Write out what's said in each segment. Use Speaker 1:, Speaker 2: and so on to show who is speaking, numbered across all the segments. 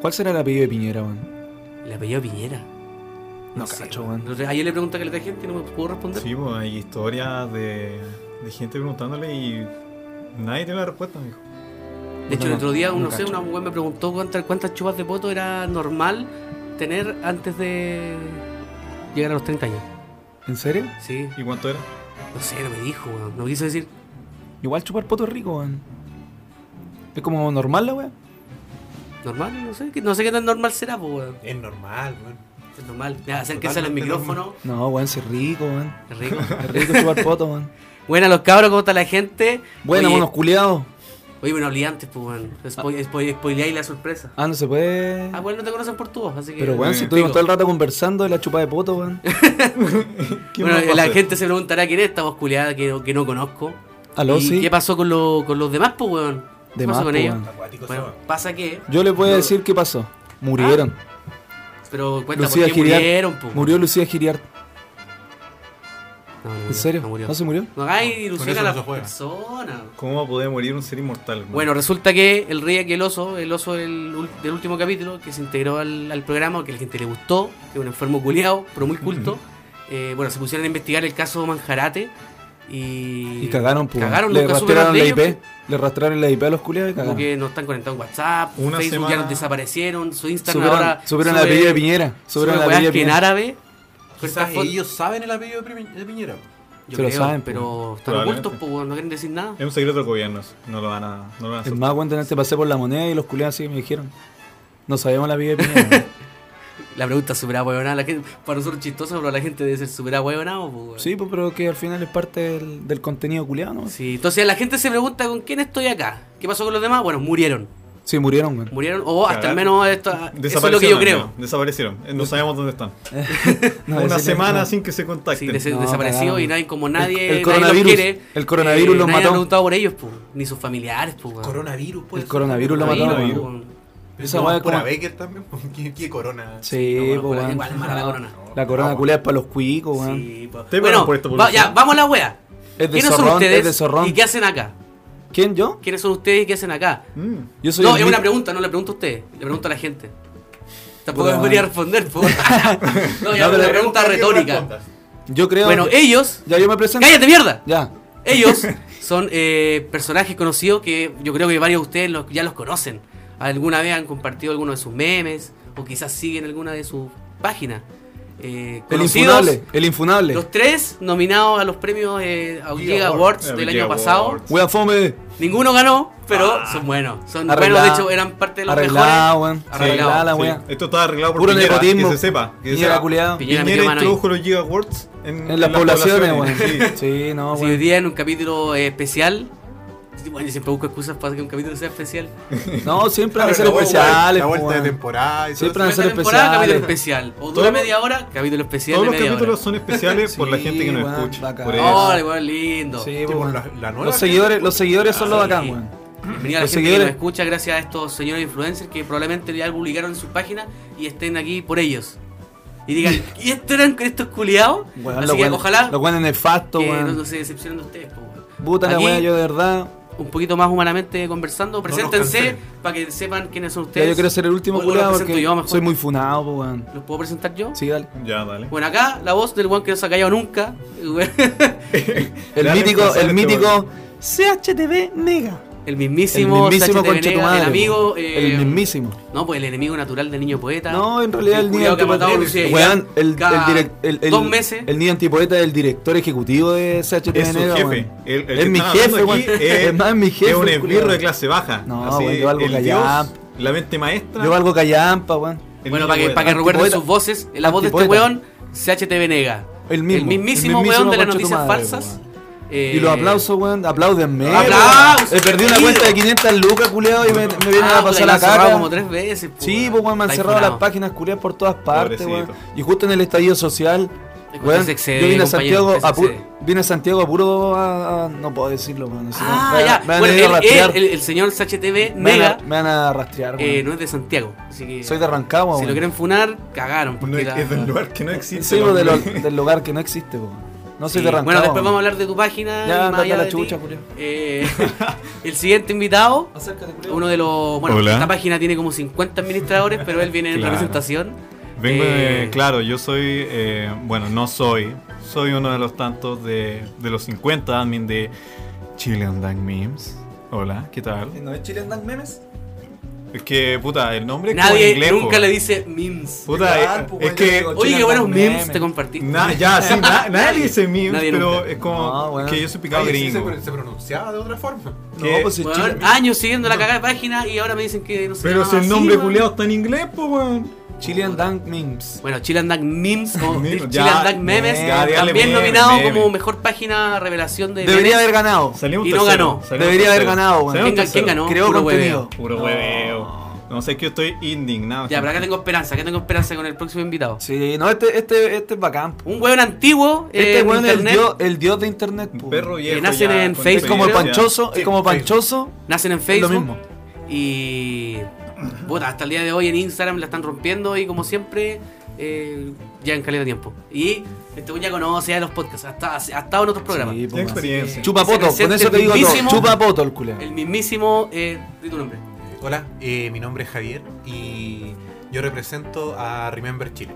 Speaker 1: ¿Cuál será el apellido de Piñera, weón?
Speaker 2: El apellido Piñera.
Speaker 1: No cacho, weón.
Speaker 2: No sé. Ayer le pregunté a la gente y no me pudo responder.
Speaker 3: Sí, pues hay historias de, de gente preguntándole y nadie tiene la respuesta, mijo.
Speaker 2: de hecho,
Speaker 1: no,
Speaker 2: el otro día,
Speaker 1: no
Speaker 2: uno sé,
Speaker 1: cacho.
Speaker 2: una mujer me preguntó cuántas, cuántas chupas de poto era normal tener antes de llegar a los 30 años.
Speaker 1: ¿En serio?
Speaker 2: Sí,
Speaker 3: ¿Y cuánto era?
Speaker 2: no sé, no me dijo, weón. No me quiso decir.
Speaker 1: Igual chupar poto es rico, weón. Es como normal la weá.
Speaker 2: Normal, no sé, que- no sé qué tan normal será, pues, weón.
Speaker 4: Es normal, weón.
Speaker 2: Es normal. Ya, acérquense al
Speaker 4: Totalmente
Speaker 2: micrófono.
Speaker 1: No, weón, sí es rico, weón.
Speaker 2: Es rico.
Speaker 1: Es rico chupar poto, weón.
Speaker 2: Buenas los cabros, ¿cómo está la gente?
Speaker 1: Bueno,
Speaker 2: oye,
Speaker 1: monos culiados.
Speaker 2: oye, bueno, hablé antes, pues, weón. Spoil, spoil- spoileáis la sorpresa.
Speaker 1: Ah, no se puede.
Speaker 2: Ah, bueno, no te conocen por tu voz, así que.
Speaker 1: Pero weón, si
Speaker 3: Pico.
Speaker 1: estuvimos todo el rato conversando de la chupa de poto, weón.
Speaker 3: ¿Qué
Speaker 2: Bueno,
Speaker 3: más va a
Speaker 2: la
Speaker 3: hacer?
Speaker 2: gente se preguntará quién es esta voz culiada que, no- que no conozco.
Speaker 1: Aló,
Speaker 2: ¿Y
Speaker 1: sí.
Speaker 2: qué pasó con, lo- con los demás, pues, weón? ¿Qué
Speaker 1: De
Speaker 2: pasó
Speaker 1: más,
Speaker 2: con
Speaker 1: po,
Speaker 2: ellos?
Speaker 1: weón.
Speaker 4: Acuático se
Speaker 2: Bueno,
Speaker 4: va.
Speaker 2: pasa que.
Speaker 1: Yo le puedo decir qué pasó. Murieron.
Speaker 2: Pero Ah, cuenta
Speaker 1: Lucía
Speaker 2: por qué
Speaker 1: Giriart.
Speaker 2: murieron, pues.
Speaker 1: Murió Lucía Giriart.
Speaker 2: No, no murió,
Speaker 1: ¿En serio?
Speaker 2: No
Speaker 1: No,
Speaker 2: murió.
Speaker 1: se murió?
Speaker 2: No hagáis
Speaker 4: Con
Speaker 2: ilusión
Speaker 4: eso
Speaker 2: a
Speaker 4: no
Speaker 2: las
Speaker 4: se juega.
Speaker 2: personas.
Speaker 3: ¿Cómo va a poder morir un ser inmortal? weón?
Speaker 2: Bueno, resulta que el rey que el oso, el oso del, ul- del último capítulo, que se integró al, al programa, que a la gente le gustó, que es un enfermo culiado, pero muy culto. eh, bueno, se pusieron a investigar el caso Manjarate y.
Speaker 1: Y cagaron, pues.
Speaker 2: Cagaron,
Speaker 1: le
Speaker 2: nunca supieron
Speaker 1: rastrearon
Speaker 2: de
Speaker 1: la
Speaker 2: ellos,
Speaker 1: IP. Le rastrearon la IP a los culiados y
Speaker 2: Como
Speaker 1: cagaron.
Speaker 2: que no están conectados en WhatsApp,
Speaker 3: Una
Speaker 2: Facebook ya
Speaker 3: semana-
Speaker 2: nos desaparecieron, su Instagram
Speaker 1: Supieron,
Speaker 2: ahora.
Speaker 1: supieron
Speaker 2: sube-
Speaker 1: la apellido de Piñera.
Speaker 2: sube
Speaker 1: Supieron la
Speaker 2: weas
Speaker 1: apellido de
Speaker 2: que en
Speaker 1: Piñera.
Speaker 2: árabe.
Speaker 4: Quizás
Speaker 2: Fo-
Speaker 4: ellos saben el apellido de, Pi- de Piñera.
Speaker 2: Yo
Speaker 1: Se lo
Speaker 2: creo,
Speaker 1: saben,
Speaker 2: pero están
Speaker 3: Probablemente. Eh.
Speaker 2: ocultos, pues, no quieren decir nada.
Speaker 3: Es un secreto del gobierno, eso. no lo van a, no lo van a
Speaker 1: Es
Speaker 3: soltar.
Speaker 1: más, weón, tenerte pasé este por la moneda y los culiados así me dijeron. No sabíamos la vida de Piñera. weón.
Speaker 2: La pregunta es súper ahueonada, la gente, para nosotros chistosa, pero la gente debe ser súper ahueonada, pues, weón.
Speaker 1: sí, pues, pero que al final es parte del, del contenido culiado, ¿no?
Speaker 2: Sí, entonces la gente se pregunta con quién estoy acá. ¿Qué pasó con los demás? Bueno, murieron.
Speaker 1: Sí, murieron, weón.
Speaker 2: Murieron, o hasta al
Speaker 3: Cagaron.
Speaker 2: menos esto, eso es lo que yo
Speaker 3: Desaparecieron,
Speaker 2: creo.
Speaker 3: amigo. Desaparecieron. Eh, No sabemos dónde están.
Speaker 1: No,
Speaker 3: Una
Speaker 1: decirle-
Speaker 3: semana
Speaker 1: no.
Speaker 3: sin que se
Speaker 2: Sí,
Speaker 3: contacten.
Speaker 2: des-
Speaker 1: No,
Speaker 2: desaparecido
Speaker 1: cagaron.
Speaker 2: y nadie, como nadie,
Speaker 1: El- el
Speaker 2: nadie
Speaker 1: coronavirus-
Speaker 2: los quiere. Eh,
Speaker 1: el coronavirus los
Speaker 2: nadie
Speaker 1: mató.
Speaker 2: ha preguntado por ellos, pues, ni sus familiares, pues. weón.
Speaker 4: Coronavirus, pues.
Speaker 1: El coronavirus lo mató,
Speaker 3: Coronavirus.
Speaker 2: pues, weón.
Speaker 1: Esa
Speaker 4: Esa
Speaker 1: weá
Speaker 4: va
Speaker 1: como-
Speaker 4: a Baker también. ¿Qué, qué corona?
Speaker 1: Sí,
Speaker 2: No,
Speaker 1: pues,
Speaker 2: bueno,
Speaker 1: weón.
Speaker 2: igual es mala la corona.
Speaker 1: La corona
Speaker 4: Vamos.
Speaker 1: culiada es para los cuicos, weón.
Speaker 2: Sí, pues.
Speaker 3: Te
Speaker 2: Bueno,
Speaker 3: van por esta
Speaker 2: va-
Speaker 3: publicidad.
Speaker 2: ya, vamos a la wea.
Speaker 1: Es de
Speaker 2: ¿Quiénes son
Speaker 1: zorrón, es de
Speaker 2: ustedes
Speaker 1: zorrón.
Speaker 2: y qué hacen acá?
Speaker 1: ¿Quién, yo?
Speaker 2: ¿Quiénes son ustedes y qué hacen acá?
Speaker 3: Mm.
Speaker 1: Yo soy
Speaker 2: No,
Speaker 1: el
Speaker 2: es
Speaker 1: Nick.
Speaker 2: una pregunta, no le pregunto a usted, le pregunto a la gente. Tampoco
Speaker 1: Puta
Speaker 2: me podría
Speaker 1: madre.
Speaker 2: responder, po. No, ya
Speaker 1: No,
Speaker 2: una
Speaker 1: pero-
Speaker 2: pregunta retórica.
Speaker 1: Yo creo
Speaker 2: Bueno,
Speaker 1: que-
Speaker 2: ellos.
Speaker 1: Ya yo me presento.
Speaker 2: ¡Cállate, mierda!
Speaker 1: Ya.
Speaker 2: Ellos son eh, personajes conocidos que yo creo que varios de ustedes los- ya los conocen. Alguna vez han compartido alguno de sus memes o quizás siguen alguna de sus páginas. Eh,
Speaker 1: El
Speaker 2: conocidos,
Speaker 1: infunable, el infunable.
Speaker 2: los tres nominados a los premios eh, Giga Awards
Speaker 3: Award.
Speaker 2: del
Speaker 3: Giga
Speaker 2: año pasado.
Speaker 3: Awards.
Speaker 1: Wea fome.
Speaker 2: Ninguno ganó, pero son buenos. Son
Speaker 1: Arreglado.
Speaker 2: buenos, de hecho, eran parte de los
Speaker 1: Arreglado,
Speaker 2: mejores.
Speaker 1: weón.
Speaker 2: Arreglado.
Speaker 1: Arreglada la
Speaker 3: Sí,
Speaker 1: wea.
Speaker 3: Esto está arreglado por
Speaker 1: Puro
Speaker 3: Piñera,
Speaker 1: nepotismo.
Speaker 3: Que se sepa. Que se
Speaker 1: Piñera
Speaker 3: sepa.
Speaker 1: culiado.
Speaker 2: Piñera
Speaker 3: Piñera,
Speaker 2: metió mano ahí.
Speaker 3: introdujo los Giga Awards en,
Speaker 1: En las poblaciones, weón.
Speaker 3: Sí.
Speaker 1: Sí, no,
Speaker 2: Sí, hoy
Speaker 1: weón.
Speaker 2: día en un capítulo eh, especial. Sí, Bueno, yo siempre busco excusas para que un capítulo sea especial.
Speaker 1: No, siempre van a ser
Speaker 4: Claro, la vuelta-
Speaker 1: especiales,
Speaker 4: La
Speaker 1: po,
Speaker 4: vuelta de
Speaker 1: weón.
Speaker 4: temporada y todo
Speaker 1: Siempre
Speaker 4: eso.
Speaker 1: van a ser
Speaker 2: Primera temporada, capítulo
Speaker 1: especiales.
Speaker 2: especial. O dura
Speaker 3: Todo-
Speaker 2: media hora, capítulo especial
Speaker 3: Todos
Speaker 2: de
Speaker 3: los
Speaker 2: media
Speaker 3: capítulos
Speaker 2: hora.
Speaker 3: son especiales por la
Speaker 1: Sí,
Speaker 3: gente que nos
Speaker 1: weón,
Speaker 3: escucha.
Speaker 1: bacán.
Speaker 3: Por
Speaker 2: Oh,
Speaker 3: eso.
Speaker 2: igual lindo.
Speaker 1: Sí,
Speaker 4: Tipo,
Speaker 1: weón.
Speaker 4: la, la nueva
Speaker 1: Los seguidores, los seguidores son lo
Speaker 2: Ah,
Speaker 1: bacán,
Speaker 2: sí.
Speaker 1: weón.
Speaker 2: Bienvenida a la
Speaker 1: Los
Speaker 2: gente que
Speaker 1: seguidores.
Speaker 2: nos escucha gracias a estos señores influencers que probablemente ya publicaron en sus páginas y estén aquí por ellos. Y digan, ¿y estos eran estos culiados?
Speaker 1: Weón,
Speaker 2: Así
Speaker 1: los
Speaker 2: que
Speaker 1: weones-
Speaker 2: ojalá
Speaker 1: Los weones nefastos,
Speaker 2: que no, no
Speaker 1: weón.
Speaker 2: se decepcionen de ustedes. po, weón.
Speaker 1: Puta la
Speaker 2: Aquí-
Speaker 1: wea, yo de verdad.
Speaker 2: un poquito más humanamente conversando.
Speaker 4: nos
Speaker 2: Preséntense
Speaker 4: cancelen.
Speaker 2: para que sepan quiénes son ustedes.
Speaker 1: Ya yo quiero ser el último
Speaker 2: O- o lo
Speaker 1: culiado
Speaker 2: presento
Speaker 1: porque
Speaker 2: yo mejor.
Speaker 1: soy muy funado, po, weón.
Speaker 2: ¿Los puedo presentar yo?
Speaker 1: Sí, dale.
Speaker 3: Ya, dale.
Speaker 2: Bueno, acá la voz del one que no se ha callado nunca.
Speaker 1: El
Speaker 3: Dale,
Speaker 1: mítico,
Speaker 3: Gonzalo,
Speaker 1: el
Speaker 3: este
Speaker 1: mítico CHTV Mega.
Speaker 2: El mismísimo,
Speaker 1: el mismísimo
Speaker 2: Sacha de
Speaker 1: concha tu
Speaker 2: Venega,
Speaker 1: madre.
Speaker 2: el amigo.
Speaker 1: weón.
Speaker 2: eh,
Speaker 1: el mismísimo.
Speaker 2: No, pues el enemigo natural del niño poeta.
Speaker 1: No, en realidad el niño
Speaker 2: culiao que ha matado a Lucía
Speaker 1: antipoeta.
Speaker 2: Aguilar
Speaker 1: Weón, el, el,
Speaker 2: cada
Speaker 1: direc- el, el-
Speaker 2: dos meses.
Speaker 1: El niño antipoeta es el director ejecutivo de CHTV
Speaker 3: Es su
Speaker 1: Mega,
Speaker 3: jefe.
Speaker 1: Este weón.
Speaker 3: El, el
Speaker 1: es
Speaker 3: que
Speaker 1: mi
Speaker 3: están
Speaker 1: jefe,
Speaker 3: hablando
Speaker 1: weón.
Speaker 3: aquí
Speaker 1: Es más, es mi jefe.
Speaker 3: Es un
Speaker 1: el
Speaker 3: esbirro
Speaker 1: culiao.
Speaker 3: de clase baja.
Speaker 1: No,
Speaker 3: Así,
Speaker 1: weón, yo valgo
Speaker 3: el
Speaker 1: callampa.
Speaker 3: dios, la mente maestra.
Speaker 1: Yo valgo callampa, weón.
Speaker 3: el
Speaker 2: bueno,
Speaker 3: niño
Speaker 2: para que,
Speaker 3: poeta.
Speaker 2: para que recuerden
Speaker 1: Antipoeta.
Speaker 2: sus voces, la voz de este
Speaker 1: Antipoeta.
Speaker 2: weón, CHT Venega.
Speaker 1: El mismo.
Speaker 2: mismísimo
Speaker 1: El mismísimo
Speaker 2: weón de las
Speaker 1: concha tu
Speaker 2: noticias
Speaker 1: madre,
Speaker 2: falsas.
Speaker 1: weón.
Speaker 2: Eh,
Speaker 1: Y los aplausos, weón, aplaudenme.
Speaker 2: ¡Aplausos!
Speaker 1: He perdido una cuenta de 500 lucas, culiado, y me, me vienen
Speaker 2: ah,
Speaker 1: a
Speaker 2: pues
Speaker 1: pasar
Speaker 2: la
Speaker 1: la
Speaker 2: han cerrado
Speaker 1: cara.
Speaker 2: como tres veces. po,
Speaker 1: Sí, pues, weón, me han
Speaker 2: Está
Speaker 1: cerrado las
Speaker 2: funado.
Speaker 1: páginas culiadas por todas partes, weón.
Speaker 3: Pobrecito.
Speaker 1: Y justo en el estallido social,
Speaker 2: Es que
Speaker 1: weón,
Speaker 2: usted se excede,
Speaker 1: yo vine a
Speaker 2: compañero,
Speaker 1: Santiago
Speaker 2: usted se
Speaker 1: a puro,
Speaker 2: excede.
Speaker 1: vine a Santiago a puro a, a- no puedo decirlo, weón. si no,
Speaker 2: Ah,
Speaker 1: me van-
Speaker 2: ya.
Speaker 1: Me van a ir a
Speaker 2: Bueno, el,
Speaker 1: rastrear.
Speaker 2: el, el señor
Speaker 1: me,
Speaker 2: CHTV
Speaker 1: van a-
Speaker 2: Mega
Speaker 1: me van a rastrear, weón.
Speaker 2: eh, no es de Santiago. Así que
Speaker 1: Soy de Rancagua,
Speaker 2: si lo
Speaker 1: weón.
Speaker 2: quieren funar, cagaron.
Speaker 3: No,
Speaker 2: porque
Speaker 3: es,
Speaker 2: la-
Speaker 3: es del lugar que no existe.
Speaker 1: Soy
Speaker 3: el
Speaker 1: de
Speaker 3: hombre.
Speaker 1: lo- del lugar que no existe, weón. No
Speaker 2: Sí,
Speaker 1: soy de Rancagua.
Speaker 2: Bueno, después
Speaker 1: man.
Speaker 2: vamos a hablar de tu página. y
Speaker 1: Ya,
Speaker 2: más
Speaker 1: andate
Speaker 2: allá
Speaker 1: a la
Speaker 2: de ti.
Speaker 1: chucha, culiao.
Speaker 2: Eh, el siguiente invitado,
Speaker 1: Acércate, culiao.
Speaker 2: uno de los. Bueno,
Speaker 3: Hola.
Speaker 2: esta página tiene como 50 administradores, pero él viene en
Speaker 3: Claro.
Speaker 2: representación.
Speaker 3: Vengo
Speaker 2: Eh.
Speaker 3: de, claro, yo soy, eh, bueno, no soy, soy uno de los tantos de, de los 50 admin de Chilean Dank Memes. Hola, ¿qué tal?
Speaker 1: ¿No es Chilean Dank Memes?
Speaker 3: Es que, puta, el nombre es como
Speaker 2: Nadie
Speaker 3: inglés,
Speaker 2: nunca
Speaker 3: po.
Speaker 2: le dice memes.
Speaker 3: Puta,
Speaker 1: Igual,
Speaker 3: eh,
Speaker 1: pues,
Speaker 3: es
Speaker 1: yo
Speaker 3: que,
Speaker 1: digo,
Speaker 2: Oye,
Speaker 1: Chile
Speaker 2: qué buenos
Speaker 1: dan
Speaker 2: memes,
Speaker 1: memes.
Speaker 2: te compartiste.
Speaker 3: na- ya, sí, na- nadie dice memes,
Speaker 2: Nadie
Speaker 3: pero
Speaker 2: nunca.
Speaker 3: es como
Speaker 1: No, bueno.
Speaker 3: que yo soy picado
Speaker 4: Ay, sí, se,
Speaker 3: gringo.
Speaker 4: pro- se pronunciaba de otra forma.
Speaker 1: No,
Speaker 3: ¿Qué?
Speaker 1: pues es
Speaker 2: Weón, ah.
Speaker 1: Chilean.
Speaker 2: años siguiendo la cagada de página y ahora me dicen que no se
Speaker 3: Pero si
Speaker 2: llamaba
Speaker 3: el
Speaker 2: así,
Speaker 3: nombre
Speaker 2: Ah, weón.
Speaker 3: culeado está en inglés, pues, weón.
Speaker 1: Chilean Dank Memes.
Speaker 2: Bueno, Chilandak Memes o
Speaker 3: Memes,
Speaker 2: Chilandak
Speaker 3: ya,
Speaker 2: Memes,
Speaker 1: ya, dígale
Speaker 2: también
Speaker 3: meme,
Speaker 2: nominado
Speaker 3: meme.
Speaker 2: como mejor página revelación de memes.
Speaker 1: Debería haber ganado.
Speaker 3: Salimos
Speaker 2: Y no
Speaker 3: tercero,
Speaker 2: ganó.
Speaker 3: salimos
Speaker 1: Debería haber
Speaker 3: tercero.
Speaker 1: ganado, weón.
Speaker 3: Salimos
Speaker 2: ¿Quién- quién
Speaker 3: tercero.
Speaker 2: ganó? No,
Speaker 1: Creo
Speaker 2: puro
Speaker 1: contenido.
Speaker 3: Puro
Speaker 1: No.
Speaker 3: hueveo. No sé, es que yo estoy indignado.
Speaker 2: Ya, pero acá tengo esperanza, acá tengo esperanza con el próximo invitado.
Speaker 1: Sí, no, este, este, este es bacán. po.
Speaker 2: Un weón antiguo eh,
Speaker 1: Este
Speaker 2: de
Speaker 1: weón es el
Speaker 2: internet,
Speaker 1: dios, el dios de internet. po.
Speaker 3: Perro viejo.
Speaker 2: nacen
Speaker 3: ya,
Speaker 2: en
Speaker 3: con
Speaker 2: Facebook,
Speaker 1: Es como el
Speaker 2: creo.
Speaker 3: experiencia.
Speaker 1: panchoso,
Speaker 4: Sí,
Speaker 1: es como
Speaker 4: Facebook.
Speaker 1: panchoso.
Speaker 2: nacen en
Speaker 1: Es
Speaker 2: Facebook
Speaker 1: lo mismo.
Speaker 2: y puta, hasta el día de hoy en Instagram la están rompiendo y como siempre eh, llegan calidad de tiempo. Y este weón ya conoce ya los podcasts, hasta ha estado en otros programas.
Speaker 1: Sí, po,
Speaker 3: Qué
Speaker 1: man.
Speaker 3: experiencia.
Speaker 1: Chupa
Speaker 2: Ese
Speaker 1: poto, con
Speaker 2: presente
Speaker 1: eso te digo todo.
Speaker 2: lindísimo.
Speaker 1: Chupa poto el culeo.
Speaker 2: El mismísimo, eh, di tu nombre.
Speaker 4: Hola, eh, mi nombre es Javier y yo represento a Remember Chile.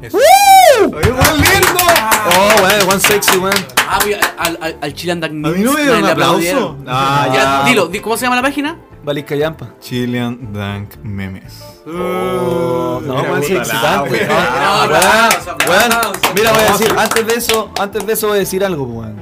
Speaker 4: Eso.
Speaker 1: ¡Uh!
Speaker 3: ¡Oye, weón, lindo!
Speaker 1: Oh, weón, one sexy, weón.
Speaker 2: Ah, voy a- al, al, al Chilandak
Speaker 3: A mí no me dieron aplauso. Ah,
Speaker 2: Ya,
Speaker 1: Ah.
Speaker 2: dilo, di- ¿cómo se llama la página?
Speaker 1: Valisca Yampa.
Speaker 3: Chilean Dank Memes.
Speaker 4: Oh,
Speaker 1: No,
Speaker 3: mira,
Speaker 1: weón, sí,
Speaker 3: puta la
Speaker 1: excitante.
Speaker 3: wea.
Speaker 1: Ah,
Speaker 2: Aplausos,
Speaker 1: weón, weón,
Speaker 2: aplausos.
Speaker 1: Mira, voy a decir, antes de eso, antes de eso voy a decir algo, po, weón.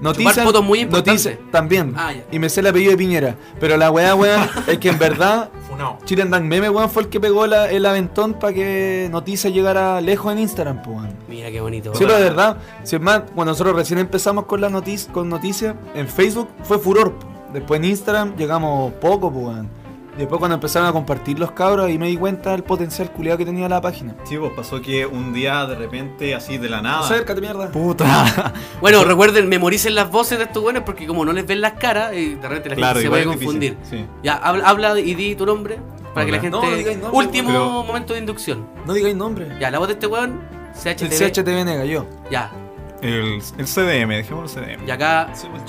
Speaker 1: Noticias,
Speaker 2: fotos muy importantes.
Speaker 1: noticias también.
Speaker 2: Ah, ya.
Speaker 1: Y me sé el apellido de Piñera. Pero la weá, weón, es que en verdad
Speaker 4: Funao.
Speaker 1: Chilean Dank Meme, weón, fue el que pegó la- el aventón para que Noticias llegara lejos en Instagram, pues, weón.
Speaker 2: Mira qué bonito.
Speaker 1: Sí, pero de verdad, si es más, cuando nosotros recién empezamos con las noticias, con noticias, en Facebook fue furor. po. Después en Instagram llegamos poco, pues, weón. Y Después cuando empezaron a compartir los cabros y me di cuenta del potencial culiado que tenía la página.
Speaker 3: Sí, pues pasó que un día de repente, así de la nada.
Speaker 1: Acércate, mierda.
Speaker 3: Puta.
Speaker 2: Bueno, recuerden, memoricen las voces de estos buenos porque como no les ven las caras, eh, de repente la gente
Speaker 3: Claro,
Speaker 2: se
Speaker 3: igual
Speaker 2: puede
Speaker 3: es difícil,
Speaker 2: confundir.
Speaker 3: sí.
Speaker 2: Ya, habla, habla y di tu nombre para que la
Speaker 3: Hola.
Speaker 2: gente...
Speaker 1: No, no digáis nombre,
Speaker 2: Último
Speaker 3: pero-
Speaker 2: momento de inducción.
Speaker 1: No digáis nombre.
Speaker 2: Ya, la voz de este weón, CHTV.
Speaker 1: El CHTV nega yo.
Speaker 2: Ya,
Speaker 3: El, el CDM, dejémoslo CDM.
Speaker 2: y acá...
Speaker 1: pues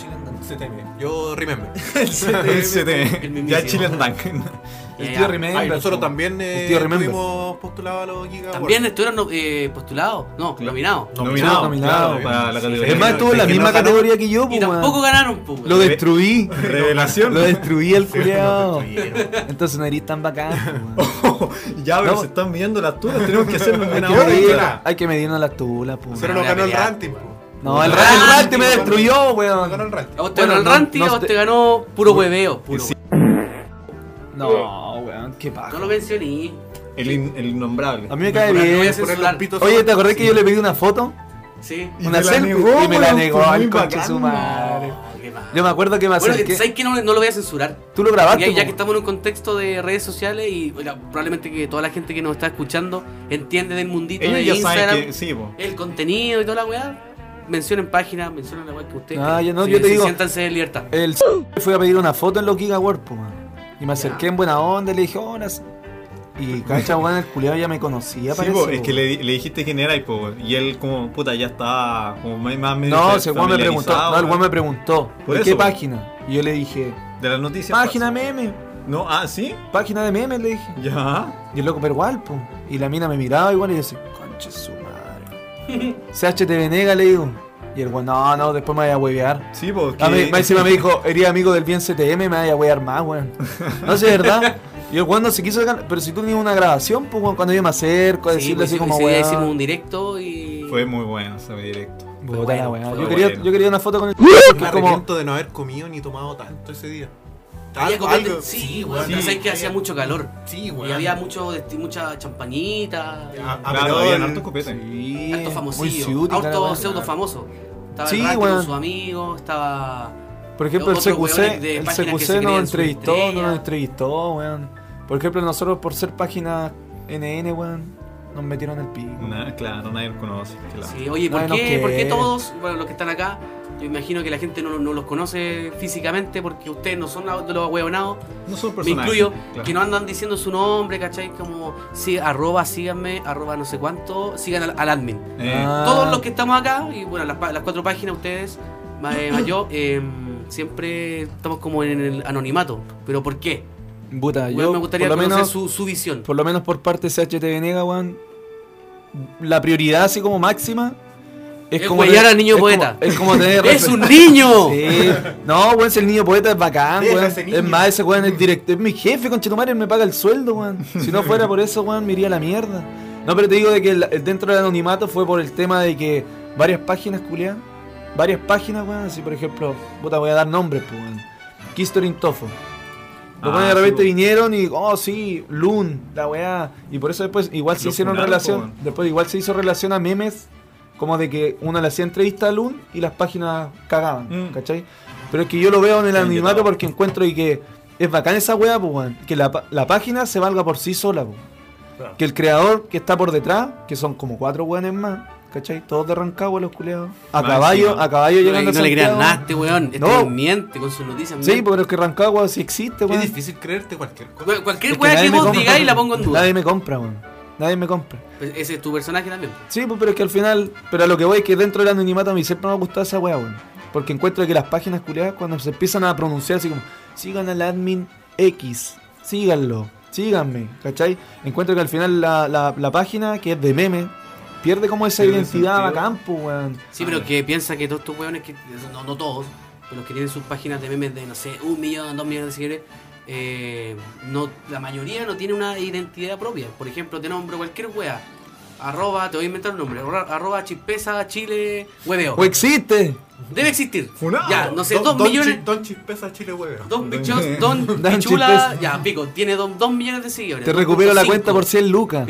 Speaker 4: CTM. Yo Remember.
Speaker 3: El CDM. Ya
Speaker 2: mismísimo.
Speaker 3: Chilean Dank.
Speaker 1: El
Speaker 2: ya,
Speaker 1: tío
Speaker 2: ya.
Speaker 1: Remember.
Speaker 4: Ay, nosotros
Speaker 1: po.
Speaker 4: también
Speaker 1: El
Speaker 4: eh,
Speaker 1: tío Remember.
Speaker 4: tuvimos postulado a los Giga
Speaker 2: También
Speaker 4: Awards.
Speaker 2: estuvieron no- eh, postulados, no,
Speaker 3: Claro.
Speaker 2: nominados.
Speaker 3: Nominado,
Speaker 1: nominado.
Speaker 3: claro, para la categoría.
Speaker 1: Es más, estuvo en la
Speaker 4: Es que no
Speaker 1: misma
Speaker 4: ganó.
Speaker 1: categoría que yo,
Speaker 2: Y
Speaker 1: pues,
Speaker 2: tampoco
Speaker 1: weón.
Speaker 2: ganaron, pues.
Speaker 1: Lo destruí.
Speaker 3: Revelación.
Speaker 1: Lo destruí el culiado.
Speaker 4: Nos destruyeron.
Speaker 1: Entonces no eres tan bacán, po, weón.
Speaker 3: ya, pero
Speaker 1: No.
Speaker 3: se están midiendo las tulas. Tenemos que hacerlo en
Speaker 1: Hay
Speaker 3: buena
Speaker 1: que
Speaker 3: hora.
Speaker 4: medir.
Speaker 1: medirnos-
Speaker 4: weón.
Speaker 1: Hay que medirnos las tulas, pues.
Speaker 4: Pero nos
Speaker 2: Una
Speaker 4: ganó el
Speaker 2: pelea.
Speaker 4: Ranting. po.
Speaker 1: No, el,
Speaker 2: Ranti
Speaker 1: ra- el Ranti me
Speaker 4: ganó-
Speaker 1: destruyó,
Speaker 4: Nos ganó
Speaker 1: weón.
Speaker 4: el Ranting.
Speaker 2: A vos te
Speaker 1: Bueno,
Speaker 2: ganó
Speaker 1: no-
Speaker 2: el ranty,
Speaker 1: no
Speaker 2: a vos
Speaker 1: te-
Speaker 2: te ganó puro hueveo. Puro
Speaker 3: Sí.
Speaker 1: No, weón, qué paja.
Speaker 2: hueveo. No lo mencioné.
Speaker 3: El, in- el innombrable.
Speaker 1: A mí me cae
Speaker 2: Voy a
Speaker 1: bien.
Speaker 2: censurar.
Speaker 4: Ponerle un pito
Speaker 1: Oye, ¿te
Speaker 4: solo.
Speaker 1: acordás que yo le pedí una foto?
Speaker 2: Sí.
Speaker 3: Y
Speaker 1: una
Speaker 3: te la
Speaker 1: selfie.
Speaker 3: negó,
Speaker 1: y me la
Speaker 3: weón,
Speaker 1: negó
Speaker 3: fue muy
Speaker 1: al conche
Speaker 3: bacán.
Speaker 1: su madre.
Speaker 2: Oh, qué mal.
Speaker 1: Yo me acuerdo que me
Speaker 2: Bueno, eh,
Speaker 1: acerqué.
Speaker 2: ¿sabes que no, no lo voy a censurar?
Speaker 1: Tú lo
Speaker 2: Ya,
Speaker 1: grabaste.
Speaker 2: ya que
Speaker 1: po.
Speaker 2: estamos en un contexto de redes sociales y bueno, probablemente que toda la gente que nos está escuchando entiende del mundito de
Speaker 3: Ellos ya saben
Speaker 2: Instagram,
Speaker 3: que. Sí, po.
Speaker 2: el contenido y toda la weá. Mencionen páginas, mencionen la weá que ustedes.
Speaker 1: Ah,
Speaker 2: quieran.
Speaker 1: ya no,
Speaker 2: Sí,
Speaker 1: yo te
Speaker 2: sí,
Speaker 1: digo-
Speaker 2: Siéntanse en libertad.
Speaker 1: El s- fui a pedir una foto en los Gigaworld, po, man. Y me acerqué
Speaker 2: Ya.
Speaker 1: en buena onda y le dije, hola. s-". Y cacha, weón, el culiado ya me conocía,
Speaker 3: Sí,
Speaker 1: parece.
Speaker 3: po, es
Speaker 1: po.
Speaker 3: que le, di- le dijiste quién era y, po, y él como, puta, ya estaba como más, más medio
Speaker 1: No,
Speaker 3: fa-
Speaker 1: ese weón me preguntó.
Speaker 3: familiarizado,
Speaker 1: No, el weón me
Speaker 3: ¿verdad?
Speaker 1: preguntó.
Speaker 3: Por
Speaker 1: ¿De
Speaker 3: eso,
Speaker 1: qué
Speaker 3: po.
Speaker 1: página? Y yo le dije,
Speaker 3: De las noticias.
Speaker 1: página
Speaker 3: falsas.
Speaker 1: meme.
Speaker 3: No, ah, ¿sí?
Speaker 1: Página de memes, le dije.
Speaker 3: Ya.
Speaker 1: Y el loco, pero igual, po. Y la mina me miraba igual y decía, conche su madre. CHTV nega, le digo. Y el weón, no, no, después me vaya a huevear.
Speaker 3: Sí, porque...
Speaker 1: A mí, más encima me dijo, eres amigo del bien CTM, me vaya a huevear más, weón. No sé, ¿verdad? Y el weón no se quiso sacar, pero si tú tenías una grabación, pues weón, cuando yo me acerco a
Speaker 2: Sí,
Speaker 1: decirle
Speaker 2: pues,
Speaker 1: así
Speaker 2: ese-
Speaker 1: como
Speaker 2: ese día hicimos
Speaker 1: weón.
Speaker 2: un directo y.
Speaker 3: Fue muy bueno ese directo.
Speaker 1: puta
Speaker 2: Fue
Speaker 1: la weá.
Speaker 2: bueno, fue
Speaker 1: Yo
Speaker 2: bueno.
Speaker 1: quería, yo quería una foto con el.
Speaker 4: Me
Speaker 1: Porque como,
Speaker 4: arrepiento de no haber comido ni tomado tanto ese día.
Speaker 2: Había
Speaker 4: Algo-
Speaker 2: copete-
Speaker 4: algo-
Speaker 2: Sí, weón.
Speaker 3: sí,
Speaker 2: pero sabes que hacía mucho calor.
Speaker 4: Sí,
Speaker 2: Y
Speaker 4: weón.
Speaker 2: había mucho, desti- mucha champañita.
Speaker 4: A- a-
Speaker 3: claro,
Speaker 4: pero
Speaker 3: había
Speaker 4: el-
Speaker 3: hartos copetes.
Speaker 1: sí,
Speaker 2: Harto
Speaker 1: muy
Speaker 2: famosillo.
Speaker 1: ciútica la
Speaker 2: Harto
Speaker 1: weá.
Speaker 2: pseudo famoso. Estaba
Speaker 1: Sí,
Speaker 2: el Ranti
Speaker 1: weón.
Speaker 2: con su amigo, estaba.
Speaker 1: Por ejemplo, el
Speaker 2: Otros
Speaker 1: CQC,
Speaker 2: hueones de
Speaker 1: el
Speaker 2: páginas que se
Speaker 1: CQC
Speaker 2: creen
Speaker 1: nos entrevistó, no
Speaker 2: superestrellas.
Speaker 1: nos entrevistó, weón. Por ejemplo, nosotros por ser página NN, weón, nos metieron el pico.
Speaker 3: Na- claro, nadie lo conoce. claro.
Speaker 2: Sí, oye, ¿por,
Speaker 1: Nadie nos
Speaker 2: qué, por qué
Speaker 1: quiere.
Speaker 2: todos, bueno, los que están acá, yo imagino que la gente no, no los conoce físicamente porque ustedes no son de los ahueonados,
Speaker 3: No son
Speaker 2: me
Speaker 3: personajes.
Speaker 2: incluyo,
Speaker 3: claro.
Speaker 2: que no andan diciendo su nombre, ¿cachai? Como, sí, arroba, síganme, arroba no sé cuánto, sigan al, al admin.
Speaker 3: Eh,
Speaker 1: Ah.
Speaker 2: Todos los que estamos acá, y bueno, las, pa- las cuatro páginas, ustedes, más, eh, más yo, eh, siempre estamos como en el anonimato. ¿Pero por qué?
Speaker 1: Puta,
Speaker 2: Bueno,
Speaker 1: Ah, yo
Speaker 2: me gustaría
Speaker 1: por lo
Speaker 2: conocer
Speaker 1: menos
Speaker 2: su, su visión.
Speaker 1: por lo menos por parte de CHT Venega, weón, la prioridad así como máxima es,
Speaker 2: Es
Speaker 1: como
Speaker 2: huellar
Speaker 1: tener-
Speaker 2: al niño
Speaker 1: es como-
Speaker 2: poeta.
Speaker 1: es como tener
Speaker 2: ¡Es
Speaker 1: refer-
Speaker 2: un niño!
Speaker 1: Sí. No, weón, si el niño poeta es bacán,
Speaker 4: Deja
Speaker 1: weón.
Speaker 4: ese niño.
Speaker 1: Es más, ese weón es directo. Es mi jefe, conchetumare, él me paga el sueldo, weón. Si no fuera por eso, weón, me iría a la mierda. No, pero te digo de que el- el dentro del anonimato fue por el tema de que varias páginas, culiadas, varias páginas, weón, así por ejemplo, puta, voy a dar nombres, pues, weón. Kistorin Tofo. Los
Speaker 3: Ah,
Speaker 1: weones de
Speaker 3: sí,
Speaker 1: repente
Speaker 3: po.
Speaker 1: vinieron y, oh, sí, Loon, la weá. Y por eso después igual se
Speaker 3: Lo
Speaker 1: hicieron
Speaker 3: funaron,
Speaker 1: relación.
Speaker 3: po, weón.
Speaker 1: Después igual se hizo relación a memes como de que uno le hacía entrevista a Loon y las páginas cagaban,
Speaker 3: Mm.
Speaker 1: ¿cachai? Pero es que yo lo veo en el
Speaker 3: Bien
Speaker 1: anonimato
Speaker 3: vetado.
Speaker 1: porque encuentro y que es bacán esa weá, pues, weón. Que la, pa- la página se valga por sí sola, pues.
Speaker 4: Claro.
Speaker 1: Que el creador que está por detrás, que son como cuatro weones más, ¿cachai? Todos de Rancagua los culeados. A
Speaker 3: Más
Speaker 1: caballo,
Speaker 3: encima.
Speaker 1: a caballo
Speaker 2: No, le-
Speaker 1: llegando a
Speaker 2: no le crean
Speaker 1: Santiago.
Speaker 2: nada a este weón. Este
Speaker 1: No.
Speaker 2: weón miente con sus noticias.
Speaker 1: Sí, pues,
Speaker 2: miente.
Speaker 1: pero es que Rancagua sí existe,
Speaker 4: Es
Speaker 1: weón.
Speaker 4: difícil creerte cualquier cosa.
Speaker 2: Cu- Cualquier
Speaker 1: Es que
Speaker 2: weá
Speaker 1: nadie
Speaker 2: que
Speaker 1: me
Speaker 2: vos
Speaker 1: compra.
Speaker 2: digáis la pongo en duda.
Speaker 1: Nadie me compra, weón. Nadie me compra.
Speaker 2: Pues Ese es tu personaje también.
Speaker 1: Sí, pues, pero es que al final, pero a lo que voy es que dentro del anonimato a mí siempre me ha gustado esa weá, weón. Porque encuentro que las páginas culiadas cuando se empiezan a pronunciar así como, sigan al admin X, síganlo, síganme, ¿cachai? Encuentro que al final la, la- la página, que es de meme, pierde como esa
Speaker 3: Pierde
Speaker 1: identidad
Speaker 3: sentido.
Speaker 1: bacán, pues, weón.
Speaker 2: Sí, pero que piensa que todos estos weones, que, no, no todos, pero los que tienen sus páginas de memes de, no sé, un millón, dos millones de seguidores, eh, no, la mayoría no tiene una identidad propia. Por ejemplo, te nombro cualquier wea. Arroba, te voy a inventar un nombre. arroba- Arroba chispesa chile hueveo.
Speaker 1: O existe.
Speaker 2: Debe existir.
Speaker 4: Funado.
Speaker 2: Ya, no sé,
Speaker 4: Don-
Speaker 2: dos
Speaker 4: Don
Speaker 2: millones.
Speaker 4: Chi- Don Chispeza Chile Hueveo.
Speaker 2: Don Pichos, Don
Speaker 1: Don
Speaker 2: Pichula,
Speaker 1: Chispeza.
Speaker 2: ya, pico, tiene dos, dos millones de seguidores.
Speaker 1: Te recupero la
Speaker 2: 2.5.
Speaker 1: cuenta por 100 lucas.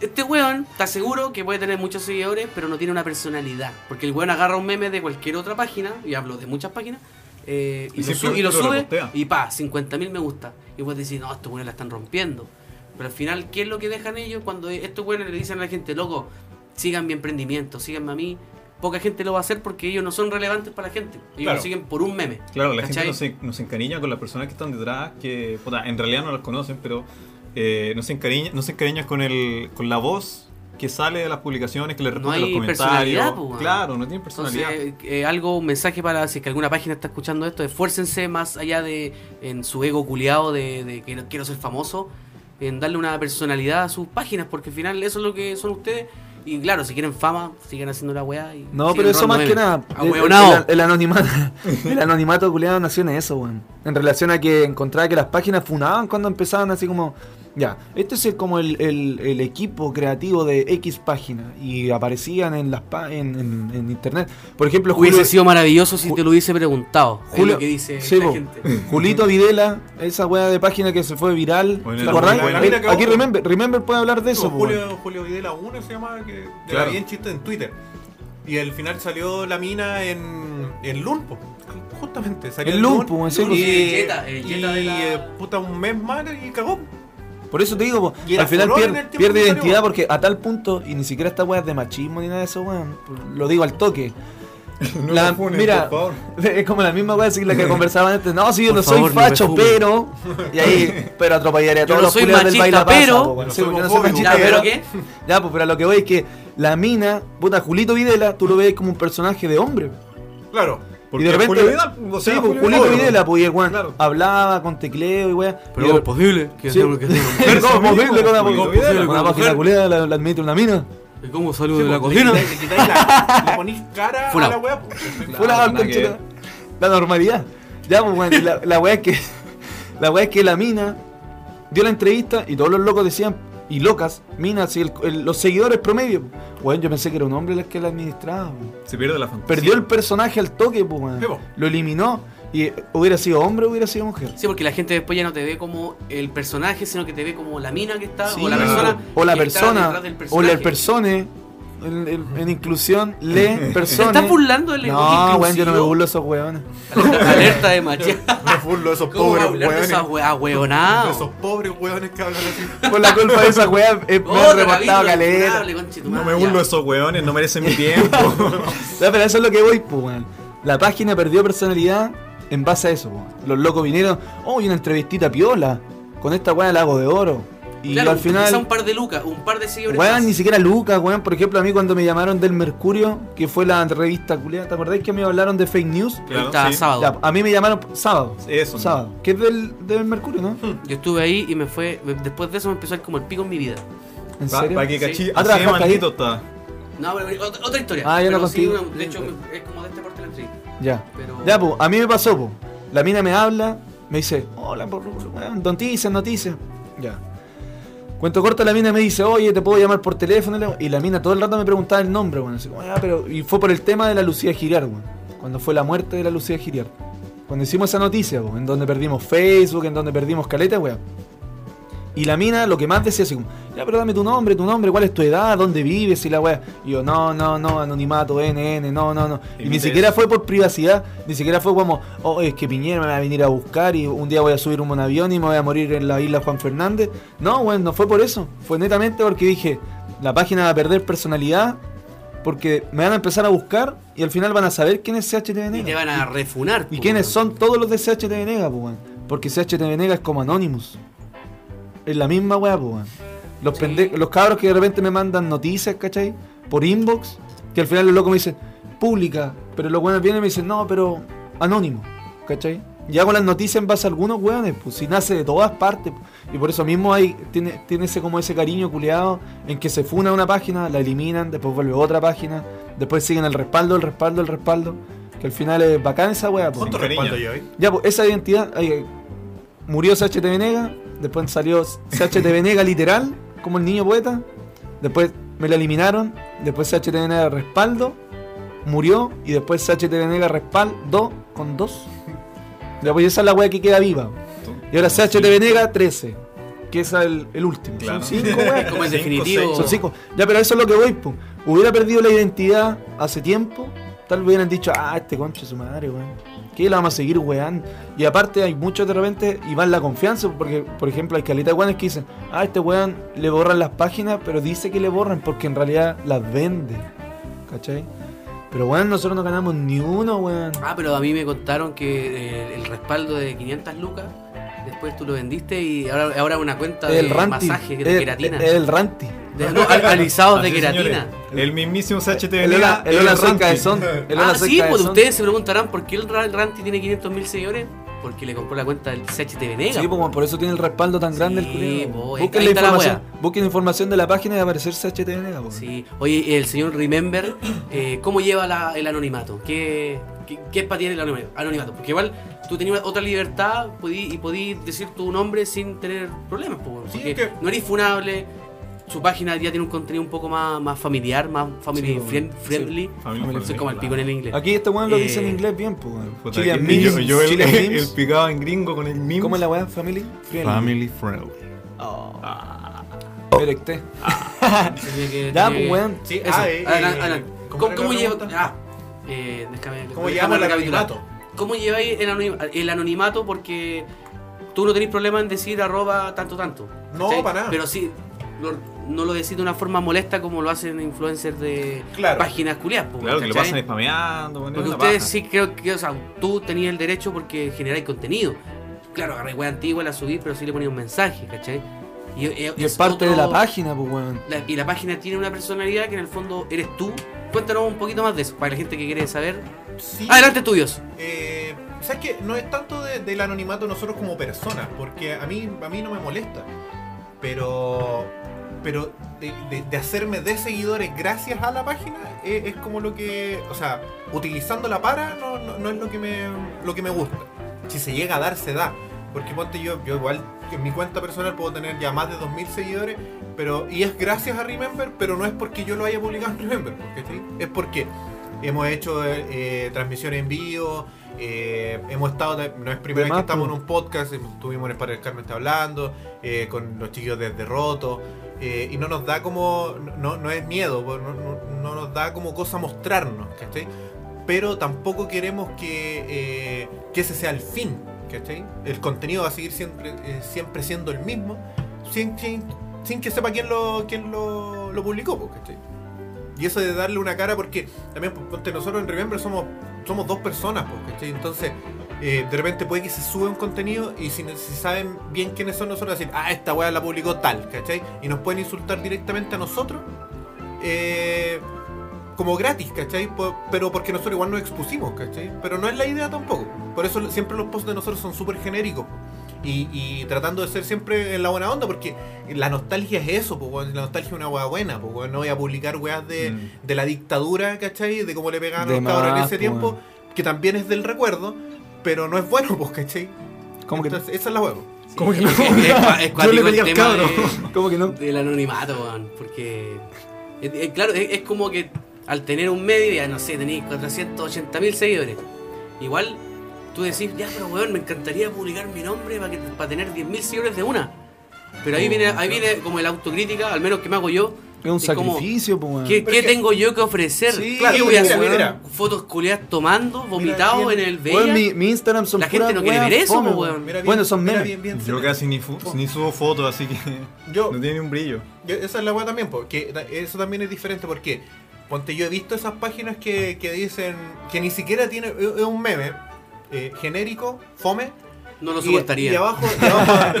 Speaker 2: Este weón está seguro que puede tener muchos seguidores, pero no tiene una personalidad. Porque el weón agarra un meme de cualquier otra página, y hablo de muchas páginas, eh, y,
Speaker 3: Y
Speaker 2: lo
Speaker 3: siempre
Speaker 2: su- y lo
Speaker 3: lo
Speaker 2: sube,
Speaker 3: repostea.
Speaker 2: y pa, 50.000 me gusta. Y vos decís, no, estos weones la están rompiendo. Pero al final, ¿qué es lo que dejan ellos cuando estos weones le dicen a la gente, loco, sigan mi emprendimiento, síganme a mí? Poca gente lo va a hacer porque ellos no son relevantes para la gente. Ellos
Speaker 3: Claro.
Speaker 2: lo siguen por un meme.
Speaker 3: Claro, la
Speaker 2: ¿Cachai?
Speaker 3: gente no se, no se encariña con las personas que están detrás, que puta, en realidad no las conocen, pero eh, no se encariña, no se encariña con el, con la voz que sale de las publicaciones, que le responde
Speaker 2: hay
Speaker 3: los comentarios.
Speaker 2: personalidad, pues, weón.
Speaker 3: claro, no tiene
Speaker 2: Entonces,
Speaker 3: personalidad.
Speaker 2: eh, algo, un mensaje para si es que alguna página está escuchando esto, esfuércense más allá de en su ego culiado de, de que no quiero ser famoso, en darle una personalidad a sus páginas, porque al final eso es lo que son ustedes. Y claro, si quieren fama, sigan haciendo la weá. Y
Speaker 1: No,
Speaker 2: sigan
Speaker 1: pero eso
Speaker 2: robando
Speaker 1: más que
Speaker 2: memes. Ah,
Speaker 1: nada. el- El,
Speaker 2: Ahueonao.
Speaker 1: el- el anonimato. El anonimato culiado nació en eso, weón. En relación a que encontraba que las páginas funaban cuando empezaban así como. Ya, este es el- como el, el- el equipo creativo de X página. Y aparecían en las pa- en, en- en internet. Por ejemplo, Julio-
Speaker 2: Hubiese sido maravilloso si
Speaker 1: Ju-
Speaker 2: te lo hubiese preguntado. es
Speaker 1: Julio-
Speaker 2: lo que dice
Speaker 1: sí,
Speaker 2: esta
Speaker 1: po.
Speaker 2: gente.
Speaker 1: Julito Videla, esa weá de página que se fue viral.
Speaker 3: Bueno,
Speaker 1: ¿Te
Speaker 3: la-
Speaker 1: acordás?
Speaker 3: bueno.
Speaker 1: Eh,
Speaker 4: Mira que
Speaker 1: Aquí
Speaker 4: vos-
Speaker 1: Remember, Remember puede hablar de eso, pues,
Speaker 4: No,
Speaker 1: po, weón.
Speaker 4: Julio, Julio Videla 1 se llamaba, que le
Speaker 3: Claro.
Speaker 4: había en chiste en Twitter. Y al final salió la mina en, en Loon, po. Justamente, salió
Speaker 1: En Loon, po, weón, sí,
Speaker 4: y,
Speaker 1: po.
Speaker 2: Jetta, eh, Jetta de la-
Speaker 4: y, eh, puta un mes más y cagó.
Speaker 1: Por eso te digo, po,
Speaker 4: Y era
Speaker 1: al final
Speaker 4: furor en
Speaker 1: pierde,
Speaker 4: el tiempo
Speaker 1: pierde
Speaker 4: que salió.
Speaker 1: identidad porque a tal punto, y ni siquiera esta weá es de machismo ni nada de eso, weón. Lo digo al toque.
Speaker 3: No
Speaker 1: la-
Speaker 3: lo funen,
Speaker 1: mira,
Speaker 3: por favor.
Speaker 1: Es como la misma weá así la que conversaban antes. No, si yo
Speaker 2: Por
Speaker 1: no
Speaker 2: favor,
Speaker 1: soy
Speaker 2: no
Speaker 1: facho,
Speaker 2: me
Speaker 1: pero. Y ahí, pero atropellaría a
Speaker 2: Yo
Speaker 1: todos
Speaker 2: no
Speaker 1: los
Speaker 2: soy
Speaker 1: culiados del
Speaker 2: machista,
Speaker 1: baile
Speaker 2: pero-
Speaker 4: No soy
Speaker 1: yo no soy
Speaker 4: homofóbico,
Speaker 1: machista,
Speaker 2: Ya, pero
Speaker 1: pero.
Speaker 2: ¿qué?
Speaker 1: Ya, pues, pero a lo que voy es que la mina, puta, Julito Videla, tú lo ves como un personaje de hombre.
Speaker 4: Claro.
Speaker 1: Y de
Speaker 3: Porque
Speaker 1: repente.
Speaker 3: Julio Vidal, o
Speaker 1: sí,
Speaker 3: sea,
Speaker 1: pues,
Speaker 3: Julio
Speaker 1: Julito
Speaker 3: Vidal,
Speaker 1: Videla, pues, y el weón
Speaker 3: Claro.
Speaker 1: hablaba con tecleo y weá.
Speaker 2: Pero
Speaker 1: Y
Speaker 2: ¿cómo
Speaker 1: de-
Speaker 2: es posible que
Speaker 1: Sí.
Speaker 2: sea porque tengo mujer?
Speaker 1: Pero ¿cómo es
Speaker 3: Eso mismo,
Speaker 1: posible que una,
Speaker 3: Julio
Speaker 1: una
Speaker 3: Videla,
Speaker 1: página
Speaker 2: una mujer.
Speaker 1: culiada la, la admite una mina?
Speaker 2: ¿Y ¿Cómo salgo
Speaker 4: Sí,
Speaker 2: de la
Speaker 4: po,
Speaker 2: cocina?
Speaker 4: pues, Le, quitáis- le quitáis la- le ponís cara
Speaker 2: Fulao.
Speaker 4: a la pues. wea. po.
Speaker 1: Fue la,
Speaker 3: nada que
Speaker 1: conchita. la normalidad. Ya, pues, weón, y la, la weá es que. La weá es que la mina dio la entrevista y todos los locos decían. Y locas, minas, y el- el- los seguidores promedio. Weón, yo pensé que era un hombre el que la administraba, weón.
Speaker 3: Se pierde la fantasía.
Speaker 1: Perdió el personaje al toque, pues, weón.
Speaker 4: Sí, po.
Speaker 1: Lo eliminó. Y eh, hubiera sido hombre o hubiera sido mujer.
Speaker 2: Sí, porque la gente después ya no te ve como el personaje, sino que te ve como la mina que está,
Speaker 1: Sí,
Speaker 2: o la
Speaker 1: claro.
Speaker 2: persona.
Speaker 1: O la
Speaker 2: que está
Speaker 1: persona.
Speaker 2: detrás del
Speaker 1: O la
Speaker 2: personaje.
Speaker 1: persona. en, en- en inclusión, le
Speaker 2: ¿Se
Speaker 1: personas.
Speaker 2: está burlando del lenguaje
Speaker 1: No, weón, yo no me
Speaker 2: inclusivo?
Speaker 1: burlo de esos weones.
Speaker 2: Alerta de machista.
Speaker 4: Me burlo de esos
Speaker 2: ¿Cómo va a
Speaker 4: pobres
Speaker 2: hablar de
Speaker 4: hueones.
Speaker 2: esas
Speaker 4: De
Speaker 2: weas,
Speaker 4: esos
Speaker 2: weonao?
Speaker 4: pobres hueones que hablan así.
Speaker 1: Por la culpa de esas weas, eh,
Speaker 2: Oh,
Speaker 1: me han reportado caleta.
Speaker 3: No me burlo de esos weones, no merecen mi tiempo.
Speaker 1: No, pero eso es lo que voy, pues, weón. La página perdió personalidad en base a eso, weón. Los locos vinieron, oh, y una entrevistita piola. Con esta weá la hago de oro. Y al final.
Speaker 2: un par de lucas, un par de seguidores. más.
Speaker 1: Weón, ni siquiera Lucas, weón. Por ejemplo, a mí cuando me llamaron del Mercurio, que fue la revista culiada, ¿te acordáis que me hablaron de fake news?
Speaker 3: Claro,
Speaker 2: Estaba
Speaker 3: sí.
Speaker 2: sábado.
Speaker 1: Ya, a mí me llamaron sábado.
Speaker 3: Eso.
Speaker 1: Sábado. Que es del, del Mercurio, ¿no?
Speaker 2: Yo estuve ahí y me fue. Después de eso me empezó a ir como el pico en mi vida.
Speaker 1: ¿En
Speaker 3: Pa-
Speaker 1: serio?
Speaker 3: pa' que
Speaker 2: Sí.
Speaker 3: cachi-
Speaker 1: Ah,
Speaker 3: así de
Speaker 1: trabajaste ahí.
Speaker 3: maldito está.
Speaker 2: No, pero otra, otra historia.
Speaker 1: Ah, ya lo
Speaker 2: Pero sí,
Speaker 1: contigo.
Speaker 2: una- de hecho, es como de este parte de la entrevista.
Speaker 1: Ya.
Speaker 2: Pero-
Speaker 1: Ya, pues, a mí me pasó, pues. La mina me habla, me dice, hola, por- por- weón, noticias, noticias. Ya. Cuento corto, la mina me dice, oye, te puedo llamar por teléfono. Le- Y la mina todo el rato me preguntaba el nombre, weón. Así como, "Ah, pero... Y fue por el tema de la Lucía Giriar, weón. Cuando fue la muerte de la Lucía Giriar. Cuando hicimos esa noticia, weón, en donde perdimos Facebook, en donde perdimos caleta, weón. Y la mina lo que más decía así como, ya, pero dame tu nombre, tu nombre, cuál es tu edad, dónde vives y la weá. Y yo, no, no, no, anonimato, NN, no, no, no. Y ni
Speaker 3: Emite
Speaker 1: siquiera
Speaker 3: eso.
Speaker 1: fue por privacidad, ni siquiera fue como, oh, es que Piñera me va a venir a buscar y un día voy a subir un avión y me voy a morir en la isla Juan Fernández. No, weón, no fue por eso. Fue netamente porque dije, la página va a perder personalidad porque me van a empezar a buscar y al final van a saber quién es CHTN.
Speaker 2: Y te van a refunar.
Speaker 1: ¿Y
Speaker 2: po,
Speaker 1: quiénes
Speaker 2: weón.
Speaker 1: son todos los de CHT Venega, po, weón? Porque CHT Venega es como Anonymous. Es la misma weá, po, weón. Los,
Speaker 2: Sí.
Speaker 1: pende- los cabros que de repente me mandan noticias, ¿cachai? Por inbox, que al final los locos me dicen, pública. Pero los weones vienen y me dicen, no, pero anónimo, ¿cachai? Y hago las noticias en base a algunos weones, pues si nace de todas partes. po. Y por eso mismo hay, tiene, tiene ese como ese cariño culeado en que se funa una página, la eliminan, después vuelve otra página, después siguen el respaldo, el respaldo, el respaldo. Que al final es bacán esa weá, po.
Speaker 4: ¿Cuánto
Speaker 3: Sin cariño.
Speaker 4: respaldo yo hoy?
Speaker 1: Ya, pues esa identidad. ay, ay, murió CHT Venega, después salió CHT Venega literal, como el niño poeta. Después me la eliminaron, después CHT Venega respaldo, murió, y después CHT Venega respaldo con dos. Ya, pues esa es la wea que queda viva. Y
Speaker 3: Ah,
Speaker 1: ahora CHT Venega 13, que es el, el último.
Speaker 3: Claro.
Speaker 1: Son cinco weas.
Speaker 2: Como en
Speaker 3: Cinco,
Speaker 2: definitivo.
Speaker 3: seis,
Speaker 1: Son cinco. Ya, pero eso es lo que voy, po. Hubiera perdido la identidad hace tiempo, tal vez hubieran dicho, ah, este conche su madre, weón. ¿Qué la vamos a seguir, weón? Y aparte hay muchos de repente y van la confianza, porque, por ejemplo, hay caleta de weones que dicen, ah, este weón le borran las páginas, pero dice que le borran porque en realidad las vende. ¿Cachai? Pero weón, nosotros no ganamos ni uno, weón.
Speaker 2: Ah, pero a mí me contaron que eh, el respaldo de 500 lucas, después tú lo vendiste y ahora, ahora una cuenta
Speaker 1: el
Speaker 2: de
Speaker 1: ranty.
Speaker 2: masaje de
Speaker 1: el,
Speaker 2: queratina.
Speaker 1: el- el ranty.
Speaker 2: De- no, al- alisados de
Speaker 3: Así,
Speaker 2: queratina.
Speaker 3: señores, El mismísimo CHT
Speaker 1: El hola,
Speaker 3: Venega.
Speaker 1: el hola soy
Speaker 3: ranking.
Speaker 1: cabezón. El hola
Speaker 2: ah,
Speaker 1: soy
Speaker 2: sí, pues
Speaker 1: cabezón.
Speaker 2: ustedes se preguntarán por qué el, Ra- el Ranty tiene 500 mil seguidores. Porque le compró la cuenta del CHT Venega.
Speaker 1: Sí, pues, bueno, por eso tiene el respaldo tan
Speaker 2: Sí,
Speaker 1: grande el culiao.
Speaker 2: po, eh, ahí-
Speaker 1: Busquen
Speaker 2: ahí
Speaker 1: la
Speaker 2: está la
Speaker 1: información, busquen información de la página y aparecer CHTN. po.
Speaker 2: Sí. Oye, el señor Remember, eh, ¿cómo lleva la- el anonimato? ¿Qué, qué, qué es para ti el anonima- anonimato? Porque igual tú tenías otra libertad podí- y podías decir tu nombre sin tener problemas. po, weón.
Speaker 4: Sí,
Speaker 2: porque
Speaker 4: es que-
Speaker 2: no eres funable, su página ya tiene un contenido un poco más, más familiar, más family
Speaker 1: Sí, po,
Speaker 2: friend-
Speaker 1: sí.
Speaker 2: friendly.
Speaker 3: Familia
Speaker 2: Soy
Speaker 3: friendly,
Speaker 2: como el pico en el inglés.
Speaker 1: Aquí este weón lo dice en
Speaker 2: Eh,
Speaker 1: inglés bien, pues. weón.
Speaker 3: Puta,
Speaker 1: Chile
Speaker 3: aquí-
Speaker 1: memes,
Speaker 3: yo, yo el,
Speaker 1: Chile
Speaker 3: el,
Speaker 1: memes.
Speaker 3: picado en gringo con el meme.
Speaker 1: ¿Cómo es la weá? Family? Friendly.
Speaker 3: Family friendly.
Speaker 1: Oh. Pero este.
Speaker 2: Tenía que-
Speaker 1: Ya,
Speaker 2: tenía
Speaker 1: pues,
Speaker 2: que-
Speaker 1: weón.
Speaker 4: Sí,
Speaker 2: Eso,
Speaker 4: ah, eh,
Speaker 2: adelante,
Speaker 4: eh,
Speaker 2: adelante.
Speaker 4: ¿cómo
Speaker 2: ¿Cómo,
Speaker 4: era
Speaker 2: cómo
Speaker 4: la
Speaker 2: lleva-
Speaker 4: pregunta?
Speaker 2: ah, eh, déjame-
Speaker 4: ¿Cómo
Speaker 2: déjame
Speaker 4: llevamos el
Speaker 2: recapitular.
Speaker 4: anonimato?
Speaker 2: ¿Cómo lleváis el, anonima- el anonimato? Porque tú no tenés problema en decir arroba tanto tanto.
Speaker 4: No,
Speaker 2: ¿cachai?
Speaker 4: para nada.
Speaker 2: Pero sí, lo- no lo decís de una forma molesta como lo hacen influencers de
Speaker 4: Claro.
Speaker 2: páginas culiadas. po,
Speaker 3: Claro, que lo
Speaker 2: ¿cachai?
Speaker 3: pasan spameando. bueno,
Speaker 2: Porque
Speaker 3: una
Speaker 2: ustedes
Speaker 3: paja.
Speaker 2: sí creo que, o sea, tú tenías el derecho porque generáis contenido. Claro, agarré wea antigua, la subí, pero sí le ponía un mensaje, ¿cachai? Y, eh,
Speaker 1: Y es parte de la
Speaker 2: otro-
Speaker 1: página, pues, weón.
Speaker 2: la- y la página tiene una personalidad que en el fondo eres tú. Cuéntanos un poquito más de eso, para la gente que quiere saber.
Speaker 4: Sí.
Speaker 1: Ah,
Speaker 2: Adelante, estudios.
Speaker 4: Eh, ¿Sabes qué? No es tanto de- del anonimato nosotros como personas, porque a mí, a mí no me molesta. Pero pero de, de- de hacerme de seguidores gracias a la página eh, es, como lo que. O sea, utilizándola para no, no- no es lo que, me, lo que me gusta. Si se llega a dar, se da. Porque ponte yo, yo igual en mi cuenta personal puedo tener ya más de 2.000 seguidores, pero y es gracias a Remember, pero no es porque yo lo haya publicado en Remember, ¿cachai? Es porque hemos hecho eh, eh, transmisiones en vivo, eh, hemos estado, no es primera vez
Speaker 1: Demás,
Speaker 4: que estamos
Speaker 1: pues.
Speaker 4: em, en un podcast, estuvimos en el Padre del Carmen está hablando, eh, con los chicos desde Roto. eh, y no nos da como, no, no es miedo, no, no- no nos da como cosa mostrarnos, ¿cachai? Pero tampoco queremos que, eh, que ese sea el fin, ¿cachai? El contenido va a seguir siempre, eh, siempre siendo el mismo, sin, sin, sin que sepa quién lo, quién lo, lo publicó, po, ¿cachai? Y eso de darle una cara, porque también pues, ponte, nosotros en Remember somos, somos dos personas, pues, ¿cachai? Entonces, eh, de repente puede que se sube un contenido y si, no- si saben bien quiénes son nosotros, decir, ah, esta weá la publicó tal, ¿cachai? Y nos pueden insultar directamente a nosotros, eh, como gratis, ¿cachai? Po- pero porque nosotros igual nos expusimos, ¿cachai? Pero no es la idea tampoco. Por eso lo- siempre los posts de nosotros son súper genéricos. Y, y tratando de ser siempre en la buena onda, porque la nostalgia es eso, po, weón. la nostalgia es una weá buena, po, weón. no voy a publicar weas de,
Speaker 3: Mm.
Speaker 4: de la dictadura, ¿cachai? De cómo le pegaban a
Speaker 1: De
Speaker 4: los cabros en
Speaker 1: más,
Speaker 4: ese
Speaker 1: po,
Speaker 4: tiempo, que también es del recuerdo, pero no es bueno, pues, ¿cachai?
Speaker 1: ¿Cómo que,
Speaker 4: Entonces, esa es la huevo.
Speaker 3: ¿Cómo que no?
Speaker 2: Es- es- es cua- es
Speaker 3: Yo le
Speaker 2: cuático
Speaker 3: pedí
Speaker 2: el
Speaker 3: al
Speaker 2: tema
Speaker 3: cabro.
Speaker 2: de-
Speaker 1: ¿Cómo que no?
Speaker 2: del anonimato, weón, porque... es- es- claro, es, es como que al tener un medio, ya no sé, tenéis 480.000 seguidores. Igual tú decís, ya, pero weón, me encantaría publicar mi nombre para, que, para tener 10.000 seguidores de una. Pero ahí viene, ahí viene como la autocrítica, al menos que me hago yo.
Speaker 1: Es un
Speaker 2: Es como-
Speaker 1: sacrificio, po, weón.
Speaker 2: ¿Qué,
Speaker 4: Pero
Speaker 2: qué
Speaker 4: es que-
Speaker 2: tengo yo que ofrecer?
Speaker 4: Sí,
Speaker 2: ¿Qué
Speaker 4: claro,
Speaker 2: voy a
Speaker 4: mira,
Speaker 2: hacer?
Speaker 4: mira.
Speaker 2: Fotos culiadas tomando, vomitado
Speaker 4: bien.
Speaker 2: en el Bella.
Speaker 1: Weón, mi, mi Instagram son
Speaker 2: La gente
Speaker 1: puras
Speaker 2: no quiere
Speaker 1: weas
Speaker 2: ver eso,
Speaker 1: fome,
Speaker 2: po, weón.
Speaker 4: Mira bien,
Speaker 1: Bueno, son
Speaker 4: mira
Speaker 1: memes.
Speaker 4: bien, bien,
Speaker 3: Yo
Speaker 4: se-
Speaker 3: casi ni, fu- ni subo fotos, así que
Speaker 4: Yo-
Speaker 3: no tiene ni un brillo.
Speaker 4: yo- esa es la hueá también, porque eso también es diferente, porque ponte, yo he visto esas páginas que, que dicen que ni siquiera tiene es es un meme eh, genérico, fome,
Speaker 2: No lo
Speaker 4: y, y
Speaker 2: soportaría.
Speaker 4: abajo, y abajo,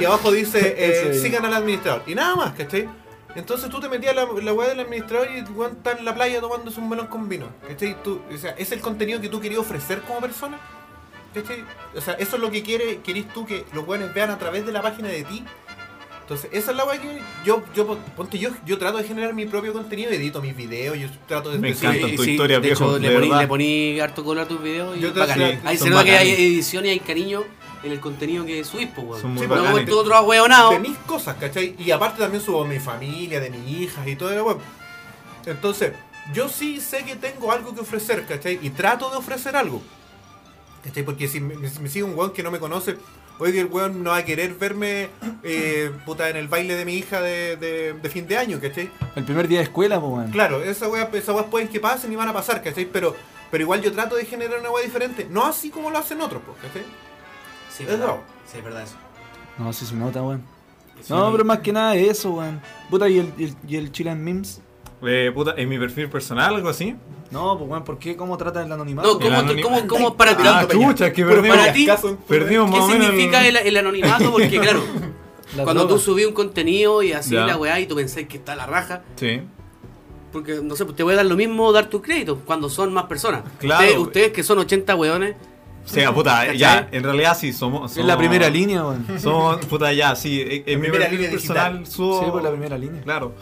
Speaker 4: y abajo dice eh,
Speaker 1: Sí.
Speaker 4: sigan al administrador, y nada más, ¿cachai? Entonces tú te metías la, la hueá del administrador y el weón está en la playa tomándose un melón con vino, ¿cachai? Tú, o sea, es el contenido que tú querías ofrecer como persona. ¿Cachai? O sea, eso es lo que quiere, querís tú que los weones vean a través de la página de ti. Entonces, esa es la weá que yo, yo, ponte, yo, yo trato de generar mi propio contenido, edito mis videos, yo trato de...
Speaker 3: Me
Speaker 4: de-
Speaker 2: Sí,
Speaker 3: encanta. encantan tus
Speaker 2: sí,
Speaker 3: historias,
Speaker 2: de
Speaker 3: viejo,
Speaker 2: hecho,
Speaker 3: de
Speaker 2: le, poní,
Speaker 3: verdad.
Speaker 2: le poní harto color a tus videos y
Speaker 4: Yo te-
Speaker 2: bacán.
Speaker 4: sí,
Speaker 2: Ahí
Speaker 3: son
Speaker 2: se nota que hay
Speaker 3: bacanes.
Speaker 2: edición y hay cariño en el contenido que subís, po, weón.
Speaker 3: Son muy
Speaker 2: No,
Speaker 4: Sí, bacanes.
Speaker 2: como
Speaker 3: bacanes.
Speaker 2: todo otro ahueonado.
Speaker 4: de mis cosas, ¿cachai? Y aparte también subo mi familia, de mis hijas y todo la web. Entonces, yo sí sé que tengo algo que ofrecer, ¿cachai? Y trato de ofrecer algo. ¿Cachai? Porque si me, me- me sigue un weón que no me conoce, oye, el weón no va a querer verme eh, puta, en el baile de mi hija de, de- de fin de año, ¿cachai?
Speaker 1: El primer día de escuela, po, weón.
Speaker 4: Claro, esas weas, esas weas pueden que pasen y van a pasar, ¿cachai? Pero, pero igual yo trato de generar una wea diferente, no así como lo hacen otros, po, ¿cachai?
Speaker 2: Sí,
Speaker 4: es
Speaker 2: verdad.
Speaker 4: bravo.
Speaker 2: Sí, es verdad eso.
Speaker 1: No, sí se nota, weón.
Speaker 2: Sí.
Speaker 1: No, pero más que nada es eso, weón. Puta, ¿y el, y el, y el Chilean Memes?
Speaker 3: Eh, puta, en mi perfil personal, algo así.
Speaker 1: No, pues, weón, ¿por qué? ¿Cómo tratan el anonimato?
Speaker 2: No,
Speaker 1: weón?
Speaker 3: El
Speaker 2: ¿cómo, cómo-
Speaker 3: anonimato.
Speaker 2: cómo para ti?
Speaker 3: Ah,
Speaker 4: Tanto
Speaker 3: chucha, que
Speaker 2: Pero
Speaker 3: perdimos.
Speaker 2: para ti,
Speaker 3: Perdimos
Speaker 2: ¿Qué
Speaker 3: más o menos. el-
Speaker 2: significa el, el anonimato? Porque, claro,
Speaker 1: La
Speaker 2: cuando
Speaker 1: droga.
Speaker 2: tú subís un contenido y así
Speaker 3: Ya.
Speaker 2: la weá y tú pensás que está la raja,
Speaker 3: Sí.
Speaker 2: Porque, no sé, pues te voy a dar lo mismo dar tus créditos cuando son más personas.
Speaker 3: Claro.
Speaker 2: Ustedes, ustedes que son 80 weones,
Speaker 3: O sea, puta,
Speaker 2: ¿Cachai?
Speaker 3: ya, en realidad sí, somos.
Speaker 1: Es la
Speaker 3: somos-
Speaker 1: primera línea, weón. Sí,
Speaker 3: Somos, puta, ya, sí. En, en mi
Speaker 4: Primera
Speaker 3: perfil
Speaker 4: línea
Speaker 3: personal
Speaker 4: digital.
Speaker 3: subo.
Speaker 1: pues, la primera línea.
Speaker 3: Claro.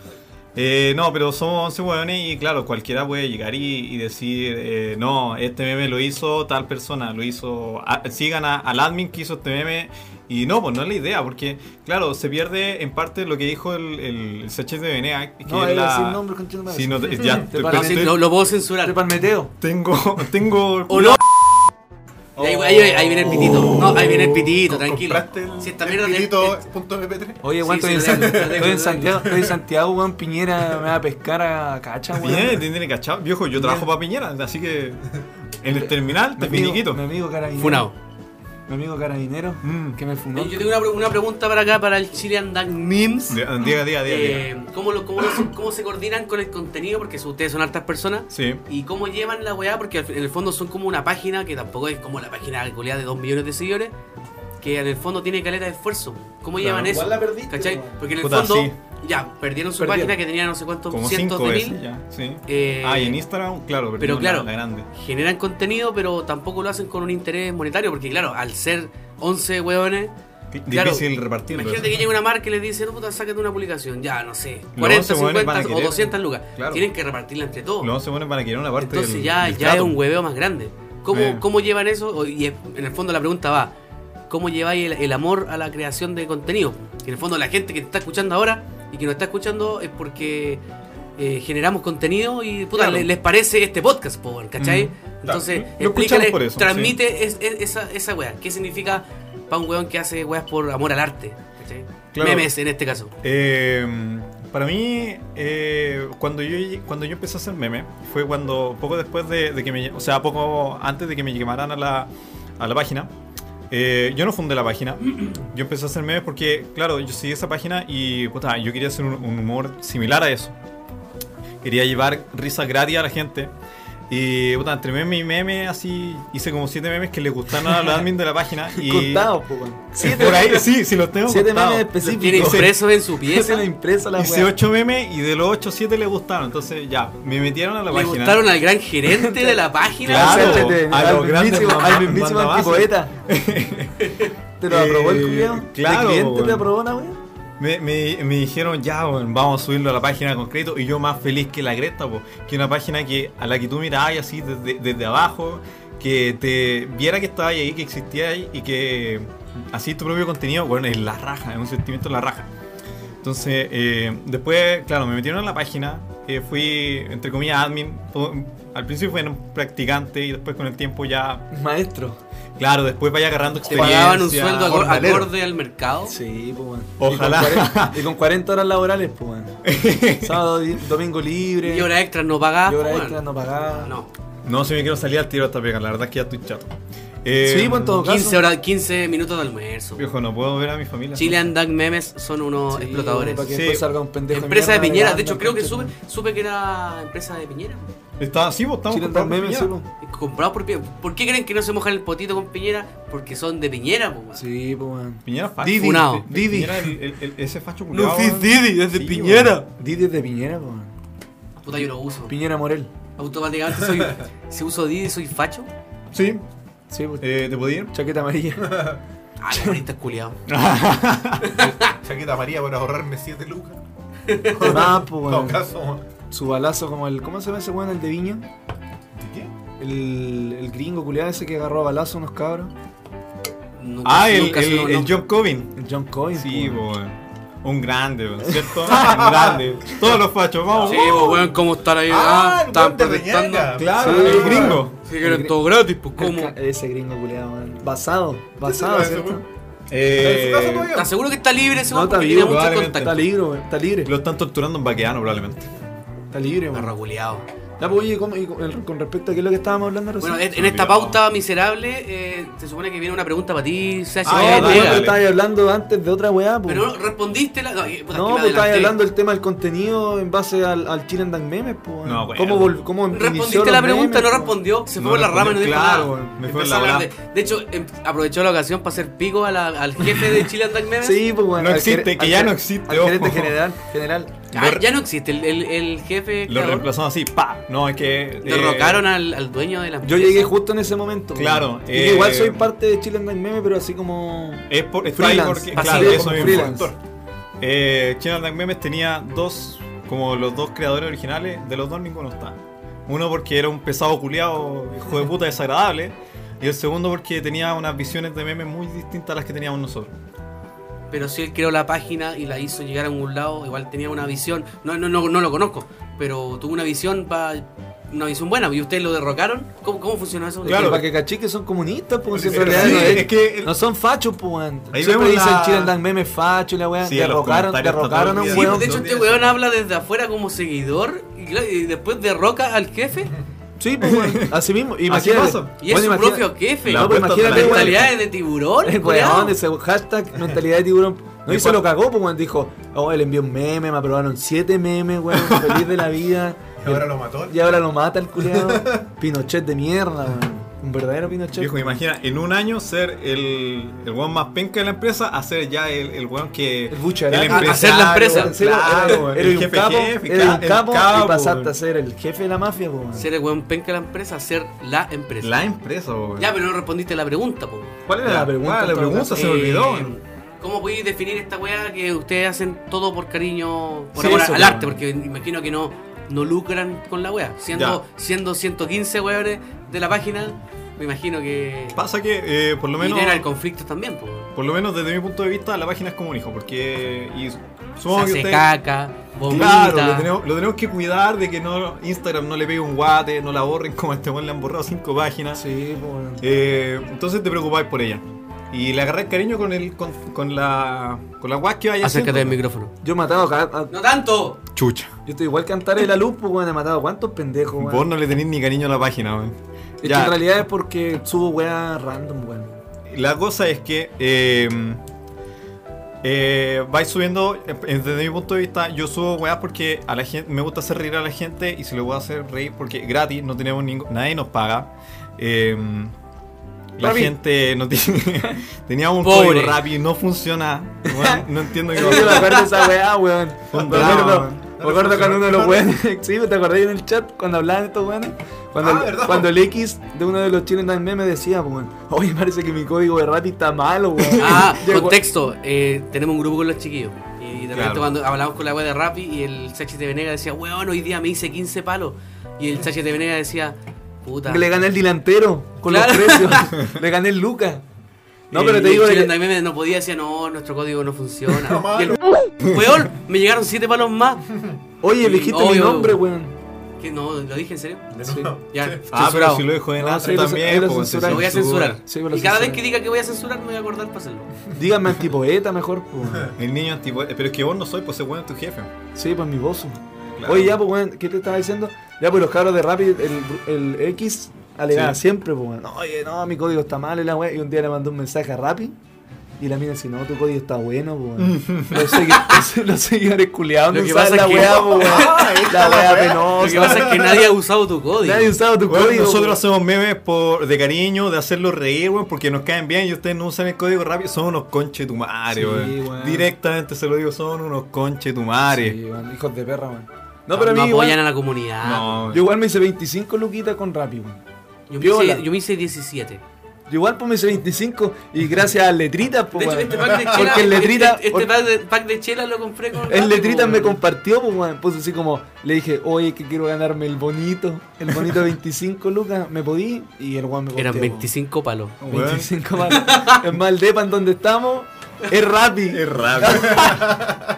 Speaker 3: Eh, no, pero somos 11 hueones y claro, cualquiera puede llegar y, y decir, eh, no, este meme lo hizo tal persona, lo hizo, a- sigan a- al admin que hizo este meme. Y no, pues no es la idea, porque claro, se pierde en parte lo que dijo el, el, el Sachet de Venea, que
Speaker 1: No,
Speaker 3: es
Speaker 1: es
Speaker 3: la...
Speaker 1: sin nombre, conchito madre.
Speaker 3: Sí, no, te- ya,
Speaker 1: Te parece-
Speaker 3: te-
Speaker 2: no,
Speaker 3: pero
Speaker 2: sí,
Speaker 3: estoy-
Speaker 2: lo, lo puedo censurar.
Speaker 1: De palmeteo.
Speaker 3: tengo, tengo...
Speaker 2: O no. Y Ahí, ahí- ahí viene el pitito.
Speaker 3: Oh.
Speaker 2: No, ahí viene el pitito,
Speaker 4: ¿Com-
Speaker 2: tranquilo.
Speaker 4: compraste el-
Speaker 2: Si esta
Speaker 4: el
Speaker 2: mierda te-
Speaker 4: pitito
Speaker 2: te-
Speaker 4: punto MP3?
Speaker 1: Oye, weón,
Speaker 2: Sí,
Speaker 1: estoy,
Speaker 2: sí,
Speaker 1: en
Speaker 2: lo
Speaker 1: San-
Speaker 2: tengo, lo
Speaker 1: estoy en
Speaker 2: tengo.
Speaker 1: Santiago, estoy en Santiago, weón. Piñera me va a pescar a cacha, weón.
Speaker 3: Piñera, te tiene cachado. Viejo, yo trabajo para Piñera, así que en el terminal
Speaker 1: Mi
Speaker 3: te
Speaker 1: amigo-
Speaker 3: finiquito.
Speaker 1: Mi amigo carabinero.
Speaker 2: Funado.
Speaker 1: Mi amigo carabinero.
Speaker 3: Mm.
Speaker 1: Que me funó.
Speaker 2: Eh, Yo tengo una, pre- una pregunta para acá, para el Chilean Dunk Memes.
Speaker 3: Diga, diga, diga, diga.
Speaker 2: Eh, ¿cómo, lo- cómo lo- cómo se coordinan con el contenido? Porque si ustedes son hartas personas.
Speaker 3: Sí.
Speaker 2: ¿Y cómo llevan la weá? Porque al- en el fondo son como una página que tampoco es como la página culiá de 2 millones de seguidores, que en el fondo tiene caleta de esfuerzo. ¿Cómo
Speaker 3: Claro.
Speaker 2: llevan eso?
Speaker 1: Igual la perdiste,
Speaker 2: ¿Cachai?
Speaker 1: weón.
Speaker 2: Porque en el
Speaker 3: Puta,
Speaker 2: fondo
Speaker 3: sí.
Speaker 2: ya perdieron su
Speaker 1: Perdieron.
Speaker 2: página que tenía no sé cuántos
Speaker 3: Como
Speaker 2: cientos
Speaker 3: cinco
Speaker 2: de
Speaker 3: veces
Speaker 2: mil.
Speaker 3: ya, sí.
Speaker 2: Eh,
Speaker 3: ah, y en Instagram, claro,
Speaker 2: pero
Speaker 3: perdimos
Speaker 2: claro.
Speaker 3: la, la grande.
Speaker 2: Generan contenido, pero tampoco lo hacen con un interés monetario, porque claro, al ser 11 weones, Claro,
Speaker 3: Difícil repartirlo.
Speaker 2: imagínate que llega una marca y les dice, no puta, sácate una publicación, ya, no sé,
Speaker 3: Los
Speaker 2: 40,
Speaker 3: 11 weones van a
Speaker 2: 50 o
Speaker 3: querer.
Speaker 2: 200 lucas.
Speaker 3: Claro.
Speaker 2: Tienen que repartirla entre todos.
Speaker 3: Los 11 buenos van a querer una parte
Speaker 2: Entonces
Speaker 3: del-
Speaker 2: ya,
Speaker 3: del
Speaker 2: ya es
Speaker 3: trato.
Speaker 2: un hueveo más grande. ¿Cómo,
Speaker 3: Eh.
Speaker 2: ¿Cómo llevan eso? O- Y es- en el fondo la pregunta va, ¿cómo lleváis el, el amor a la creación de contenido? Que en el fondo la gente que te está escuchando ahora y que nos está escuchando es porque eh, generamos contenido y puta,
Speaker 3: Claro.
Speaker 2: le- les, parece este podcast, po, weón, ¿cachai?
Speaker 3: Mm,
Speaker 2: Entonces,
Speaker 3: Lo
Speaker 2: explícale,
Speaker 3: escuchamos por eso,
Speaker 2: transmite es- es- esa, esa weá. ¿Qué significa para un weón que hace weas por amor al arte? ¿cachai?
Speaker 3: Claro.
Speaker 2: Memes en este caso.
Speaker 3: Eh, Para mí, eh, cuando, yo, cuando yo empecé a hacer meme, fue cuando, poco después de, de que me, o sea, poco antes de que me llamaran a la, a la página, eh, yo no fundé la página, yo empecé a hacer memes porque, claro, yo seguí esa página y puta, yo quería hacer un, un humor similar a eso. Quería llevar risas gratis a la gente. Y puta, entre meme y meme, así hice como siete memes que le gustaron a los admin de la página. Y
Speaker 1: Contado, po, weón.
Speaker 3: Por ahí, sí, sí, los tengo.
Speaker 1: Siete
Speaker 3: contados.
Speaker 1: memes
Speaker 2: Lo tiene
Speaker 1: específicos.
Speaker 2: impreso en su
Speaker 1: Tiene
Speaker 2: pieza.
Speaker 1: impresa la
Speaker 3: Hice
Speaker 1: weá.
Speaker 3: 8 memes y de los 8, 7 le gustaron. Entonces ya, me metieron a la
Speaker 2: Le
Speaker 3: página.
Speaker 2: gustaron al gran gerente de la página.
Speaker 3: Claro.
Speaker 1: Sálvete,
Speaker 3: a los
Speaker 1: al
Speaker 3: grandes
Speaker 1: mismísimo,
Speaker 3: mamá-
Speaker 1: al mismísimo
Speaker 3: mandabase.
Speaker 1: antipoeta. ¿Te lo
Speaker 3: Eh,
Speaker 1: aprobó el culiao?
Speaker 3: claro,
Speaker 1: ¿El cliente te
Speaker 3: weón.
Speaker 1: aprobó una weá?
Speaker 3: Me, me- me dijeron, ya, weón, vamos a subirlo a la página de concreto. Y yo más feliz que la greta, po, que una página que a la que tú mirabas así desde, desde abajo, que te viera que estabas ahí, que existías ahí y que así tu propio contenido, bueno, es la raja, es un sentimiento de la raja. Entonces, eh, después, claro, me metieron en la página, eh, fui, entre comillas, admin. Po- Al principio fue un practicante y después con el tiempo ya,
Speaker 1: Maestro.
Speaker 3: claro, después vaya agarrando
Speaker 2: Te
Speaker 3: experiencia.
Speaker 2: pagaban un sueldo acor-
Speaker 1: jornalero.
Speaker 2: acorde al mercado.
Speaker 1: Sí, pues weón.
Speaker 3: Ojalá.
Speaker 1: Y con 40, y con 40 horas laborales, pues weón. Sábado, di- domingo libre.
Speaker 2: Y hora extra no pagaba.
Speaker 1: y hora
Speaker 2: po,
Speaker 1: extra
Speaker 2: weón.
Speaker 1: no pagaba.
Speaker 2: No.
Speaker 3: No, si me quiero salir al tiro hasta pega, la verdad es que ya estoy chato. Eh,
Speaker 1: Sí, pues, en todo caso.
Speaker 2: 15, horas, 15 minutos de almuerzo.
Speaker 3: Viejo, no puedo ver a mi familia.
Speaker 2: Chile and Duck Memes son unos
Speaker 1: Sí,
Speaker 2: explotadores.
Speaker 1: Para que
Speaker 3: Sí.
Speaker 1: después salga un pendejo.
Speaker 2: Empresa de
Speaker 1: mierda
Speaker 2: Piñera,
Speaker 1: Gandalf,
Speaker 2: de hecho creo que
Speaker 1: concha,
Speaker 2: supe,
Speaker 1: weón.
Speaker 2: supe que era empresa de Piñera.
Speaker 3: Está, sí, vos estamos
Speaker 1: Chile
Speaker 3: comprando
Speaker 1: también me
Speaker 3: piñera.
Speaker 1: supo.
Speaker 2: Comprado por Piñera. ¿Por qué creen que no se mojan el potito con Piñera? Porque son de Piñera, po, weón.
Speaker 1: Sí, pues weón.
Speaker 3: Piñera facho.
Speaker 1: Didi.
Speaker 2: Funao.
Speaker 1: Didi.
Speaker 3: Piñera, el- el- el- ese facho
Speaker 1: No,
Speaker 3: culiao,
Speaker 1: sí,
Speaker 3: weón.
Speaker 1: Didi, es de
Speaker 3: Sí,
Speaker 1: Piñera.
Speaker 3: weón.
Speaker 1: Didi es de Piñera, pues weón.
Speaker 2: Puta, yo lo uso.
Speaker 1: Piñera Morel.
Speaker 2: Automáticamente soy. si uso Didi, soy facho.
Speaker 3: Sí,
Speaker 1: Sí, pues.
Speaker 3: eh, te podía ir.
Speaker 1: Chaqueta amarilla.
Speaker 2: Ah, la bonita es culiado.
Speaker 4: Chaqueta María para ahorrarme 7 lucas.
Speaker 1: Más, pues
Speaker 4: En todo
Speaker 1: weón.
Speaker 4: caso.
Speaker 1: Su balazo como el. ¿Cómo se llama ese weón? El de Viña.
Speaker 4: ¿De qué?
Speaker 1: El, el gringo culiado ese que agarró a balazo unos cabros.
Speaker 2: Nunca-
Speaker 3: Ah, el,
Speaker 2: nunca
Speaker 3: el,
Speaker 2: se lo-
Speaker 3: el
Speaker 2: no.
Speaker 3: John Cobin.
Speaker 1: El John Coyne.
Speaker 3: Sí, pues,
Speaker 1: po,
Speaker 3: po,
Speaker 1: weón.
Speaker 3: weón. Un grande, weón, ¿cierto? Un grande. Todos los fachos, vamos.
Speaker 2: Sí,
Speaker 3: vamos.
Speaker 2: pues, weón, ¿cómo están ahí?
Speaker 4: Ah,
Speaker 2: Ah,
Speaker 4: el
Speaker 2: están
Speaker 4: weón de Reñaca.
Speaker 2: protestando.
Speaker 3: Claro,
Speaker 1: Sí.
Speaker 3: el gringo.
Speaker 2: Sí, que eran todo gratis, pues, ¿cómo?
Speaker 1: El ca- Ese gringo culiado, weón. Basado. Basado,
Speaker 4: Ese
Speaker 1: ¿cierto?
Speaker 4: weón. ¿En su caso
Speaker 3: Eh,
Speaker 4: todavía?
Speaker 2: ¿Estás seguro que está libre ese
Speaker 1: No,
Speaker 2: weón?
Speaker 1: está
Speaker 2: Porque
Speaker 1: vivo,
Speaker 2: tiene muchos
Speaker 3: probablemente.
Speaker 1: Está
Speaker 2: contactos.
Speaker 1: libre, weón. Está libre.
Speaker 3: lo están torturando en vaqueano, probablemente.
Speaker 1: Está libre, weón.
Speaker 2: Perro culiao.
Speaker 1: Ya, pues, oye, ¿cómo- y con, el- con respecto a qué es lo que estábamos hablando recién?
Speaker 2: Bueno, en en esta
Speaker 3: olvidado.
Speaker 2: pauta miserable, eh, se supone que viene una pregunta para ti, Sashi.
Speaker 3: Ah,
Speaker 1: no,
Speaker 3: ya,
Speaker 1: pues,
Speaker 3: dale,
Speaker 1: weón,
Speaker 3: dale.
Speaker 1: estabas hablando antes de otra weá, pues.
Speaker 2: Pero no respondiste la. No, eh, puta,
Speaker 1: No,
Speaker 2: que me
Speaker 1: pues estabas
Speaker 2: adelanté.
Speaker 1: hablando del tema del contenido en base al, al Chile and Dan Memes, pues. weón.
Speaker 3: No, weón.
Speaker 1: ¿Cómo, vol- cómo inició
Speaker 2: Respondiste
Speaker 1: los
Speaker 2: la pregunta,
Speaker 1: memes,
Speaker 2: no
Speaker 1: pues?
Speaker 2: respondió. Se
Speaker 3: No
Speaker 2: fue por la rama y no dijo
Speaker 3: respondió,
Speaker 2: nada.
Speaker 3: claro, weón, me fue
Speaker 2: Empezó
Speaker 3: la
Speaker 2: a hablar
Speaker 3: bola.
Speaker 2: de, de hecho, em- aprovechó la ocasión para hacer pico a la- al jefe de Chile and Duck Memes.
Speaker 1: Sí, pues, weón.
Speaker 3: No
Speaker 1: al
Speaker 3: existe,
Speaker 1: gere-
Speaker 3: que
Speaker 1: al
Speaker 3: ya
Speaker 1: gere-
Speaker 3: no existe,
Speaker 1: Al gerente
Speaker 3: ojo.
Speaker 1: general, general.
Speaker 2: Ah,
Speaker 3: Lo-
Speaker 2: ya no existe el, el, el jefe.
Speaker 3: Lo
Speaker 2: creador.
Speaker 3: reemplazaron así, pa. No, es que. eh,
Speaker 2: Derrocaron al, al dueño de la
Speaker 1: Yo
Speaker 2: empresa.
Speaker 1: llegué justo en ese momento. weón.
Speaker 3: Claro,
Speaker 1: Y que igual
Speaker 3: eh,
Speaker 1: soy parte de Chile and Dan Memes, pero así como.
Speaker 3: Es por, está ahí
Speaker 1: Freelance.
Speaker 3: porque,
Speaker 2: Así
Speaker 3: claro,
Speaker 2: es,
Speaker 3: eso
Speaker 1: como
Speaker 3: mismo.
Speaker 1: freelance.
Speaker 3: Actor. Eh, Channel Dark Memes tenía dos, como los dos creadores originales, de los dos ninguno está. Uno porque era un pesado culiado, hijo de puta desagradable, y el segundo porque tenía unas visiones de memes muy distintas a las que teníamos nosotros.
Speaker 2: Pero si él creó la página y la hizo llegar a algún lado, igual tenía una visión. No, no, no, no lo conozco, pero tuvo una visión pa- una visión buena. ¿Y ustedes lo derrocaron? ¿Cómo, cómo funcionó eso?
Speaker 3: Claro.
Speaker 1: Pero Para que cachí que son comunistas, pues. si en
Speaker 3: Sí,
Speaker 1: realidad no es-
Speaker 3: es que-
Speaker 1: No son fachos, pues, weón.
Speaker 3: Ahí
Speaker 1: Siempre
Speaker 3: vemos
Speaker 1: dicen
Speaker 3: la-
Speaker 1: Chile and Dan Memes facho y la weá.
Speaker 3: Sí, en los
Speaker 1: derrocaron,
Speaker 3: comentarios está
Speaker 1: derrocaron a
Speaker 3: todo el
Speaker 1: un
Speaker 3: día.
Speaker 2: Sí,
Speaker 1: weón.
Speaker 2: pues, de hecho, este weón habla desde afuera como seguidor y, claro, y después derroca al jefe.
Speaker 1: Sí, pues, weón. Así mismo. Imagínate.
Speaker 3: pasa.
Speaker 2: Y es
Speaker 1: Bueno,
Speaker 2: su
Speaker 1: imagina-
Speaker 2: propio jefe.
Speaker 3: La
Speaker 1: No, pues,
Speaker 3: apuesta
Speaker 1: imagínate,
Speaker 3: de la
Speaker 1: weón.
Speaker 2: mentalidades de tiburón.
Speaker 1: El
Speaker 2: culiao.
Speaker 1: weón, ese hashtag mentalidad de tiburón. No, y se
Speaker 3: Después-
Speaker 1: lo cagó, pues, weón. Dijo, oh, le envió un meme, me aprobaron siete memes, weón. Feliz de la vida.
Speaker 4: Y ahora lo mató.
Speaker 1: Y ahora lo mata el culiado. Pinochet de mierda, weón. Un verdadero Pinochet.
Speaker 3: Viejo, imagina, en un año ser el, el weón más penca de la empresa a ser ya el, el weón que.
Speaker 1: El Ah, bucharaca.
Speaker 3: empresario,
Speaker 2: A ser la empresa.
Speaker 1: En serio,
Speaker 3: claro,
Speaker 1: era-
Speaker 3: weón,
Speaker 1: era
Speaker 3: el
Speaker 1: un
Speaker 3: jefe
Speaker 1: capo,
Speaker 3: jefe,
Speaker 1: era un
Speaker 3: el
Speaker 1: capo,
Speaker 3: capo,
Speaker 1: y pasaste a
Speaker 3: weón.
Speaker 1: ser el jefe de la mafia, weón.
Speaker 2: Ser el weón penca de la empresa, ser la empresa.
Speaker 3: La empresa, weón.
Speaker 2: Ya, pero no respondiste la pregunta, po.
Speaker 3: ¿Cuál era
Speaker 1: La
Speaker 3: la
Speaker 1: pregunta,
Speaker 3: pregunta? la
Speaker 1: en todo
Speaker 3: pregunta
Speaker 1: caso.
Speaker 3: se me olvidó.
Speaker 2: Eh,
Speaker 3: weón.
Speaker 2: ¿Cómo podéis definir esta weá que ustedes hacen todo por cariño, por
Speaker 1: Sí,
Speaker 2: amor
Speaker 1: eso,
Speaker 2: al
Speaker 1: weón.
Speaker 2: arte? Porque imagino que no, no lucran con la weá. Siendo, siendo 115 weones de la página, me imagino que.
Speaker 3: Pasa que, eh, por lo
Speaker 2: y
Speaker 3: menos.
Speaker 2: tener el conflicto también, po.
Speaker 3: Por lo menos desde mi punto de vista, la página es como un hijo, porque. Y
Speaker 2: Se
Speaker 3: supongo
Speaker 2: hace
Speaker 3: que ustedes-
Speaker 2: caca, vomita.
Speaker 3: Claro, lo tenemos, lo tenemos que cuidar de que no Instagram no le pegue un guate, no la borren como a este weón le han borrado cinco páginas.
Speaker 1: Sí, pues, weón.
Speaker 3: Eh, entonces te preocupáis por ella. Y le agarré cariño con el con, con la con la guas que vaya
Speaker 2: Acércate del
Speaker 3: haciendo.
Speaker 2: micrófono.
Speaker 1: Yo he matado. ca- a-
Speaker 2: ¡No tanto!
Speaker 3: Chucha.
Speaker 1: Yo estoy igual que Antares de la Luz, pues, weón. He matado cuántos pendejos, weón.
Speaker 3: Vos no le tenés ni cariño a la página, weón.
Speaker 1: Es que
Speaker 3: Ya.
Speaker 1: en realidad es porque subo weas random, weón.
Speaker 3: La cosa es que eh, eh, vais subiendo, eh, desde mi punto de vista, yo subo weas porque a la gente me gusta hacer reír a la gente y se lo voy a hacer reír porque gratis, no tenemos ningún. nadie nos paga. Eh, la
Speaker 1: Rappi.
Speaker 3: gente no tiene. Teníamos un
Speaker 2: Pobre.
Speaker 3: código Rappi, no funciona. weón, no entiendo qué
Speaker 1: Yo me
Speaker 3: pasa.
Speaker 1: acuerdo de esa weá, weón. Me
Speaker 3: Un drama,
Speaker 1: acuerdo,
Speaker 3: weón.
Speaker 1: me acuerdo cuando uno de los weones. Sí, ¿te acordás en el chat cuando hablaban estos weones? Cuando,
Speaker 4: Ah,
Speaker 1: el-
Speaker 4: ¿verdad?
Speaker 1: cuando el X de uno de los chinos en el meme decía, pues, weón, oye, parece que mi código de Rappi está malo, weón.
Speaker 2: Ah,
Speaker 1: Yo-
Speaker 2: contexto. eh, tenemos un grupo con los chiquillos. Y de repente
Speaker 3: Claro.
Speaker 2: cuando hablamos con la wea de Rappi y el Sachi de Venega decía, weón, hoy día me hice 15 palos. Y el Sachi de Venega decía, puta.
Speaker 1: Le gané el delantero con los
Speaker 2: Claro.
Speaker 1: precios. Le gané el Luca. No, pero
Speaker 2: Y
Speaker 1: te digo
Speaker 2: el
Speaker 1: de
Speaker 2: chileno
Speaker 1: que.
Speaker 2: también no podía decía, no, nuestro código no funciona.
Speaker 4: Está
Speaker 2: Y el- weón, me llegaron 7 palos más.
Speaker 1: Oye, dijiste mi
Speaker 2: Obvio.
Speaker 1: nombre, weón.
Speaker 2: Que no, lo dije en serio.
Speaker 4: De
Speaker 1: Sí.
Speaker 4: nuevo.
Speaker 2: Ya,
Speaker 4: Sí.
Speaker 3: Ah, pero
Speaker 2: censurado.
Speaker 3: si lo dejo en
Speaker 1: No,
Speaker 3: alto
Speaker 1: sí, lo- ahí
Speaker 3: también,
Speaker 1: lo
Speaker 3: pues, se
Speaker 1: censuran.
Speaker 2: Lo voy a censurar.
Speaker 1: Sí, me lo
Speaker 2: y cada vez
Speaker 1: censuran.
Speaker 2: que diga que voy a censurar, me voy a acordar para hacerlo.
Speaker 1: Díganme antipoeta mejor, pues. weón.
Speaker 3: El niño antipo- Pero es que vos no soy, pues ese weón es tu jefe.
Speaker 1: Sí, pues mi bozo.
Speaker 3: Claro.
Speaker 1: Oye, ya, pues, weón, ¿qué te estaba diciendo? Ya, pues los cabros de Rappi, el, el X, alegaba
Speaker 3: Sí.
Speaker 1: siempre, pues, weón. Oye, no, mi código está mal, y la weón. Y un día le mandó un mensaje a Rappi. Y la mina dice, no, tu código está bueno, pues, weón. Los segui- Los seguidores culiados no
Speaker 2: Lo que
Speaker 1: usaban la
Speaker 2: pasa es que-
Speaker 1: weá, pues,
Speaker 4: Ah,
Speaker 1: weón. La weá penosa.
Speaker 2: Lo que pasa es que nadie ha usado tu código.
Speaker 1: Nadie usaba tu
Speaker 3: Bueno,
Speaker 1: código. pues.
Speaker 3: nosotros
Speaker 1: weón.
Speaker 3: hacemos memes por, de cariño, de hacerlos reír, weón, porque nos caen bien y ustedes no usan el código rápido. Son unos conche tu
Speaker 1: Sí,
Speaker 3: madre,
Speaker 1: weón.
Speaker 3: weón. Directamente se lo digo, son unos conche tu madre.
Speaker 1: Sí, weón, hijos de perra, weón. No, pero a mí,
Speaker 2: no
Speaker 1: igual,
Speaker 2: apoyan a la comunidad.
Speaker 3: No,
Speaker 1: yo igual me hice 25 luquitas con Rappi, weón.
Speaker 2: Yo, me
Speaker 1: Viola.
Speaker 2: hice, yo me hice 17.
Speaker 1: Yo igual pues me hice 25 y gracias a letritas, pues,
Speaker 2: De hecho,
Speaker 1: weón.
Speaker 2: este pack de chela,
Speaker 1: Porque en letrita-
Speaker 2: este, este pack, de, pack de chela lo compré con.
Speaker 1: En
Speaker 2: Rappi,
Speaker 1: letritas
Speaker 2: po,
Speaker 1: me
Speaker 2: weón.
Speaker 1: compartió, pues, weón. Puso así como, le dije, oye, que quiero ganarme el bonito. El bonito de 25 lucas, me podí. Y el weón me contó.
Speaker 2: Eran 25 palos.
Speaker 3: Weón.
Speaker 1: 25 más. Es más, el depa en donde estamos es Rappi.
Speaker 3: Es rápido.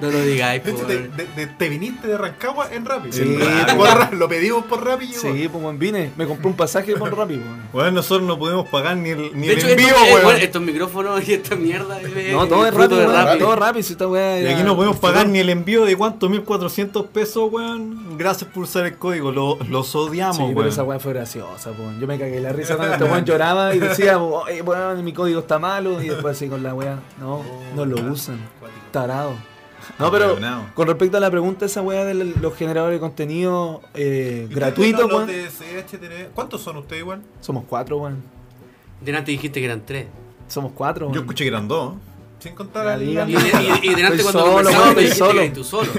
Speaker 2: No lo digáis,
Speaker 4: De
Speaker 2: po,
Speaker 4: hecho, te,
Speaker 2: weón.
Speaker 4: de- de- te viniste de Rancagua en Rappi.
Speaker 1: Sí,
Speaker 4: Por
Speaker 1: weón.
Speaker 4: Rappi, lo pedimos por Rappi. y llegó.
Speaker 1: Sí, pues, weón, vine. Me compré un pasaje por Rappi, weón.
Speaker 3: Bueno, nosotros no pudimos pagar ni el, ni
Speaker 2: De
Speaker 3: el
Speaker 2: hecho,
Speaker 3: en
Speaker 2: esto-
Speaker 3: vivo,
Speaker 2: eh,
Speaker 3: weón.
Speaker 2: bueno, estos micrófonos y esta mierda. eh,
Speaker 1: No, todo es
Speaker 2: fruto
Speaker 1: Rappi,
Speaker 2: de
Speaker 1: weón.
Speaker 2: Rappi.
Speaker 1: Todo es Rappi, si esta weá
Speaker 3: Y
Speaker 1: era-
Speaker 3: aquí no podemos pagar ni el envío de cuánto, 1400 pesos, weón. Gracias por usar el código, lo- los odiamos,
Speaker 1: Sí, pero
Speaker 3: weón.
Speaker 1: esa weá fue graciosa, po. Yo me cagué la risa cuando este weón lloraba y decía, oye, weón, mi código está malo. Y después así con la weá,
Speaker 3: Oh,
Speaker 1: no, no lo usan. Tarado. No, pero
Speaker 3: Weonao.
Speaker 1: con respecto a la pregunta, esa weá de los generadores de contenido eh,
Speaker 4: ¿Y
Speaker 1: gratuito,
Speaker 4: ustedes no,
Speaker 1: weón.
Speaker 4: los de CHTV? ¿Cuántos son ustedes, igual?
Speaker 1: Somos cuatro, weón.
Speaker 2: Delante dijiste que eran 3.
Speaker 1: Somos cuatro, weón.
Speaker 3: Yo escuché que eran dos.
Speaker 4: Sin contar
Speaker 1: La
Speaker 4: al-
Speaker 1: liga,
Speaker 2: Y,
Speaker 1: ¿no?
Speaker 2: y- y delante
Speaker 1: Estoy
Speaker 2: cuando
Speaker 1: solo, weón,
Speaker 2: conversamos me
Speaker 1: estoy
Speaker 2: dijiste que
Speaker 1: solo.
Speaker 2: eras tú solo.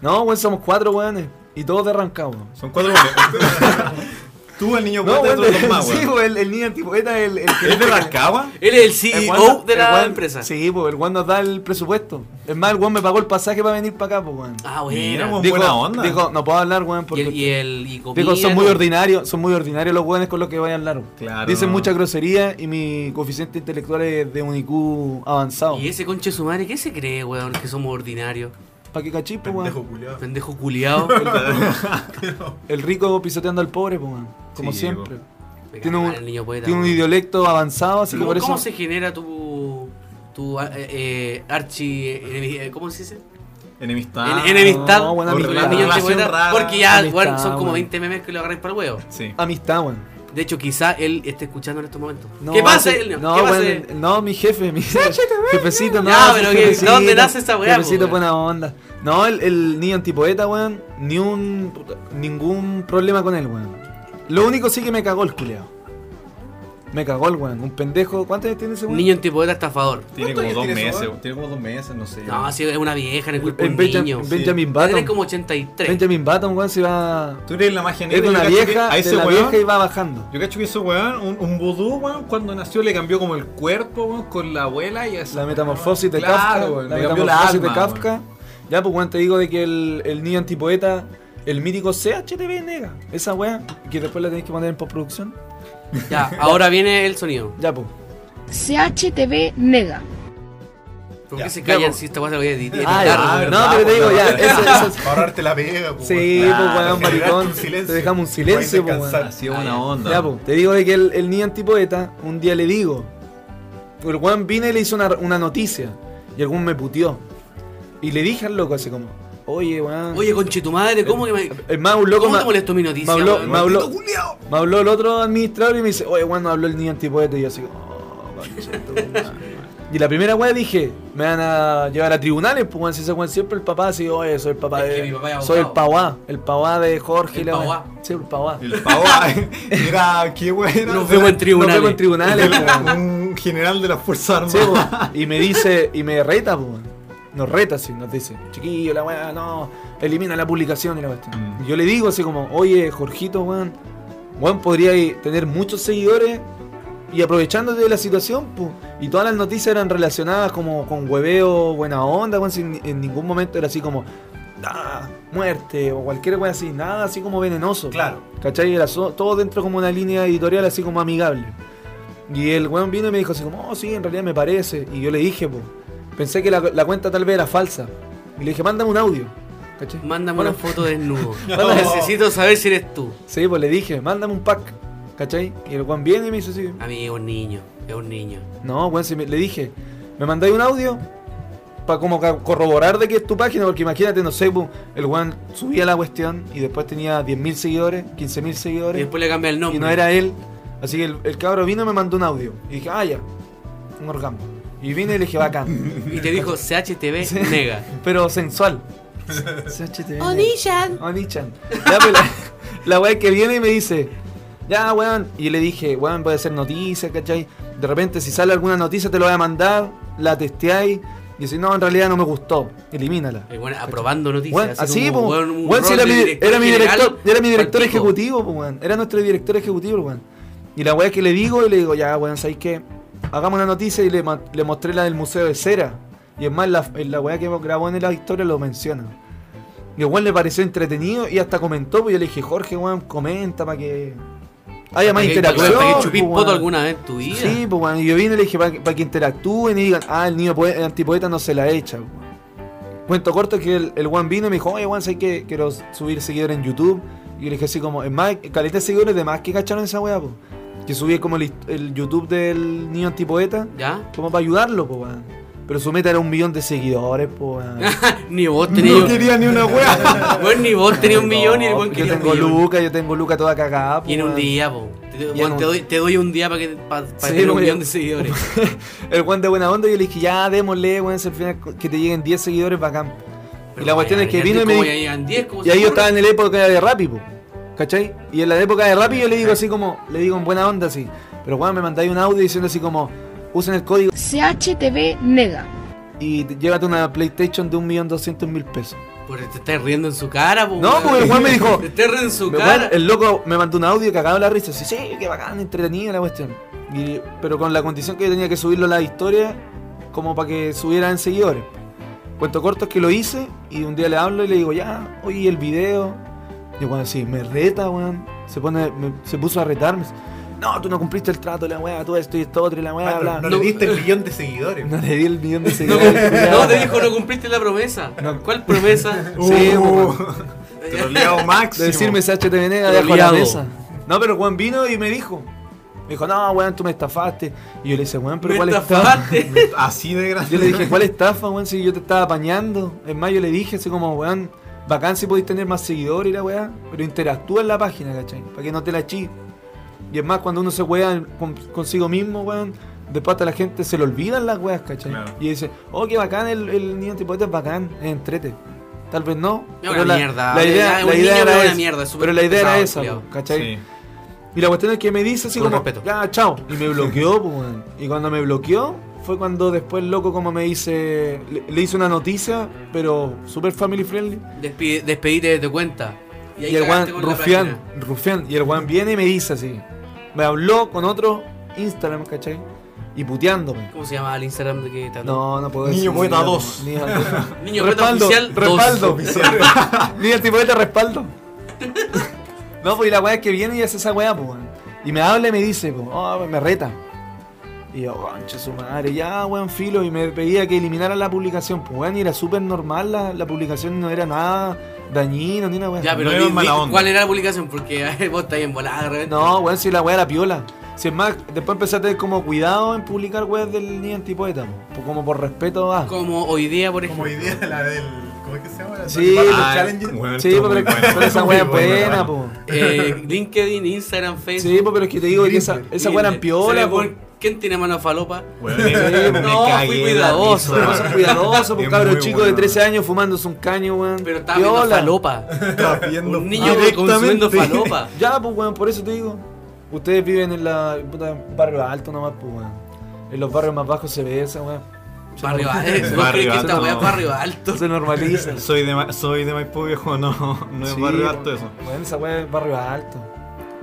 Speaker 1: No, weón, somos cuatro, weones. Y todos de Rancagua.
Speaker 3: Son cuatro weones. Tú, el niño,
Speaker 1: No,
Speaker 3: cuatro,
Speaker 1: weón,
Speaker 3: otros dos más,
Speaker 1: sí,
Speaker 3: weón.
Speaker 1: weón, el, el niño antipoeta, el, el que
Speaker 3: ¿Es de Rancagua?
Speaker 2: Él es el
Speaker 1: El
Speaker 2: CEO
Speaker 1: weón-
Speaker 2: de
Speaker 1: el
Speaker 2: la
Speaker 1: weón-
Speaker 2: empresa.
Speaker 1: Sí, pues el weón nos da el presupuesto. Es más, el weón me pagó el pasaje para venir para acá, pues weón.
Speaker 2: Ah,
Speaker 3: Mira,
Speaker 2: bueno.
Speaker 3: weón. buena onda.
Speaker 1: Dijo, no puedo hablar, weón,
Speaker 2: Y
Speaker 1: porque.
Speaker 2: el, y el y comida,
Speaker 1: dijo, son muy
Speaker 2: ¿no?
Speaker 1: ordinarios, son muy ordinarios los weones con los que voy a hablar. weón.
Speaker 3: Claro.
Speaker 1: Dicen mucha grosería y mi coeficiente intelectual es de un IQ avanzado.
Speaker 2: Y ese conche su madre, ¿qué se cree, weón? Que somos ordinarios.
Speaker 1: Pa' que cachipo,
Speaker 4: Pendejo
Speaker 1: weón.
Speaker 4: culiao.
Speaker 2: Pendejo culiao.
Speaker 1: El rico pisoteando al pobre, pues weón. Como
Speaker 3: Sí,
Speaker 1: siempre.
Speaker 2: Me
Speaker 1: Tiene
Speaker 2: cae
Speaker 1: un-
Speaker 2: mal el niño poeta,
Speaker 1: Tiene un
Speaker 2: weón.
Speaker 1: idiolecto avanzado, así que
Speaker 2: ¿Cómo,
Speaker 1: por eso.
Speaker 2: cómo se genera tu. tu eh, eh, archi. enemi- eh, ¿Cómo se dice?
Speaker 3: Enemistad.
Speaker 2: En- enemistad.
Speaker 1: Ah, no, buena
Speaker 2: con
Speaker 1: amistad.
Speaker 2: el niño
Speaker 3: Relación
Speaker 2: antipoeta,
Speaker 3: rara.
Speaker 2: porque ya
Speaker 1: Amistad,
Speaker 2: weón, son como
Speaker 1: weón.
Speaker 2: 20 memes que lo agarráis para el huevo.
Speaker 3: Sí.
Speaker 1: Amistad, weón.
Speaker 2: De hecho, quizá él esté escuchando en estos momentos.
Speaker 1: No,
Speaker 2: ¿Qué pasa,
Speaker 1: sí,
Speaker 2: Elio?
Speaker 1: No,
Speaker 2: ¿Qué
Speaker 1: weón,
Speaker 2: pasa?
Speaker 1: el- no, mi jefe, mi jefecito, no.
Speaker 2: Ya,
Speaker 1: sí,
Speaker 2: pero que-
Speaker 1: jefecito,
Speaker 2: ¿dónde nace esa weá,
Speaker 1: Jefecito
Speaker 2: po, weón?
Speaker 1: buena onda. No, el, el niño antipoeta, weón, ni un ningún problema con él, weón. Lo único sí que me cagó el culeado. Me cagó el weón, un pendejo. ¿Cuántos años tiene ese
Speaker 2: Un
Speaker 1: weón?
Speaker 2: niño antipoeta estafador.
Speaker 3: Tiene
Speaker 4: ¿Cuántos
Speaker 3: como
Speaker 4: años
Speaker 3: dos
Speaker 4: tiene ese
Speaker 3: meses,
Speaker 4: weón?
Speaker 3: tiene como dos meses, no sé.
Speaker 2: No, si es una vieja, le culpa
Speaker 1: El
Speaker 2: un
Speaker 1: Benja-
Speaker 2: niño.
Speaker 1: Benjamin
Speaker 2: Tiene
Speaker 1: Button.
Speaker 2: como 83.
Speaker 1: Benjamin Button, weón, se va.
Speaker 3: Tú eres la magia negra.
Speaker 1: Es de
Speaker 3: yo
Speaker 1: una
Speaker 3: cacho que
Speaker 1: vieja,
Speaker 3: a
Speaker 1: de
Speaker 3: ese
Speaker 1: la
Speaker 3: weón,
Speaker 1: vieja y va bajando.
Speaker 3: Yo cacho que ese weón, un, un vudú, weón, cuando nació le cambió como el cuerpo, weón, con la abuela y esa.
Speaker 1: La metamorfosis de
Speaker 3: Claro,
Speaker 1: Kafka.
Speaker 3: weón,
Speaker 1: la
Speaker 3: le cambió
Speaker 1: metamorfosis
Speaker 3: la
Speaker 1: de
Speaker 3: alma,
Speaker 1: Kafka. Ya, pues, weón, te digo de que el, el niño antipoeta, el mítico CHTV nega. Esa weá, que después la tenés que poner en postproducción.
Speaker 2: Ya, ahora viene el sonido.
Speaker 1: Ya, pues.
Speaker 5: CHTV nega.
Speaker 2: ¿Por
Speaker 3: Ya,
Speaker 2: qué se callan
Speaker 1: ya, pues.
Speaker 2: si esta cosa la voy a editar?
Speaker 1: Ah,
Speaker 3: Ah,
Speaker 1: ya,
Speaker 3: verdad,
Speaker 1: no, pero te digo, ya,
Speaker 3: verdad.
Speaker 1: eso, eso.
Speaker 4: Para ahorrarte la pega, po,
Speaker 1: Sí,
Speaker 4: weón.
Speaker 1: pues,
Speaker 3: Claro,
Speaker 1: weón, maricón.
Speaker 4: un silencio.
Speaker 1: Te dejamos un
Speaker 4: Para
Speaker 1: silencio, pues,
Speaker 4: descansar.
Speaker 1: weón.
Speaker 3: Ha sido
Speaker 2: Ah,
Speaker 3: una
Speaker 2: ya.
Speaker 3: onda.
Speaker 1: Ya, pues, te digo de que el, el niño antipoeta, un día le digo, el weón vine y le hizo una, una noticia. Y el weón me puteó. Y le dije al loco así como, oye, weón.
Speaker 2: Oye, conche tu madre, ¿cómo que me.?
Speaker 1: Es Eh, más, un loco
Speaker 2: ¿Cómo
Speaker 1: me-
Speaker 2: te molestó mi noticia?
Speaker 1: me habló-
Speaker 2: weón?
Speaker 1: me habló-
Speaker 4: ¡Maldito Ah, culiao!
Speaker 1: Me habló el otro administrador y me dice, oye, weón, no habló el niño antipoeta. Y yo así, como, oh, concha tu madre. Y la primera weá dije, me van a llevar a tribunales, pues weón, si ese weón siempre el papá así, oye, soy el papá
Speaker 2: Es que
Speaker 1: de.
Speaker 2: mi papá es
Speaker 1: soy el
Speaker 2: abogado.
Speaker 1: pawá, el pawá de Jorge.
Speaker 2: El
Speaker 1: la weá.
Speaker 2: pawá.
Speaker 1: Sí, el pawá.
Speaker 3: El pavo, mira, qué bueno.
Speaker 2: Nos vemos en tribunales.
Speaker 1: Nos vemos en tribunales, pues, weón.
Speaker 3: Un general de las Fuerzas
Speaker 1: Sí,
Speaker 3: Armadas.
Speaker 1: po. y me dice, y me reta, po. nos reta así, nos dice, chiquillo, la weá, no, elimina la publicación y la cuestión.
Speaker 3: Mm.
Speaker 1: Y Yo le digo así como, oye, Jorgito, weón, weón, podría tener muchos seguidores y aprovechándote de la situación, po. y todas las noticias eran relacionadas como con hueveo, buena onda, weón, sin- en ningún momento era así como, ah, muerte, o cualquier weá así, nada así como venenoso.
Speaker 4: Claro.
Speaker 1: ¿Cachai? Era so- todo dentro como una línea editorial así como amigable. Y el weón vino y me dijo así como, oh sí, en realidad me parece. Y yo le dije, pues, pensé que la, la cuenta tal vez era falsa. Y le dije, mándame un audio. ¿Cachai?
Speaker 2: Mándame
Speaker 1: Bueno,
Speaker 2: una foto desnudo.
Speaker 3: No.
Speaker 2: Necesito saber si eres tú.
Speaker 1: Sí, pues le dije, mándame un pack. ¿Cachai? Y el weón viene y me dice así,
Speaker 2: A mí es un niño, es un niño.
Speaker 1: no, weón, si me- le dije, me mandáis un audio para como ca- corroborar de que es tu página, porque imagínate, no sé, po, el weón subía la cuestión y después tenía 10.000 seguidores, 15.000
Speaker 2: Y
Speaker 1: seguidores.
Speaker 2: después le cambié el nombre.
Speaker 1: Y no era él. Así que el, el cabro vino y me mandó un audio. Y dije, ah, ya, un orgasmo. Y vine y le dije, bacán.
Speaker 2: Y te dijo CHTV nega.
Speaker 1: Pero sensual. Onichan. Onichan. Ya, pues, la, la weá que viene y me dice, ya, weón. Y le dije, weón, puede ser noticia, ¿cachai? De repente, si sale alguna noticia, te lo voy a mandar, la testeáis. Y si no, en realidad no me gustó, elimínala.
Speaker 2: Eh, bueno, aprobando noticias.
Speaker 1: Weón, así,
Speaker 2: como,
Speaker 1: po.
Speaker 2: weón, un
Speaker 1: Weón, si
Speaker 2: rol
Speaker 1: era,
Speaker 2: de
Speaker 1: mi, era mi
Speaker 2: general
Speaker 1: director, era mi director
Speaker 2: palpico.
Speaker 1: ejecutivo, po, weón. Era nuestro director ejecutivo, weón. Y la weá que le digo, y le digo, ya, weón, ¿sabéis qué? Hagamos una noticia y le, ma- le mostré la del Museo de Cera. Y es más, la, en la weá que grabó en la historia lo menciona. Y el weón le pareció entretenido y hasta comentó, pues yo le dije, Jorge, weón, comenta para que haya más
Speaker 2: Para que-
Speaker 1: interacción.
Speaker 2: Para que
Speaker 1: po,
Speaker 2: chupís
Speaker 1: weón".
Speaker 2: poto alguna vez en tu vida.
Speaker 1: Sí, pues bueno, y yo vine y le dije para que, pa' que interactúen y digan, ah, el niño poe- el antipoeta no se la echa. po". Cuento corto que el, el Juan vino y me dijo, oye Juan, sé que quiero subir seguidores en YouTube. Y yo le dije así como, es más, caleta de seguidores de más que cacharon esa weá, po. Que subí como el, hist- el YouTube del niño antipoeta,
Speaker 2: ¿Ya?
Speaker 1: como para ayudarlo, po, weón. Pero su meta era un millón de seguidores, po, weón.
Speaker 2: ni vos tenías.
Speaker 3: No quería ni una wea.
Speaker 2: Weón, ni vos tenías un millón y el weón
Speaker 1: pues, Yo
Speaker 2: quería un
Speaker 1: tengo
Speaker 2: millón.
Speaker 1: Luca, yo tengo Luca toda cagada, po,
Speaker 2: Y en un
Speaker 1: weón.
Speaker 2: día, po. Te,
Speaker 1: en
Speaker 2: weón,
Speaker 1: un-
Speaker 2: te doy, te doy un día para que pa- pa
Speaker 1: Sí,
Speaker 2: tener un
Speaker 1: weón.
Speaker 2: millón de seguidores.
Speaker 1: El Juan de buena onda, yo le dije, ya démosle, weón, si al final que te lleguen 10 seguidores, bacán.
Speaker 2: Pero
Speaker 1: y la cuestión
Speaker 2: ya,
Speaker 1: es que
Speaker 2: ya
Speaker 1: vino y me
Speaker 2: como
Speaker 1: di-
Speaker 2: ya llegan 10, ¿cómo
Speaker 1: Y
Speaker 2: se
Speaker 1: ahí yo
Speaker 2: ocurre?
Speaker 1: estaba en la época de Rappi, po, ¿cachai? Y en la época de Rappi yo le digo así como, le digo en buena onda así, pero Juan me mandáis un audio diciendo así como, usen el código
Speaker 5: CHTV nega.
Speaker 1: y te- llévate una PlayStation de 1.200.000 pesos.
Speaker 2: Porque te estás riendo en su cara, po.
Speaker 1: No, porque el Juan me dijo-
Speaker 2: Te estás riendo en su
Speaker 1: Me-
Speaker 2: cara.
Speaker 1: bueno, el loco me mandó un audio cagado en la risa, así, sí, qué bacán, entretenida la cuestión. Y- pero con la condición que yo tenía que subirlo a la historia como para que subieran seguidores. Cuento corto es que lo hice y un día le hablo y le digo, ya, oye, el video. Y cuando así, me reta, weón. Se, pone, me- se puso a retarme. No, tú no cumpliste el trato, la weá, tú esto y esto otro y la weá,
Speaker 4: Ah,
Speaker 1: bla.
Speaker 4: no, no
Speaker 1: No,
Speaker 4: le diste el millón de seguidores.
Speaker 1: le di el millón de
Speaker 2: No,
Speaker 1: seguidores.
Speaker 2: no, te dijo, no cumpliste la promesa.
Speaker 1: No.
Speaker 2: ¿Cuál promesa?
Speaker 1: Sí,
Speaker 3: Uh,
Speaker 2: Eh,
Speaker 3: te lo leo máximo.
Speaker 1: De decirme ese HTV nega
Speaker 2: Pero
Speaker 1: debajo de la
Speaker 2: liado.
Speaker 1: mesa. No, pero Juan vino y me dijo. Me dijo, no, weón, tú me estafaste. Y yo le dije, weón, pero
Speaker 2: me
Speaker 1: ¿cuál estafa?
Speaker 2: estafaste.
Speaker 3: Así de grande.
Speaker 1: Yo le dije, ¿cuál estafa, weón? Si yo te estaba apañando. En mayo le dije, así como, weón, bacán si podéis tener más seguidores y la weá. Pero interactúa en la página, ¿cachai? Para que no te la chi. Y es más, cuando uno se wea con- consigo mismo, weón, después hasta la gente se le olvidan las weas, ¿cachai?
Speaker 3: Claro.
Speaker 1: Y dice, oh, qué bacán, el, el niño antipoeta es bacán, es entrete. Tal vez no.
Speaker 2: Es
Speaker 1: pero
Speaker 2: una
Speaker 1: la,
Speaker 2: mierda.
Speaker 1: La idea,
Speaker 2: Ya,
Speaker 1: la
Speaker 2: un
Speaker 1: idea
Speaker 2: niño
Speaker 1: era
Speaker 2: es una
Speaker 1: esa.
Speaker 2: mierda, es súper
Speaker 1: pero la idea era
Speaker 2: pesado,
Speaker 1: esa,
Speaker 2: culiao.
Speaker 1: ¿cachai?
Speaker 3: Sí.
Speaker 1: Y la cuestión es que me dice así
Speaker 2: Con
Speaker 1: como,
Speaker 2: respeto.
Speaker 1: ya, chao. Y me bloqueó, pues, weón. Y cuando me bloqueó, fue cuando después el loco como me dice, le, le hice una noticia, pero super family friendly.
Speaker 2: Despide- despedite de tu cuenta.
Speaker 1: Y,
Speaker 2: ahí
Speaker 1: el
Speaker 2: cagaste
Speaker 1: Juan,
Speaker 2: con la
Speaker 1: rufián,
Speaker 2: página.
Speaker 1: rufián. Y el Juan viene y me dice así. Me habló con otro Instagram, ¿cachai? Y puteándome.
Speaker 2: ¿Cómo se llama el Instagram de que te habló?
Speaker 1: No, no puedo
Speaker 3: Niño
Speaker 1: decir.
Speaker 3: poeta
Speaker 1: ni-
Speaker 3: dos.
Speaker 1: ni-
Speaker 2: Niño
Speaker 1: respaldo,
Speaker 2: Poeta Oficial
Speaker 1: respaldo.
Speaker 2: 2.
Speaker 1: Mira, el tipo de te respaldo. No, pues y la weá que viene y hace esa weá, pues. weón. Y me habla y me dice, pues, oh, me reta. Y yo, concha su madre, ya, weón, filo. Y me pedía que eliminara la publicación, pues, weón, y era súper normal la, la publicación, no era nada dañino ni una weá.
Speaker 2: Ya, pero
Speaker 3: No era
Speaker 2: di-
Speaker 3: mala
Speaker 2: di-
Speaker 3: onda.
Speaker 2: ¿cuál era la publicación? Porque vos estáis en volada de repente.
Speaker 1: No, weón, si la weá era piola. Si es más, después empecé a tener como cuidado en publicar webs del niño antipoeta, po, po- como por respeto a.
Speaker 2: Como hoy día, por ejemplo.
Speaker 4: Como hoy día la del. ¿Cómo es que se llama? La
Speaker 1: Sí,
Speaker 4: Tony
Speaker 1: los
Speaker 4: Parker Challenger.
Speaker 3: weón,
Speaker 1: Sí,
Speaker 3: estuvo
Speaker 1: po, pero,
Speaker 3: muy bueno.
Speaker 1: pero esa
Speaker 4: Muy
Speaker 1: wea es
Speaker 4: bueno,
Speaker 1: buena,
Speaker 4: weón.
Speaker 1: po.
Speaker 2: Eh, LinkedIn, Instagram,
Speaker 1: Sí,
Speaker 2: Facebook.
Speaker 1: po, pero es que te digo que esa, esa wea
Speaker 2: Tinder.
Speaker 1: era piola, pues.
Speaker 2: Se le
Speaker 1: po.
Speaker 2: pone, ¿Quién tiene mano a falopa?
Speaker 3: Weón, me
Speaker 2: No, fui
Speaker 3: cagué de la
Speaker 2: cuidadoso.
Speaker 1: Pero
Speaker 3: risa.
Speaker 1: pasa cuidadoso, po,
Speaker 3: Es
Speaker 1: cabro
Speaker 3: muy
Speaker 1: chico de
Speaker 3: bueno.
Speaker 1: 13 años fumándose un caño, weón.
Speaker 2: Pero estaba viendo
Speaker 1: Piola.
Speaker 2: falopa.
Speaker 4: Estaba viendo
Speaker 2: Un niño
Speaker 4: directamente.
Speaker 2: consumiendo falopa.
Speaker 1: Ya, pues, weón, por eso te digo. Ustedes viven en la puta, barrio alto nomás, pues, weón. En los barrios más bajos se ve esa, weón. Se
Speaker 2: Barrio
Speaker 1: norma-
Speaker 2: alto. eh, ¿Vos crees
Speaker 3: Barrio
Speaker 2: que esta
Speaker 3: alto.
Speaker 2: weá es barrio alto?
Speaker 1: Se normaliza.
Speaker 3: Soy de, Ma- soy de Maipú, viejo, no, no es
Speaker 1: Sí,
Speaker 3: barrio
Speaker 1: weón.
Speaker 3: alto eso.
Speaker 1: Weón, esa weón es barrio alto.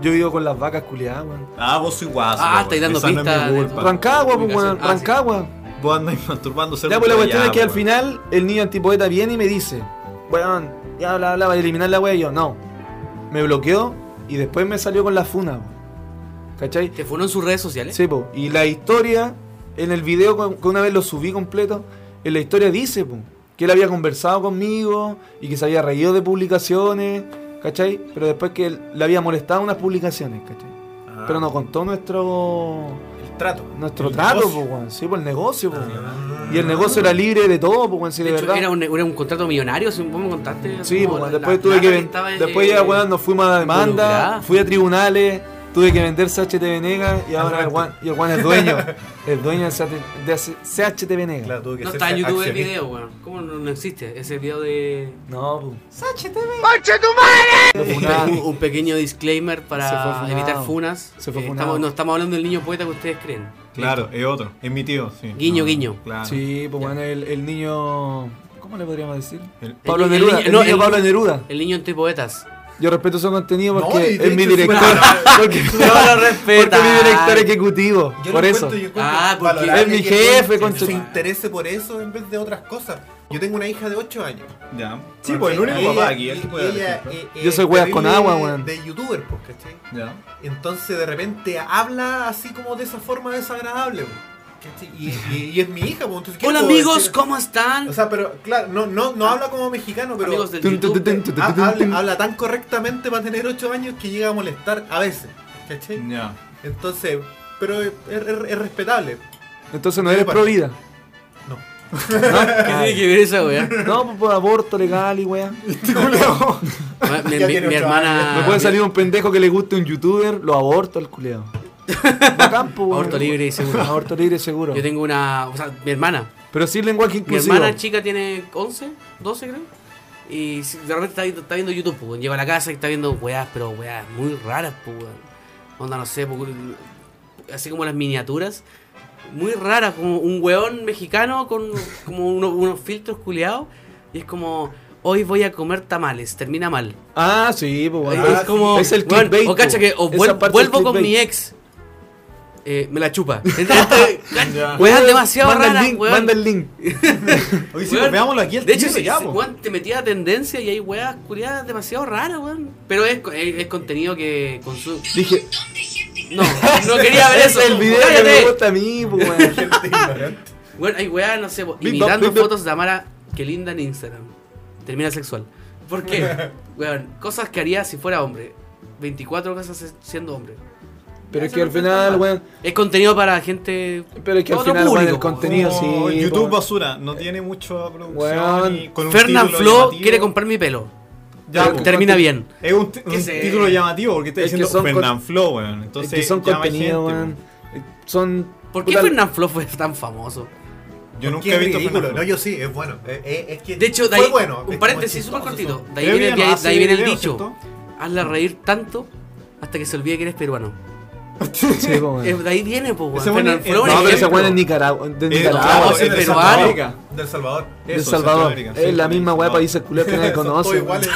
Speaker 1: Yo vivo con las vacas culiadas, weón.
Speaker 3: Ah, vos soy guaso.
Speaker 2: Ah,
Speaker 3: weón.
Speaker 2: estáis dando
Speaker 3: Esa no es mi
Speaker 2: pistas de
Speaker 3: culpa.
Speaker 2: tu-
Speaker 1: Rancagua, pues,
Speaker 2: ubicación.
Speaker 1: weón.
Speaker 2: Ah, sí.
Speaker 1: Rancagua.
Speaker 3: Vos andáis masturbándose.
Speaker 1: Ya, pues la cuestión es que al final el niño antipoeta viene y me dice, weón, ya bla bla, va a eliminar la wea y yo, no. Me bloqueó y después me salió con la funa, weón. ¿Cachai?
Speaker 2: ¿Te fueron en sus redes sociales?
Speaker 1: Sí, po. Y la historia, en el video con- que una vez lo subí completo, en la historia dice, po, que él había conversado conmigo y que se había reído de publicaciones, ¿cachai? Pero después que él- le había molestado unas publicaciones, ¿cachai?
Speaker 4: Ah.
Speaker 1: Pero nos contó nuestro
Speaker 4: El trato.
Speaker 1: nuestro
Speaker 4: El
Speaker 1: trato,
Speaker 4: negocio.
Speaker 1: po, weón. Sí, por el negocio, po.
Speaker 4: Ah.
Speaker 1: Y el negocio era libre de todo, po, weón, sí, de
Speaker 2: De hecho,
Speaker 1: verdad.
Speaker 2: era un, era un contrato millonario, si vos me contaste.
Speaker 1: Sí,
Speaker 2: como
Speaker 1: po,
Speaker 2: la-
Speaker 1: después
Speaker 2: la
Speaker 1: tuve que
Speaker 2: plata
Speaker 1: ven-
Speaker 2: estaba,
Speaker 1: Después
Speaker 2: eh,
Speaker 1: ya, weón, nos fuimos a la demanda,
Speaker 2: involucrada.
Speaker 1: fui a tribunales, tuve que vender CHT Venegas y ahora el Juan, y el Juan es dueño. el dueño de CHT de CHT Venegas.
Speaker 4: Claro, tuvo que
Speaker 2: No
Speaker 4: ser
Speaker 2: está en YouTube el
Speaker 4: accionista.
Speaker 2: video, weón. ¿Cómo no, no existe ese video de...
Speaker 1: No, po.
Speaker 2: Un, un pequeño disclaimer
Speaker 1: Se fue
Speaker 2: para
Speaker 1: funado.
Speaker 2: evitar funas.
Speaker 1: Se fue
Speaker 2: Eh,
Speaker 1: funado.
Speaker 2: estamos, no estamos hablando del niño poeta que ustedes creen.
Speaker 3: Claro, es otro. Es mi tío, sí.
Speaker 2: Guiño, guiño.
Speaker 3: Claro.
Speaker 1: Sí, pues bueno, el, el niño. ¿Cómo le podríamos decir?
Speaker 3: El-
Speaker 1: Pablo
Speaker 2: el
Speaker 1: Neruda.
Speaker 2: niño-
Speaker 1: el
Speaker 2: no,
Speaker 1: niño
Speaker 2: el-
Speaker 1: Pablo Neruda.
Speaker 2: El niño entre poetas.
Speaker 1: Yo respeto su contenido
Speaker 4: No,
Speaker 1: porque
Speaker 4: y de
Speaker 1: es mi
Speaker 4: hecho,
Speaker 1: director.
Speaker 4: súper-
Speaker 1: Porque,
Speaker 2: No lo respeta.
Speaker 1: porque mi director ejecutivo.
Speaker 4: Yo
Speaker 1: por
Speaker 4: lo
Speaker 1: eso.
Speaker 4: encuentro- yo encuentro
Speaker 2: Ah, porque
Speaker 4: valorable
Speaker 1: es mi
Speaker 4: que
Speaker 1: jefe,
Speaker 4: se-
Speaker 1: concha-
Speaker 4: Se interese por eso en vez de otras cosas. Yo tengo una hija de 8 años.
Speaker 3: Ya.
Speaker 1: Sí, pues, el
Speaker 4: ¿cachai?
Speaker 1: único
Speaker 4: Y
Speaker 3: papá
Speaker 4: ella-
Speaker 3: aquí, el que puede
Speaker 4: y
Speaker 3: dar
Speaker 4: ella,
Speaker 3: ejemplo.
Speaker 4: eh, eh,
Speaker 1: Yo soy weas con
Speaker 4: terrible
Speaker 1: agua, weón.
Speaker 4: De youtuber, pues, ¿cachai?
Speaker 3: Ya.
Speaker 4: Entonces de repente habla así como de esa forma desagradable. po. ¿Cachai? Y, y- y es mi hija. po, entonces, ¿qué
Speaker 2: Hola
Speaker 4: le puedo
Speaker 2: amigos,
Speaker 4: decir?
Speaker 2: ¿cómo están?
Speaker 4: O sea, pero claro, no, no, no habla como mexicano, pero
Speaker 2: amigos del
Speaker 1: Tun,
Speaker 2: YouTube.
Speaker 1: tun, tun, tun,
Speaker 4: ha-
Speaker 1: tun, tun.
Speaker 4: habla, habla tan correctamente para tener 8 años que llega a molestar a veces. ¿Cachai?
Speaker 2: Mm.
Speaker 3: Ya.
Speaker 4: Entonces, pero es, es- es respetable.
Speaker 1: Entonces no eres
Speaker 4: Epa.
Speaker 1: pro vida.
Speaker 4: No.
Speaker 2: ¿Qué
Speaker 1: No,
Speaker 2: tiene que ver esa weá?
Speaker 1: no pues, por aborto legal y weá.
Speaker 2: Mi,
Speaker 4: Ya
Speaker 2: mi-
Speaker 4: tiene
Speaker 2: mi
Speaker 4: ocho
Speaker 2: hermana...
Speaker 1: Me puede salir un pendejo que le guste un youtuber, lo aborto al culeado. campo, weón.
Speaker 2: Aborto libre y seguro.
Speaker 1: Aborto libre y seguro.
Speaker 2: Yo tengo una... O sea, mi hermana.
Speaker 1: Pero Pues sí lenguaje
Speaker 2: Mi
Speaker 1: inclusivo.
Speaker 2: hermana chica tiene 11, 12 creo. Y si- de repente está viendo, está viendo YouTube, pues, Lleva a la casa y está viendo weas, pero weas muy raras, pues, weón. Onda, no sé, pues, así como las miniaturas. Muy raras, como un weón mexicano con como uno- unos filtros culeados. Y es como, hoy voy a comer tamales, termina mal.
Speaker 1: Ah, sí, pues bueno.
Speaker 2: es
Speaker 1: Ah,
Speaker 2: como,
Speaker 1: sí. es el
Speaker 2: weón,
Speaker 1: clickbait. pues.
Speaker 2: o cacha que, o
Speaker 1: Esa
Speaker 2: vuel-
Speaker 1: parte es
Speaker 2: vuelvo con
Speaker 1: clickbait.
Speaker 2: mi ex. Eh, me la chupa. Entonces, weas
Speaker 1: Weón,
Speaker 2: demasiado
Speaker 1: manda el
Speaker 2: raras,
Speaker 1: link,
Speaker 2: weón.
Speaker 1: Manda el link.
Speaker 3: Oye, sí,
Speaker 2: Weón,
Speaker 3: pues, veámoslo aquí el
Speaker 2: De hecho,
Speaker 3: tío,
Speaker 2: si,
Speaker 3: ya,
Speaker 2: si,
Speaker 3: po.
Speaker 2: weón, te metía a tendencia y hay weas curiadas demasiado raras, weón. Pero es, co- es, es contenido que consume.
Speaker 1: Dije,
Speaker 2: No, no quería ver eso.
Speaker 1: es el video que
Speaker 2: cállate.
Speaker 1: me gusta a mí, pues weón.
Speaker 4: Gente ignorante.
Speaker 2: Weón, hay weas, no sé, po,
Speaker 1: Bip,
Speaker 2: imitando
Speaker 1: bap, bip,
Speaker 2: fotos de Amara que linda en Instagram. Termina sexual. ¿Por qué? Weón, cosas que haría si fuera hombre. 24 cosas siendo hombre.
Speaker 1: Pero es
Speaker 2: Eso
Speaker 1: que
Speaker 2: no
Speaker 1: al
Speaker 2: es
Speaker 1: final,
Speaker 2: normal.
Speaker 1: weón.
Speaker 2: Es contenido para gente.
Speaker 1: Pero es que al
Speaker 2: Otro
Speaker 1: final, weón,
Speaker 2: público,
Speaker 1: el
Speaker 2: po.
Speaker 1: contenido sí.
Speaker 3: Como Oh, YouTube
Speaker 1: po.
Speaker 3: basura, no tiene mucho producción.
Speaker 1: Weón.
Speaker 3: y con un
Speaker 2: Fernand
Speaker 3: título
Speaker 2: Flo
Speaker 3: llamativo.
Speaker 2: quiere comprar mi pelo.
Speaker 3: Ya,
Speaker 1: Pero
Speaker 3: po.
Speaker 2: Termina bien.
Speaker 3: Es un, t-
Speaker 2: Que
Speaker 3: un
Speaker 2: se-
Speaker 3: título llamativo porque está
Speaker 1: Es que
Speaker 3: diciendo
Speaker 1: son
Speaker 3: Fernand Flo, weón.
Speaker 1: Es
Speaker 3: Entonces,
Speaker 1: que son
Speaker 3: llama
Speaker 1: contenido,
Speaker 3: gente,
Speaker 1: weón. Eh, Son.
Speaker 2: ¿Por qué
Speaker 1: puta-
Speaker 2: Fernand Flo fue tan famoso?
Speaker 3: weón. Yo nunca
Speaker 4: Qué
Speaker 3: he visto
Speaker 4: ridículo.
Speaker 3: Fernand
Speaker 4: No,
Speaker 3: Flo.
Speaker 4: yo sí, es bueno. Eh, eh, es que
Speaker 2: De hecho, de
Speaker 4: fue
Speaker 2: ahí-
Speaker 4: bueno.
Speaker 2: un
Speaker 4: Es
Speaker 2: paréntesis
Speaker 4: como
Speaker 2: súper
Speaker 4: chistoso,
Speaker 2: cortito.
Speaker 4: son-
Speaker 2: De ahí
Speaker 3: Creo que
Speaker 2: viene, el-
Speaker 3: ya no
Speaker 2: de ahí
Speaker 3: hace
Speaker 2: viene el
Speaker 3: videos,
Speaker 2: dicho.
Speaker 3: ¿cierto?
Speaker 2: Hazla reír tanto hasta que se olvide que eres peruano.
Speaker 1: Sí, po, weón.
Speaker 2: Eh, De ahí viene, pues, weón.
Speaker 3: Ese weón
Speaker 2: Fernand
Speaker 3: es-
Speaker 2: Flo,
Speaker 3: Por
Speaker 1: No, pero esa
Speaker 2: ejemplo.
Speaker 1: weón es Nicaragua. De
Speaker 3: Eh,
Speaker 1: Nicaragua.
Speaker 2: no,
Speaker 1: po,
Speaker 2: ese
Speaker 1: Ah, es de
Speaker 2: peruano.
Speaker 1: Centroamérica.
Speaker 4: Del Salvador.
Speaker 1: De
Speaker 3: Eso,
Speaker 1: Salvador. Eh,
Speaker 3: Centroamérica,
Speaker 1: Es la
Speaker 3: sí,
Speaker 1: misma weá
Speaker 3: Salvador.
Speaker 1: países culiados que nadie
Speaker 4: Son todos
Speaker 1: conoce. weón.
Speaker 4: iguales.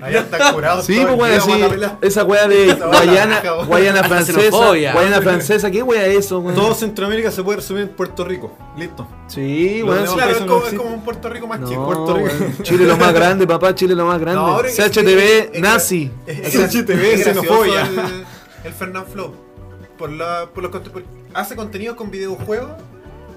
Speaker 4: Allá están curados.
Speaker 1: Sí,
Speaker 4: todos
Speaker 1: pues weón,
Speaker 4: el día,
Speaker 1: así.
Speaker 4: guatapela.
Speaker 1: Esa weá de
Speaker 4: Esa weá
Speaker 1: Guayana,
Speaker 4: naranja, weón.
Speaker 1: Guayana
Speaker 2: Hasta
Speaker 1: francesa.
Speaker 2: xenofobia.
Speaker 1: Guayana francesa, ¿qué weá es eso, weón?
Speaker 3: Todo Centroamérica se puede resumir en Puerto Rico. Listo.
Speaker 1: Sí,
Speaker 3: Los
Speaker 1: weón.
Speaker 3: demás
Speaker 1: sí.
Speaker 4: Claro, es
Speaker 3: eso no
Speaker 4: como, es
Speaker 3: existe.
Speaker 4: como un Puerto Rico más
Speaker 1: No,
Speaker 4: chico.
Speaker 3: Puerto Rico.
Speaker 1: weón. Chile lo más grande, papá, Chile lo más grande.
Speaker 4: No, ahora que
Speaker 1: CHTV,
Speaker 4: sí, es-
Speaker 1: nazi.
Speaker 4: es-
Speaker 3: O sea, si te
Speaker 4: es
Speaker 3: ves,
Speaker 4: gracioso
Speaker 3: xenofobia.
Speaker 4: El, el Fernand Flow. Por la, por los, conte- por- hace contenidos con videojuegos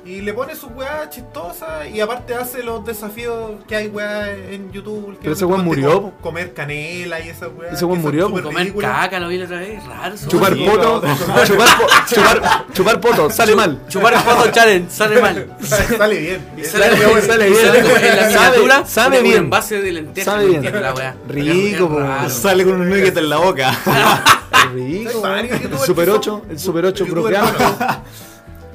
Speaker 4: Y le pone sus weas chistosas y aparte hace los desafíos que hay weas en YouTube.
Speaker 1: Pero ese weón
Speaker 4: últimamente,
Speaker 1: murió,
Speaker 4: como Comer canela y esas weas.
Speaker 1: Ese weón
Speaker 4: que son
Speaker 1: murió,
Speaker 4: súper
Speaker 2: Comer
Speaker 4: ridículas.
Speaker 2: caca, lo vi la otra vez, raro. eso.
Speaker 1: Chupar
Speaker 3: Sí,
Speaker 1: poto, chupar, po- chupar, chupar poto, sale mal.
Speaker 2: Chupar foto challenge, sale mal.
Speaker 4: Sale bien.
Speaker 2: Y
Speaker 1: Sale bien,
Speaker 2: bueno,
Speaker 1: sale
Speaker 2: y
Speaker 1: bien.
Speaker 2: sale como en la
Speaker 1: Sabe-
Speaker 2: miniatura,
Speaker 1: sabe
Speaker 2: un
Speaker 1: bien.
Speaker 2: envase de lentejas,
Speaker 1: Sabe
Speaker 2: no
Speaker 1: bien.
Speaker 2: entiendo la weá.
Speaker 1: Rico,
Speaker 2: Es
Speaker 1: po.
Speaker 2: raro.
Speaker 3: Sale con un nugget en la boca.
Speaker 1: Rico,
Speaker 4: Hay
Speaker 1: weón.
Speaker 4: varios
Speaker 1: El
Speaker 4: youtubers
Speaker 1: Super
Speaker 4: que
Speaker 1: 8,
Speaker 4: son
Speaker 1: el Super 8
Speaker 4: youtubers
Speaker 1: bloqueado.
Speaker 4: buenos.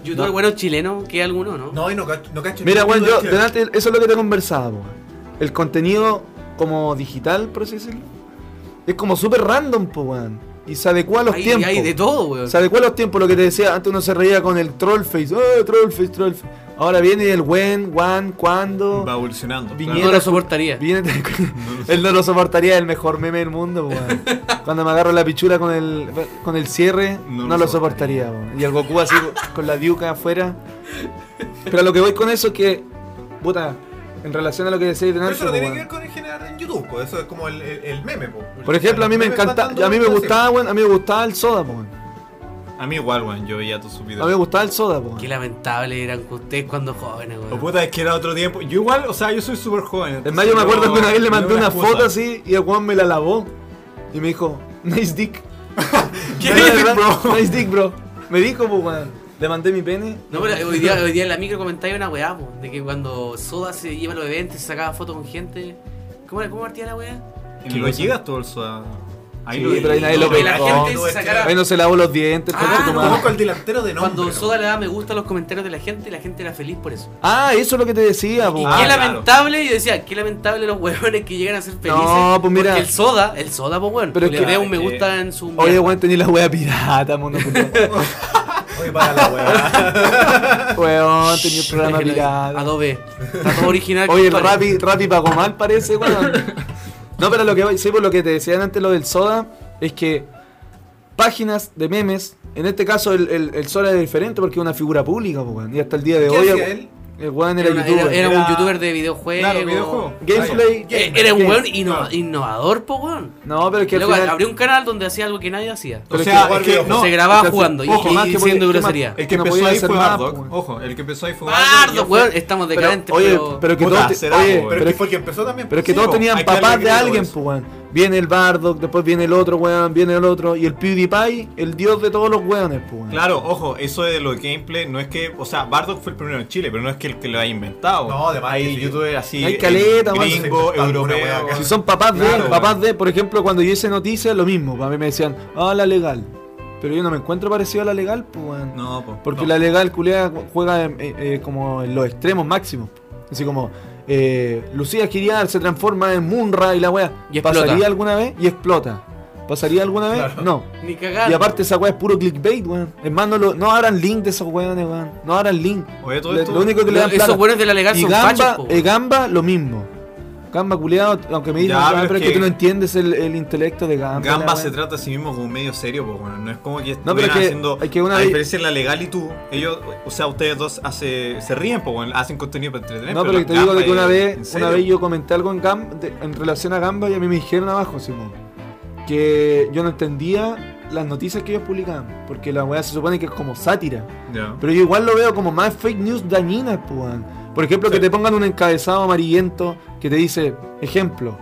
Speaker 2: Youtuber bueno chileno, que alguno, ¿no?
Speaker 4: No, y no cacho. No cacho
Speaker 1: Mira,
Speaker 4: ninguno
Speaker 1: weón, yo,
Speaker 4: de los
Speaker 1: delante, eso es lo que te conversaba, po, weón. El contenido como digital, por así decirlo, es como súper random, po, weón. Y se adecua a los
Speaker 2: hay,
Speaker 1: tiempos.
Speaker 2: hay de todo, weón.
Speaker 1: Se adecua a los tiempos, lo que te decía, antes uno se reía con el trollface, oh, trollface, trollface. Ahora viene el when, when, cuando.
Speaker 3: Va evolucionando.
Speaker 1: Viñe-
Speaker 2: No lo soportaría.
Speaker 1: Viene, él no lo soportaría, el mejor meme del mundo, weón. Cuando me agarro la pichula con el, con el cierre,
Speaker 3: No
Speaker 1: no,
Speaker 3: lo
Speaker 1: lo soportaría, weón. Y el Goku así con la diuca afuera. Pero lo que voy con eso es que, puta, en relación a lo que decís
Speaker 4: Pero
Speaker 1: delante,
Speaker 4: eso no tiene
Speaker 1: weón.
Speaker 4: que ver con el general en YouTube, pues eso es como el, el- el meme, pues. po.
Speaker 1: Por ejemplo, a mí me encanta, a mí me gustaba, weón, a mí me gustaba el soda, weón.
Speaker 3: Claro. A mí igual, weón, yo veía tus
Speaker 1: A mí me
Speaker 3: videos.
Speaker 1: gustaba el soda, weón.
Speaker 2: Qué lamentable eran ustedes cuando jóvenes, weón.
Speaker 3: Oh, puta, es que era otro tiempo. Yo igual, o sea, yo soy súper joven.
Speaker 1: En mayo me acuerdo que una vez le mandé una foto
Speaker 3: así.
Speaker 1: así y el weón me la lavó. Y me dijo, nice dick.
Speaker 3: ¿Qué
Speaker 1: No, la
Speaker 3: dices,
Speaker 1: verdad,
Speaker 3: bro?
Speaker 1: Nice dick, bro. Me dijo, pues, weón. Le mandé mi pene.
Speaker 2: No, pero hoy día, hoy día en la micro comentáis una weá, po, de que cuando Soda se lleva a los eventos y se sacaba fotos con gente. ¿Cómo, era- cómo partía la weá?
Speaker 3: Que lo llegas todo el suave. Ahí
Speaker 1: Sí,
Speaker 3: lo
Speaker 1: pero ahí nadie lo
Speaker 2: Que la
Speaker 1: pescó.
Speaker 2: gente se sacara.
Speaker 1: Ahí no se lavó los dientes,
Speaker 2: Ah,
Speaker 1: concha tu
Speaker 2: no.
Speaker 1: madre.
Speaker 4: Conozco al delantero de nombre.
Speaker 2: Cuando
Speaker 4: ¿no?
Speaker 2: Soda le daba me gusta a los comentarios de la gente, la gente era feliz por eso.
Speaker 1: Ah, eso es lo que te decía, pues.
Speaker 2: Y
Speaker 1: po.
Speaker 3: Ah,
Speaker 2: qué
Speaker 3: claro.
Speaker 2: lamentable, yo decía, qué lamentable los huevones que llegan a ser felices.
Speaker 1: No, pues mira.
Speaker 2: Porque el soda, el soda, pues
Speaker 1: Pero
Speaker 2: weón. Pero
Speaker 1: es
Speaker 2: le
Speaker 1: que-
Speaker 2: veo un me
Speaker 3: Ah, es que-
Speaker 2: gusta en su.
Speaker 1: Oye, weón, tenía la wea pirata, mono. puta.
Speaker 4: Oye, para la weá.
Speaker 1: Weón, tenía el programa
Speaker 2: Déjelo ahí.
Speaker 1: pirata.
Speaker 2: Adobe. Está todo original.
Speaker 1: Oye, el
Speaker 2: compadre.
Speaker 1: Rappi, Rappi pagó mal, parece, weón. No, pero lo que voy- sí, por lo que te decían antes lo del soda, es que páginas de memes, en este caso el, el, el soda es diferente porque es una figura pública, po, weón. Y hasta el día de
Speaker 4: ¿Qué
Speaker 1: hoy,
Speaker 4: hacía él?
Speaker 1: el weón era,
Speaker 2: Era, una- era-
Speaker 1: youtuber.
Speaker 2: era un
Speaker 3: Era-
Speaker 2: youtuber de videojuegos.
Speaker 3: Claro, videojuego. Ah.
Speaker 1: Gameplay.
Speaker 2: Eh, Era un
Speaker 1: Game.
Speaker 2: weón inno- innovador, pues weón.
Speaker 1: No, pero es que al
Speaker 2: Y Luego
Speaker 1: final...
Speaker 2: abrió un canal donde hacía algo que nadie hacía.
Speaker 3: O
Speaker 1: Pero es
Speaker 3: sea,
Speaker 1: que-
Speaker 3: es que, no,
Speaker 2: se grababa
Speaker 1: es que-
Speaker 2: jugando y,
Speaker 1: ojo,
Speaker 2: y
Speaker 1: más que
Speaker 2: diciendo
Speaker 1: podía- ¿qué más?
Speaker 2: grosería.
Speaker 3: el que
Speaker 1: no
Speaker 3: empezó
Speaker 1: podía
Speaker 3: ahí
Speaker 1: hacer
Speaker 3: fue
Speaker 1: nada,
Speaker 3: Bardock.
Speaker 1: pues.
Speaker 3: Ojo, el que empezó ahí fue Bardock. y
Speaker 2: Bardo,
Speaker 3: él fue-
Speaker 2: weón, estamos
Speaker 1: Pero,
Speaker 2: decadentes,
Speaker 1: oye,
Speaker 2: pero.
Speaker 1: pero que
Speaker 3: Puta,
Speaker 1: todos, te-
Speaker 3: será,
Speaker 1: oye, pero
Speaker 3: po,
Speaker 4: Pero
Speaker 1: es
Speaker 4: que
Speaker 1: que-
Speaker 4: fue el que empezó también.
Speaker 1: Pero es que
Speaker 4: sí,
Speaker 1: todos
Speaker 4: po.
Speaker 1: tenían
Speaker 3: hay que
Speaker 1: papás
Speaker 3: darle
Speaker 1: de
Speaker 3: crédito
Speaker 1: alguien,
Speaker 3: a eso.
Speaker 1: pues, weón. Viene el Bardock, después viene el otro, weón, viene el otro. Y el PewDiePie, el dios de todos los weones, pues, weón.
Speaker 3: Claro, ojo, eso de los gameplay no es que, o sea, Bardock fue el primero en Chile, pero no es que el que lo haya inventado.
Speaker 4: No, de más que
Speaker 3: Hay
Speaker 4: sí.
Speaker 3: youtubers así,
Speaker 1: Hay caleta,
Speaker 3: eh,
Speaker 1: weón, se
Speaker 3: gringo,
Speaker 4: inventaron una weá
Speaker 3: europeo.
Speaker 4: acá.
Speaker 1: Si son papás de,
Speaker 3: Claro,
Speaker 1: papás
Speaker 3: weón.
Speaker 1: de, por ejemplo, cuando yo hice noticias, lo mismo. A mí me decían, ah, la legal. Pero yo no me encuentro parecido a la legal, pues, weón.
Speaker 3: No, po,
Speaker 1: Porque
Speaker 3: no.
Speaker 1: la legal culea juega en- eh, eh, como en los extremos máximos. Así como, eh, Lucía Giriar se transforma en Munra y la wea.
Speaker 2: Y explota.
Speaker 1: ¿Pasaría alguna vez? Y explota. ¿Pasaría alguna vez?
Speaker 4: Claro.
Speaker 1: No.
Speaker 2: Ni cagando.
Speaker 1: Y aparte esa weá es puro clickbait, weón. Es más, no, lo- no abran link de esos weones, weón. No abran link.
Speaker 3: Oye, todo
Speaker 1: Le-
Speaker 3: esto-
Speaker 1: Lo único que le dan plata.
Speaker 2: Esos buenos de la legal
Speaker 1: y
Speaker 2: son
Speaker 1: Gamba,
Speaker 2: fachos, po,
Speaker 1: eh, Gamba, lo mismo. Gamba culeado, aunque me digan,
Speaker 3: Ya,
Speaker 1: "Ah,
Speaker 3: pero
Speaker 1: pero,
Speaker 3: es
Speaker 1: es que,
Speaker 3: que-
Speaker 1: tú no entiendes el, el intelecto de Gamba. la
Speaker 3: Gamba
Speaker 1: weá".
Speaker 3: se trata a sí mismo como un medio serio, pues bueno, no es como que
Speaker 1: pero
Speaker 3: estuvieran
Speaker 1: es que-
Speaker 3: haciendo
Speaker 1: es que una
Speaker 3: a
Speaker 1: vez-
Speaker 3: diferencia en la legal y tú, ellos, o sea, ustedes dos hace, se ríen, pues bueno, hacen contenido para entretener.
Speaker 1: No, pero que te digo
Speaker 3: Gamba
Speaker 1: de que una
Speaker 3: es-
Speaker 1: vez,
Speaker 3: en serio.
Speaker 1: una vez yo comenté algo en Gamba, de- en relación a Gamba y a mí me dijeron abajo, Simón, que yo no entendía las noticias que ellos publicaban, porque la weá se supone que es como sátira.
Speaker 3: Ya.
Speaker 1: Pero yo igual lo veo como más fake news dañinas, pues, weón. Por ejemplo, que te pongan un encabezado amarillento que te dice, ejemplo,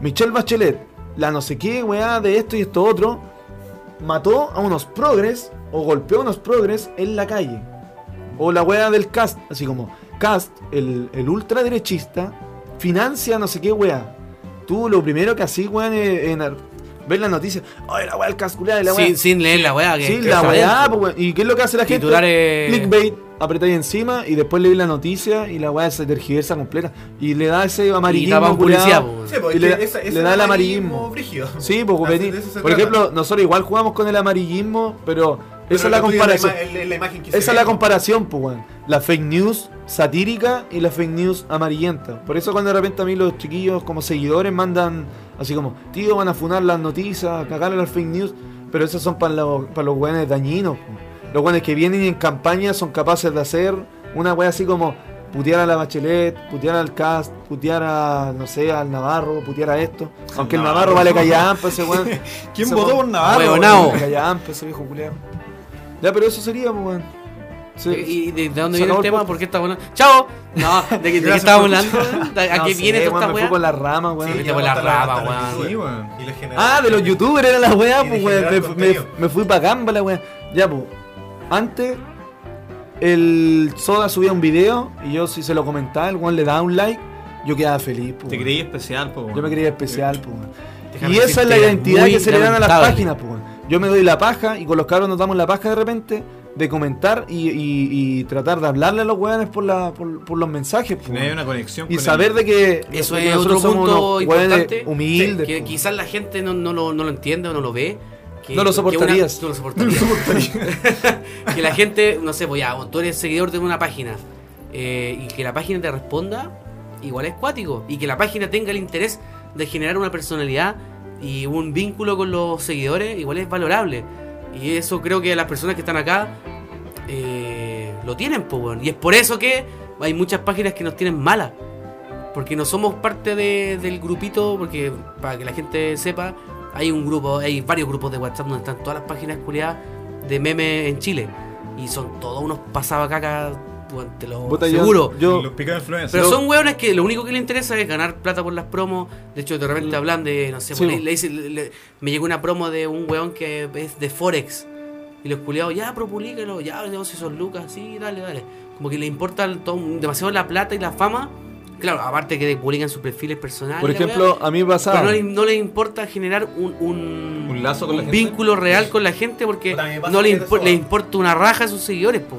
Speaker 1: Michelle Bachelet, la no sé qué weá de esto y esto otro, mató a unos progres o golpeó a unos progres en la calle. O la weá del cast, así como, cast, el, el ultraderechista, financia no sé qué weá. Tú lo primero que así, weón, es en, ar- ver las noticias, oye, la weá del casculada y la weá.
Speaker 2: Sin, sin leer la weá. que-
Speaker 1: Sí,
Speaker 2: que
Speaker 1: la
Speaker 2: está
Speaker 1: weá,
Speaker 2: adentro.
Speaker 1: po, weón. ¿Y qué es lo que hace la gente?
Speaker 2: Titulares-
Speaker 1: Clickbait, apretáis encima y después leí la noticia y la weá se tergiversa completa. Y le da ese
Speaker 2: Y
Speaker 1: amarillismo.
Speaker 2: tapan publicidad,
Speaker 1: culiao.
Speaker 2: po, weón.
Speaker 4: Sí, po,
Speaker 1: Y
Speaker 4: es
Speaker 1: le
Speaker 4: que
Speaker 1: da-
Speaker 4: esa-
Speaker 1: le
Speaker 4: ese
Speaker 1: da el amarillismo.
Speaker 4: brígido.
Speaker 1: Sí, porque
Speaker 4: Así- de
Speaker 1: vení-
Speaker 4: eso se
Speaker 1: por
Speaker 4: trata.
Speaker 1: ejemplo, nosotros igual jugamos con el amarillismo, pero, esa
Speaker 4: Pero
Speaker 1: es
Speaker 4: lo
Speaker 1: la
Speaker 4: tuyo
Speaker 1: comparación.
Speaker 4: ima- el- el- la imagen que
Speaker 1: Esa
Speaker 4: se
Speaker 1: es
Speaker 4: ve,
Speaker 1: la
Speaker 4: po.
Speaker 1: comparación, pues, weón. La fake news satírica y la fake news amarillenta. Por eso cuando de repente a mí los chiquillos como seguidores mandan así como, tío, van a funar las noticias, cagar a las fake news. Pero esas son para los, para los weones dañinos, po. Los weones que vienen y en campaña son capaces de hacer una wea así como putear a la bachelet, putear al cast, putear a, no sé, al Navarro, putear a esto. Aunque el Navarro
Speaker 3: Navarro.
Speaker 1: vale callampa ese weón.
Speaker 3: ¿Quién
Speaker 1: Ese
Speaker 3: votó
Speaker 1: weón-
Speaker 3: por Navarro?
Speaker 2: Ah, Huevonao.
Speaker 1: Callampa ese viejo culiao. Ya, pero eso sería, pues, weón. Sí.
Speaker 2: Eh, ¿Y de, de dónde
Speaker 1: Se acabó
Speaker 2: viene el
Speaker 1: el
Speaker 2: tema?
Speaker 1: podcast.
Speaker 2: ¿Por qué estamos hablando? ¡Chao! No, ¿de, qué- de qué
Speaker 1: Gracias
Speaker 2: estamos
Speaker 1: por
Speaker 2: hablando? ¿A
Speaker 1: No
Speaker 2: qué
Speaker 1: sé,
Speaker 2: viene toda
Speaker 1: weón,
Speaker 2: esta
Speaker 1: me fui
Speaker 2: weá?
Speaker 1: por las ramas, weón.
Speaker 2: Sí,
Speaker 4: ya
Speaker 2: te voy
Speaker 4: hasta
Speaker 2: la
Speaker 4: hasta
Speaker 2: rama,
Speaker 4: los
Speaker 2: weón.
Speaker 4: youtubers
Speaker 3: Sí, weón.
Speaker 4: y la generación.
Speaker 1: Ah, de los youtubers era la weá,
Speaker 4: Y de
Speaker 1: pues weón.
Speaker 4: generar
Speaker 1: Me,
Speaker 4: contenido.
Speaker 1: me- me fui pa' gamba la weá. Ya, pues. Antes, el Soda subía un video y yo, si se lo comentaba, el weón le daba un like, yo quedaba feliz, pues.
Speaker 3: Te
Speaker 1: weón.
Speaker 3: creí especial, po, weón.
Speaker 1: Yo me creía especial, pues. weón.
Speaker 2: eh, Déjame
Speaker 1: y esa es la
Speaker 2: decirte,
Speaker 1: identidad
Speaker 2: muy
Speaker 1: que se le dan a las
Speaker 2: lamentable.
Speaker 1: páginas, pues. weón. Yo me doy la paja y con los cabros nos damos la paja de repente de comentar y, y- y tratar de hablarle a los weones por, la, por, por los mensajes, pues.
Speaker 3: No hay una conexión
Speaker 1: Y
Speaker 3: con
Speaker 1: saber
Speaker 3: el-
Speaker 1: de que
Speaker 2: Eso
Speaker 1: de
Speaker 2: es
Speaker 1: que
Speaker 2: otro
Speaker 1: somos
Speaker 2: punto
Speaker 1: unos hueones
Speaker 2: importante.
Speaker 1: humildes. pues,
Speaker 2: Que
Speaker 1: po.
Speaker 2: quizás la gente no, no, lo, no lo entiende o no lo ve. Que,
Speaker 1: No lo
Speaker 2: que una-
Speaker 1: soportarías.
Speaker 2: no lo soportaría. que la gente, no sé, pues ya, vos tú eres seguidor de una página eh, y que la página te responda, igual es cuático. Y que la página tenga el interés de generar una personalidad y un vínculo con los seguidores, igual es valorable. Y eso creo que las personas que están acá eh, lo tienen, pues, weón. Y es por eso que hay muchas páginas que nos tienen malas. Porque no somos parte de- del grupito, porque para que la gente sepa, hay un grupo, hay varios grupos de WhatsApp donde están todas las páginas culiadas de memes en Chile. Y son todos unos pasabacacas, weón, te lo
Speaker 1: Puta, yo-
Speaker 2: seguro.
Speaker 1: Yo,
Speaker 3: Los picados influencers.
Speaker 2: Pero son hueones que lo único que les interesa es ganar plata por las promos. De hecho, de
Speaker 3: Mm.
Speaker 2: repente hablan de, no sé,
Speaker 1: Sí,
Speaker 2: le-
Speaker 1: bo.
Speaker 2: le dice- le- le- me llegó una promo de un hueón que es de Forex. Y los culiados, ya, pero publícalo, ya, no si son lucas, sí, dale, dale. Como que les importa el to- demasiado la plata y la fama. Claro, aparte que publican sus perfiles personales.
Speaker 1: por
Speaker 2: la hueá,
Speaker 1: ejemplo, a mí me
Speaker 2: pero
Speaker 1: pasaba.
Speaker 2: no les, no les importa generar un, un,
Speaker 3: Un lazo con la gente.
Speaker 2: vínculo real con la gente porque
Speaker 4: Puta, a mí me pasa
Speaker 2: no les,
Speaker 4: que
Speaker 2: impo-
Speaker 4: eso- eh.
Speaker 2: les importa una raja a sus seguidores, po.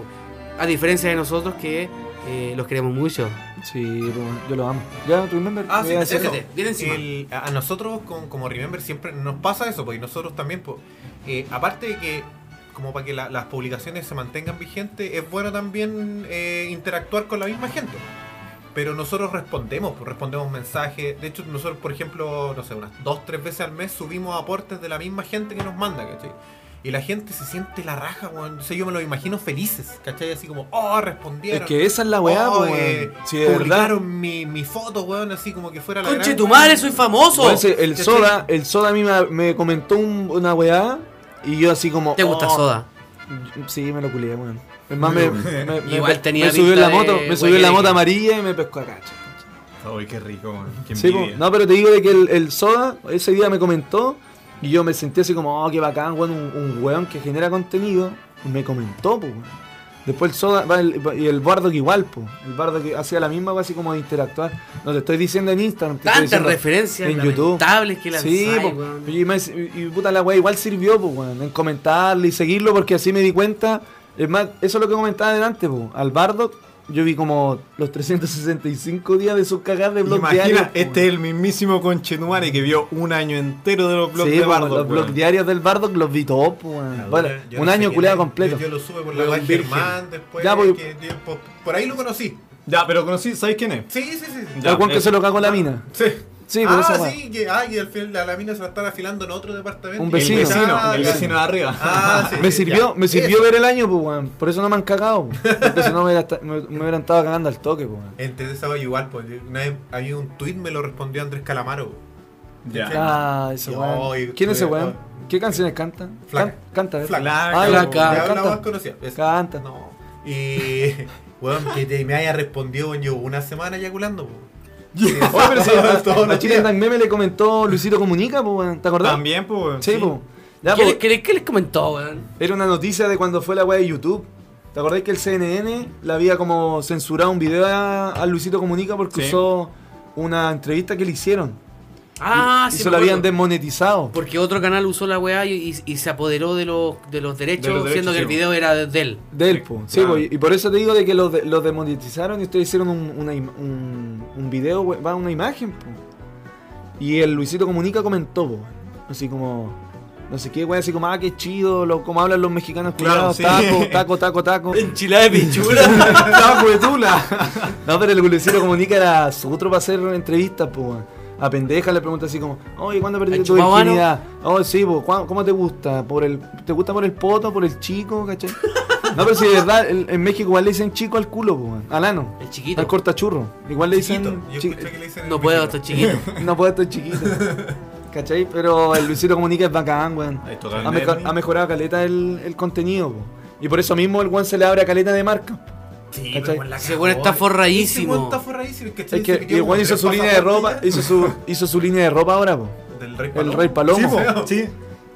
Speaker 2: a diferencia de nosotros que eh, los queremos mucho.
Speaker 1: Sí, po, yo lo amo. Ya, remember.
Speaker 4: Ah,
Speaker 1: voy
Speaker 4: sí,
Speaker 1: a
Speaker 4: eso.
Speaker 1: decirlo.
Speaker 2: Déjate, bien encima.
Speaker 4: El- a a nosotros como, como Remember siempre nos pasa eso, porque nosotros también, pues, eh, aparte de que como para que la- las publicaciones se mantengan vigentes, es bueno también eh, interactuar con la misma gente. Pero nosotros respondemos, pues, respondemos mensajes. De hecho, nosotros, por ejemplo, no sé, unas dos, tres veces al mes subimos aportes de la misma gente que nos manda, ¿cachai? Y la gente se siente la raja, weón. O sea, yo me lo imagino felices, ¿cachai? Así como, oh,
Speaker 1: Es
Speaker 4: respondieron.
Speaker 1: que esa es la weá,
Speaker 4: Oh,
Speaker 1: po, weón.
Speaker 4: eh,
Speaker 1: Sí, de verdad.
Speaker 4: publicaron Mi, mi foto, weón, así como que fuera la
Speaker 2: Conche
Speaker 4: gran-
Speaker 2: tu madre, soy famoso.
Speaker 1: Weón, sí, el
Speaker 4: Yo
Speaker 1: soda, el soda a mí me, me comentó un- una weá y yo así como.
Speaker 2: ¿Te gusta
Speaker 1: oh,
Speaker 2: Soda?
Speaker 1: Sí, me lo culié, weón. Es más, me, me, me-
Speaker 2: Igual
Speaker 1: me-
Speaker 2: tenía
Speaker 1: me subió en la
Speaker 2: pinta
Speaker 1: moto,
Speaker 2: de
Speaker 1: me subió en la
Speaker 2: güey
Speaker 1: moto
Speaker 2: que-
Speaker 1: amarilla y me pescó a cacho.
Speaker 3: Ay, qué rico, weón. Qué
Speaker 1: Sí, po.
Speaker 3: envidia.
Speaker 1: no, pero te digo de que el, el Soda ese día me comentó y yo me sentí así como, oh, qué bacán, weón, un, un weón que genera contenido. Y me comentó, pues, weón. Después el Soda va, el- va- y el Bardo que igual, pues. El Bardo que hacía la misma, weón, así como de interactuar. No te estoy diciendo en Instagram. te estoy
Speaker 2: Tantas
Speaker 1: diciendo-
Speaker 2: referencias
Speaker 1: en YouTube.
Speaker 2: lamentables que lanzáis,
Speaker 1: Sí, po.
Speaker 2: weón.
Speaker 1: y, me- y- y puta la weá, igual sirvió, pues, weón, en comentarle y seguirlo porque así me di cuenta. Es más, eso es lo que comentaba adelante, pues. Al Bardo, yo vi como los 365 días de sus cagadas de blog
Speaker 3: Imagina,
Speaker 1: diario, po,
Speaker 3: este
Speaker 1: weón.
Speaker 3: es el mismísimo conchetumare que vio un año entero de los blogs
Speaker 1: Sí,
Speaker 3: de
Speaker 1: po,
Speaker 3: Bardo.
Speaker 1: los
Speaker 3: weón.
Speaker 1: blogs diarios del Bardock los vi todos, po, weón.
Speaker 4: Ah,
Speaker 1: Bueno,
Speaker 4: yo
Speaker 1: un
Speaker 4: no sé
Speaker 1: año
Speaker 4: quién
Speaker 1: culeado
Speaker 4: es.
Speaker 1: completo.
Speaker 4: Yo, yo lo supe por
Speaker 1: Weón
Speaker 4: la Valle
Speaker 1: virgen.
Speaker 4: Germán después.
Speaker 1: Ya, voy-
Speaker 4: que- yo- por, por ahí lo conocí.
Speaker 3: Ya, pero conocí, ¿sabes quién es?
Speaker 4: Sí, sí, sí. sí.
Speaker 1: Ya,
Speaker 3: Ya,
Speaker 1: el weón que
Speaker 3: eh.
Speaker 1: se lo cagó la mina.
Speaker 4: Sí.
Speaker 1: Sí, por esa
Speaker 4: ah,
Speaker 1: weá.
Speaker 4: sí, que, ah, y al final la, la mina se la están afilando en otro departamento.
Speaker 1: Un vecino.
Speaker 3: El vecino,
Speaker 4: Ah,
Speaker 3: el
Speaker 4: ya.
Speaker 3: vecino de arriba.
Speaker 4: Ah, sí,
Speaker 1: Me
Speaker 4: sí,
Speaker 1: sirvió,
Speaker 4: ya.
Speaker 1: me sirvió
Speaker 4: Eso.
Speaker 1: ver el año, pues, weón. Por eso no me han cagado, po. Porque si no me, hubiera esta- me- me hubieran estado cagando al toque, po, weón.
Speaker 4: Entre esa Valle igual, pues yo- una vez había un tweet, me lo respondió Andrés Calamaro.
Speaker 3: Ya.
Speaker 1: Ah, ese
Speaker 4: Yo,
Speaker 1: weón.
Speaker 4: yo-
Speaker 1: ¿Quién es ese
Speaker 4: yo-
Speaker 1: weón? ¿Qué canciones canta?
Speaker 4: Flaca.
Speaker 1: Can- Canta, a ver.
Speaker 3: Flaca,
Speaker 1: Ah,
Speaker 4: la,
Speaker 1: la
Speaker 4: la,
Speaker 1: ca-
Speaker 4: la
Speaker 1: canta.
Speaker 4: más conocida. Esa.
Speaker 1: Canta.
Speaker 4: No. Y, weón, que te- me haya respondido weón, yo una semana eyaculando. po.
Speaker 3: Oye, pero sí,
Speaker 4: Todos
Speaker 1: A
Speaker 4: los
Speaker 1: Chile
Speaker 4: días.
Speaker 1: Andan Meme le comentó Luisito Comunica, po, weón. ¿Te acordás?
Speaker 3: También, pues.
Speaker 1: Sí, po. Ya, pues.
Speaker 2: ¿Qué,
Speaker 1: po,
Speaker 2: le- qué le- qué les comentó, weón?
Speaker 1: Era una noticia de cuando fue la weá de YouTube. ¿Te acordás que el CNN le había como censurado un video a, a Luisito Comunica porque
Speaker 3: Sí.
Speaker 1: usó una entrevista que le hicieron?
Speaker 2: Ah,
Speaker 1: y
Speaker 2: sí.
Speaker 1: se
Speaker 2: me
Speaker 1: la habían
Speaker 2: acuerdo.
Speaker 1: desmonetizado.
Speaker 2: Porque otro canal usó la weá y, y- y se apoderó de los, de los derechos,
Speaker 3: De los derechos,
Speaker 2: siendo que
Speaker 3: sí,
Speaker 2: el
Speaker 3: po.
Speaker 2: video era de, de él.
Speaker 1: De él, po. Sí,
Speaker 3: Claro.
Speaker 1: po, y- Y por eso te digo de que los, de- los desmonetizaron y ustedes hicieron un, una im- un, un video, we- va, una imagen, po. Y el Luisito Comunica comentó, po, Así como, no sé qué, güey, así como, ah, qué chido, lo, como hablan los mexicanos,
Speaker 3: Claro,
Speaker 1: culiados,
Speaker 3: sí.
Speaker 1: taco, taco, taco, taco.
Speaker 2: Enchilada de pichura.
Speaker 1: Taco de tula. pues, No, pero el Luisito Comunica era su otro para hacer entrevistas, po. weón. A pendeja le pregunta así como, oye, ¿cuándo perdiste tu
Speaker 2: ¿Has chupado
Speaker 1: virginidad? Oh, sí, po, ¿cuá- ¿cómo te gusta? ¿Por el, ¿Te gusta por el poto, por el chico, cachai? No, pero si de verdad, el- en México igual le dicen chico al culo, po, weón. al ano,
Speaker 2: El
Speaker 1: al
Speaker 2: chiquito.
Speaker 1: cortachurro. Igual le dicen...
Speaker 4: Chiquito. Yo
Speaker 1: chi-
Speaker 4: escuché que le dicen en
Speaker 2: No puedo,
Speaker 4: México.
Speaker 2: estoy chiquito.
Speaker 1: No puede estar chiquito. ¿Cachai? Pero el Luisito Comunica es bacán, weón.
Speaker 3: Ahí toca el
Speaker 1: Ha, meco-
Speaker 3: nervio.
Speaker 1: ha mejorado caleta el, el contenido, po. Y por eso mismo el weón se le abre a caleta de marca.
Speaker 4: Sí,
Speaker 1: ¿Cachai?
Speaker 4: con la
Speaker 2: Ese weón
Speaker 4: cagó.
Speaker 2: está forradísimo.
Speaker 4: Ese weón está forradísimo. Es
Speaker 1: Es que el weón hizo su línea de ropa, hizo su, hizo su línea de ropa ahora, po.
Speaker 4: Del Rey
Speaker 1: El
Speaker 4: Palomo.
Speaker 1: rey palomo.
Speaker 4: Sí, po.
Speaker 1: Sí.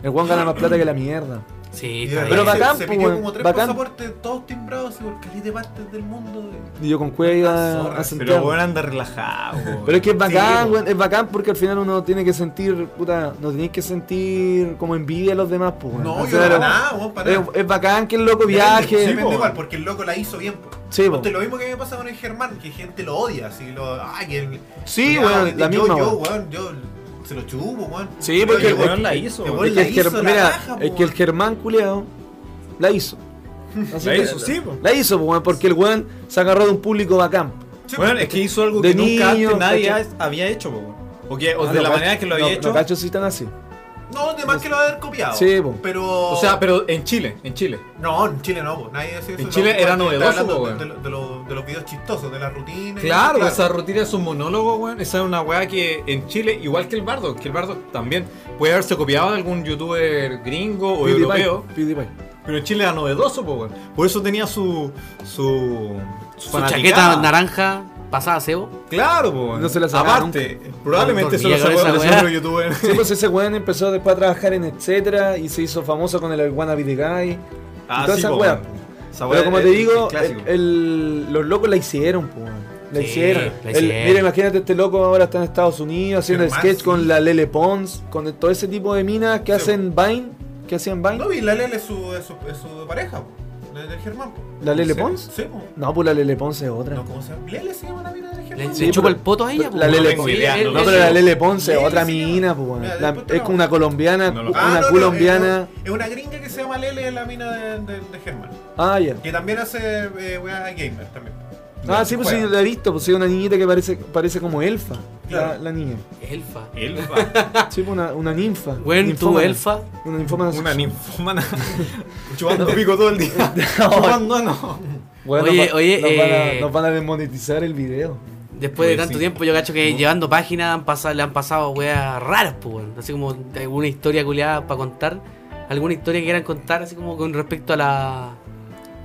Speaker 1: El weón gana más plata que la mierda.
Speaker 2: Sí,
Speaker 4: Y
Speaker 2: está
Speaker 4: de
Speaker 1: Pero
Speaker 4: repente
Speaker 2: bien.
Speaker 1: bacán,
Speaker 4: se, se
Speaker 1: po,
Speaker 4: pidió
Speaker 1: weón,
Speaker 4: como tres
Speaker 1: bacán.
Speaker 4: pasaportes, todos timbrados, y por caleta de partes del mundo. weón.
Speaker 1: Y yo con cueva iba
Speaker 4: Zorra,
Speaker 1: a
Speaker 4: pero
Speaker 3: Pero
Speaker 1: Santiago.
Speaker 3: bueno, anda relajado. weón.
Speaker 1: Pero es que es bacán,
Speaker 4: Sí,
Speaker 1: weón, es bacán porque al final uno tiene que sentir, puta, no tenéis que sentir como envidia a los demás, pues, weón.
Speaker 4: No,
Speaker 1: Al
Speaker 4: yo
Speaker 1: final,
Speaker 4: para nada, weón, para
Speaker 1: es,
Speaker 4: nada.
Speaker 1: es bacán que el loco
Speaker 4: Depende,
Speaker 1: viaje.
Speaker 4: depende igual, porque el loco la hizo bien. po.
Speaker 1: Sí, po.
Speaker 4: Ponte lo mismo que me pasa con el Germán, que gente lo odia, así lo. Ay, que el-
Speaker 1: Sí,
Speaker 4: ya,
Speaker 1: weón, la
Speaker 4: yo,
Speaker 1: misma.
Speaker 4: Yo,
Speaker 1: weón.
Speaker 4: weón, yo se lo chupo, weón.
Speaker 1: Sí,
Speaker 4: Pero
Speaker 1: porque
Speaker 4: yo,
Speaker 1: el-
Speaker 4: weón,
Speaker 3: la hizo.
Speaker 4: el
Speaker 3: weón.
Speaker 4: weón
Speaker 1: Es
Speaker 4: la
Speaker 1: que el
Speaker 4: hizo
Speaker 1: Germ-
Speaker 4: la
Speaker 1: mira,
Speaker 4: raja, po,
Speaker 1: es que el
Speaker 4: weón.
Speaker 1: Germán culeado la hizo. Así
Speaker 3: La
Speaker 1: que-
Speaker 3: hizo, sí, po.
Speaker 1: La hizo, po, weón, porque el weón se agarró de un público bacán.
Speaker 4: Sí,
Speaker 3: Bueno, es que hizo algo
Speaker 1: De
Speaker 3: que nunca
Speaker 1: niño,
Speaker 3: antes nadie
Speaker 1: ¿cachai?
Speaker 3: ha- había hecho, po, weón. O, que, o
Speaker 1: Ah,
Speaker 3: de la
Speaker 1: los
Speaker 3: manera
Speaker 1: gachos-
Speaker 3: que lo había
Speaker 1: los-
Speaker 3: hecho.
Speaker 1: Los gachos sí están así.
Speaker 4: No, de más que lo va a haber copiado.
Speaker 1: Sí, po.
Speaker 4: Pero.
Speaker 3: O sea, pero en Chile, en Chile.
Speaker 4: No, en Chile no, po. nadie decía eso.
Speaker 3: En
Speaker 4: no,
Speaker 3: Chile
Speaker 4: po,
Speaker 3: era
Speaker 4: estoy
Speaker 3: novedoso,
Speaker 4: hablando
Speaker 3: po,
Speaker 4: de, de,
Speaker 3: weón.
Speaker 4: de lo- de los videos chistosos, de la rutina. y
Speaker 3: Claro,
Speaker 4: eso,
Speaker 3: esa rutina es un monólogo, weón. Esa es una weá que en Chile, igual que el bardo, que el bardo también puede haberse copiado de algún youtuber gringo o
Speaker 1: PewDiePie,
Speaker 3: europeo.
Speaker 1: PewDiePie.
Speaker 3: Pero en Chile era novedoso, po, weón. Por eso tenía su. su.
Speaker 2: Su
Speaker 3: fanaticada.
Speaker 2: chaqueta naranja pasada a cebo.
Speaker 3: Claro, po, weón.
Speaker 1: No se la sacaba
Speaker 3: Aparte, probablemente se lo
Speaker 2: Dormía con
Speaker 3: sacó
Speaker 2: esa
Speaker 3: de
Speaker 2: weá.
Speaker 3: otro youtuber.
Speaker 1: Sí, pues ese weón empezó después a trabajar en etcétera y se hizo famoso con el Wannabe the Guy.
Speaker 3: Ah,
Speaker 1: toda
Speaker 3: sí,
Speaker 1: esa
Speaker 3: po,
Speaker 1: weá.
Speaker 3: weón. Esa weá
Speaker 1: Pero como
Speaker 3: es-
Speaker 1: te
Speaker 3: es
Speaker 1: digo,
Speaker 3: clásico.
Speaker 1: el- el- los locos la hicieron, pues. La
Speaker 2: Sí,
Speaker 1: hicieron.
Speaker 2: la
Speaker 1: El-
Speaker 2: hicieron.
Speaker 1: mira, imagínate este loco ahora está en Estados Unidos haciendo
Speaker 4: Germán,
Speaker 1: sketch
Speaker 4: sí.
Speaker 1: con la Lele Pons, con todo ese tipo de minas que
Speaker 4: Sí,
Speaker 1: hacen Vine, que hacían Vine.
Speaker 4: No, y la Lele es su, es su, es su pareja, po. la del Germán. po.
Speaker 1: ¿La Lele
Speaker 3: Sí.
Speaker 1: Pons?
Speaker 4: Sí, po.
Speaker 1: No, pues la Lele Pons es otra.
Speaker 4: No, ¿cómo se llama? Lele se llama la mina del Germán.
Speaker 2: Le,
Speaker 1: Sí,
Speaker 2: le chupa
Speaker 1: pero-
Speaker 2: el poto a ella.
Speaker 1: la
Speaker 2: po.
Speaker 1: Lele
Speaker 2: Sí,
Speaker 1: Pons.
Speaker 2: él-
Speaker 3: No,
Speaker 1: No,
Speaker 2: él-
Speaker 1: pero la
Speaker 2: él-
Speaker 1: Lele Pons es
Speaker 4: Lele,
Speaker 1: otra
Speaker 4: sí,
Speaker 1: mina,
Speaker 4: no.
Speaker 1: pues.
Speaker 4: Mira,
Speaker 1: la-
Speaker 4: después te
Speaker 1: Es
Speaker 4: lo-
Speaker 1: como una colombiana,
Speaker 3: No lo-
Speaker 4: Ah,
Speaker 1: una
Speaker 4: no, no,
Speaker 1: colombiana.
Speaker 4: Es, es una gringa que se llama Lele, la mina de, de, de Germán.
Speaker 1: Ah, ya.
Speaker 4: Que también hace eh, weá gamer también.
Speaker 1: Ah, sí, pues sí,
Speaker 4: Juega.
Speaker 1: la he visto, pues sí, una niñita que parece, parece como elfa, la,
Speaker 4: Claro.
Speaker 1: la niña.
Speaker 2: Elfa.
Speaker 3: Elfa.
Speaker 1: Sí, pues una, una ninfa.
Speaker 2: Bueno, tú,
Speaker 1: ninfómana.
Speaker 2: elfa.
Speaker 1: Una ninfómana
Speaker 3: Una
Speaker 1: sexual.
Speaker 3: ninfomana. Chupando pico todo el día. Chupando no.
Speaker 1: Bueno,
Speaker 2: Oye,
Speaker 1: nos va-
Speaker 2: oye,
Speaker 1: nos, van a,
Speaker 2: eh,
Speaker 1: nos van a desmonetizar el video.
Speaker 2: Después de
Speaker 3: Pues
Speaker 2: tanto
Speaker 3: sí.
Speaker 2: tiempo, yo cacho que llevando páginas han pasado, le han pasado weas raras, pues, weón. Así como alguna historia culiada para contar. Alguna historia que quieran contar, así como con respecto a la.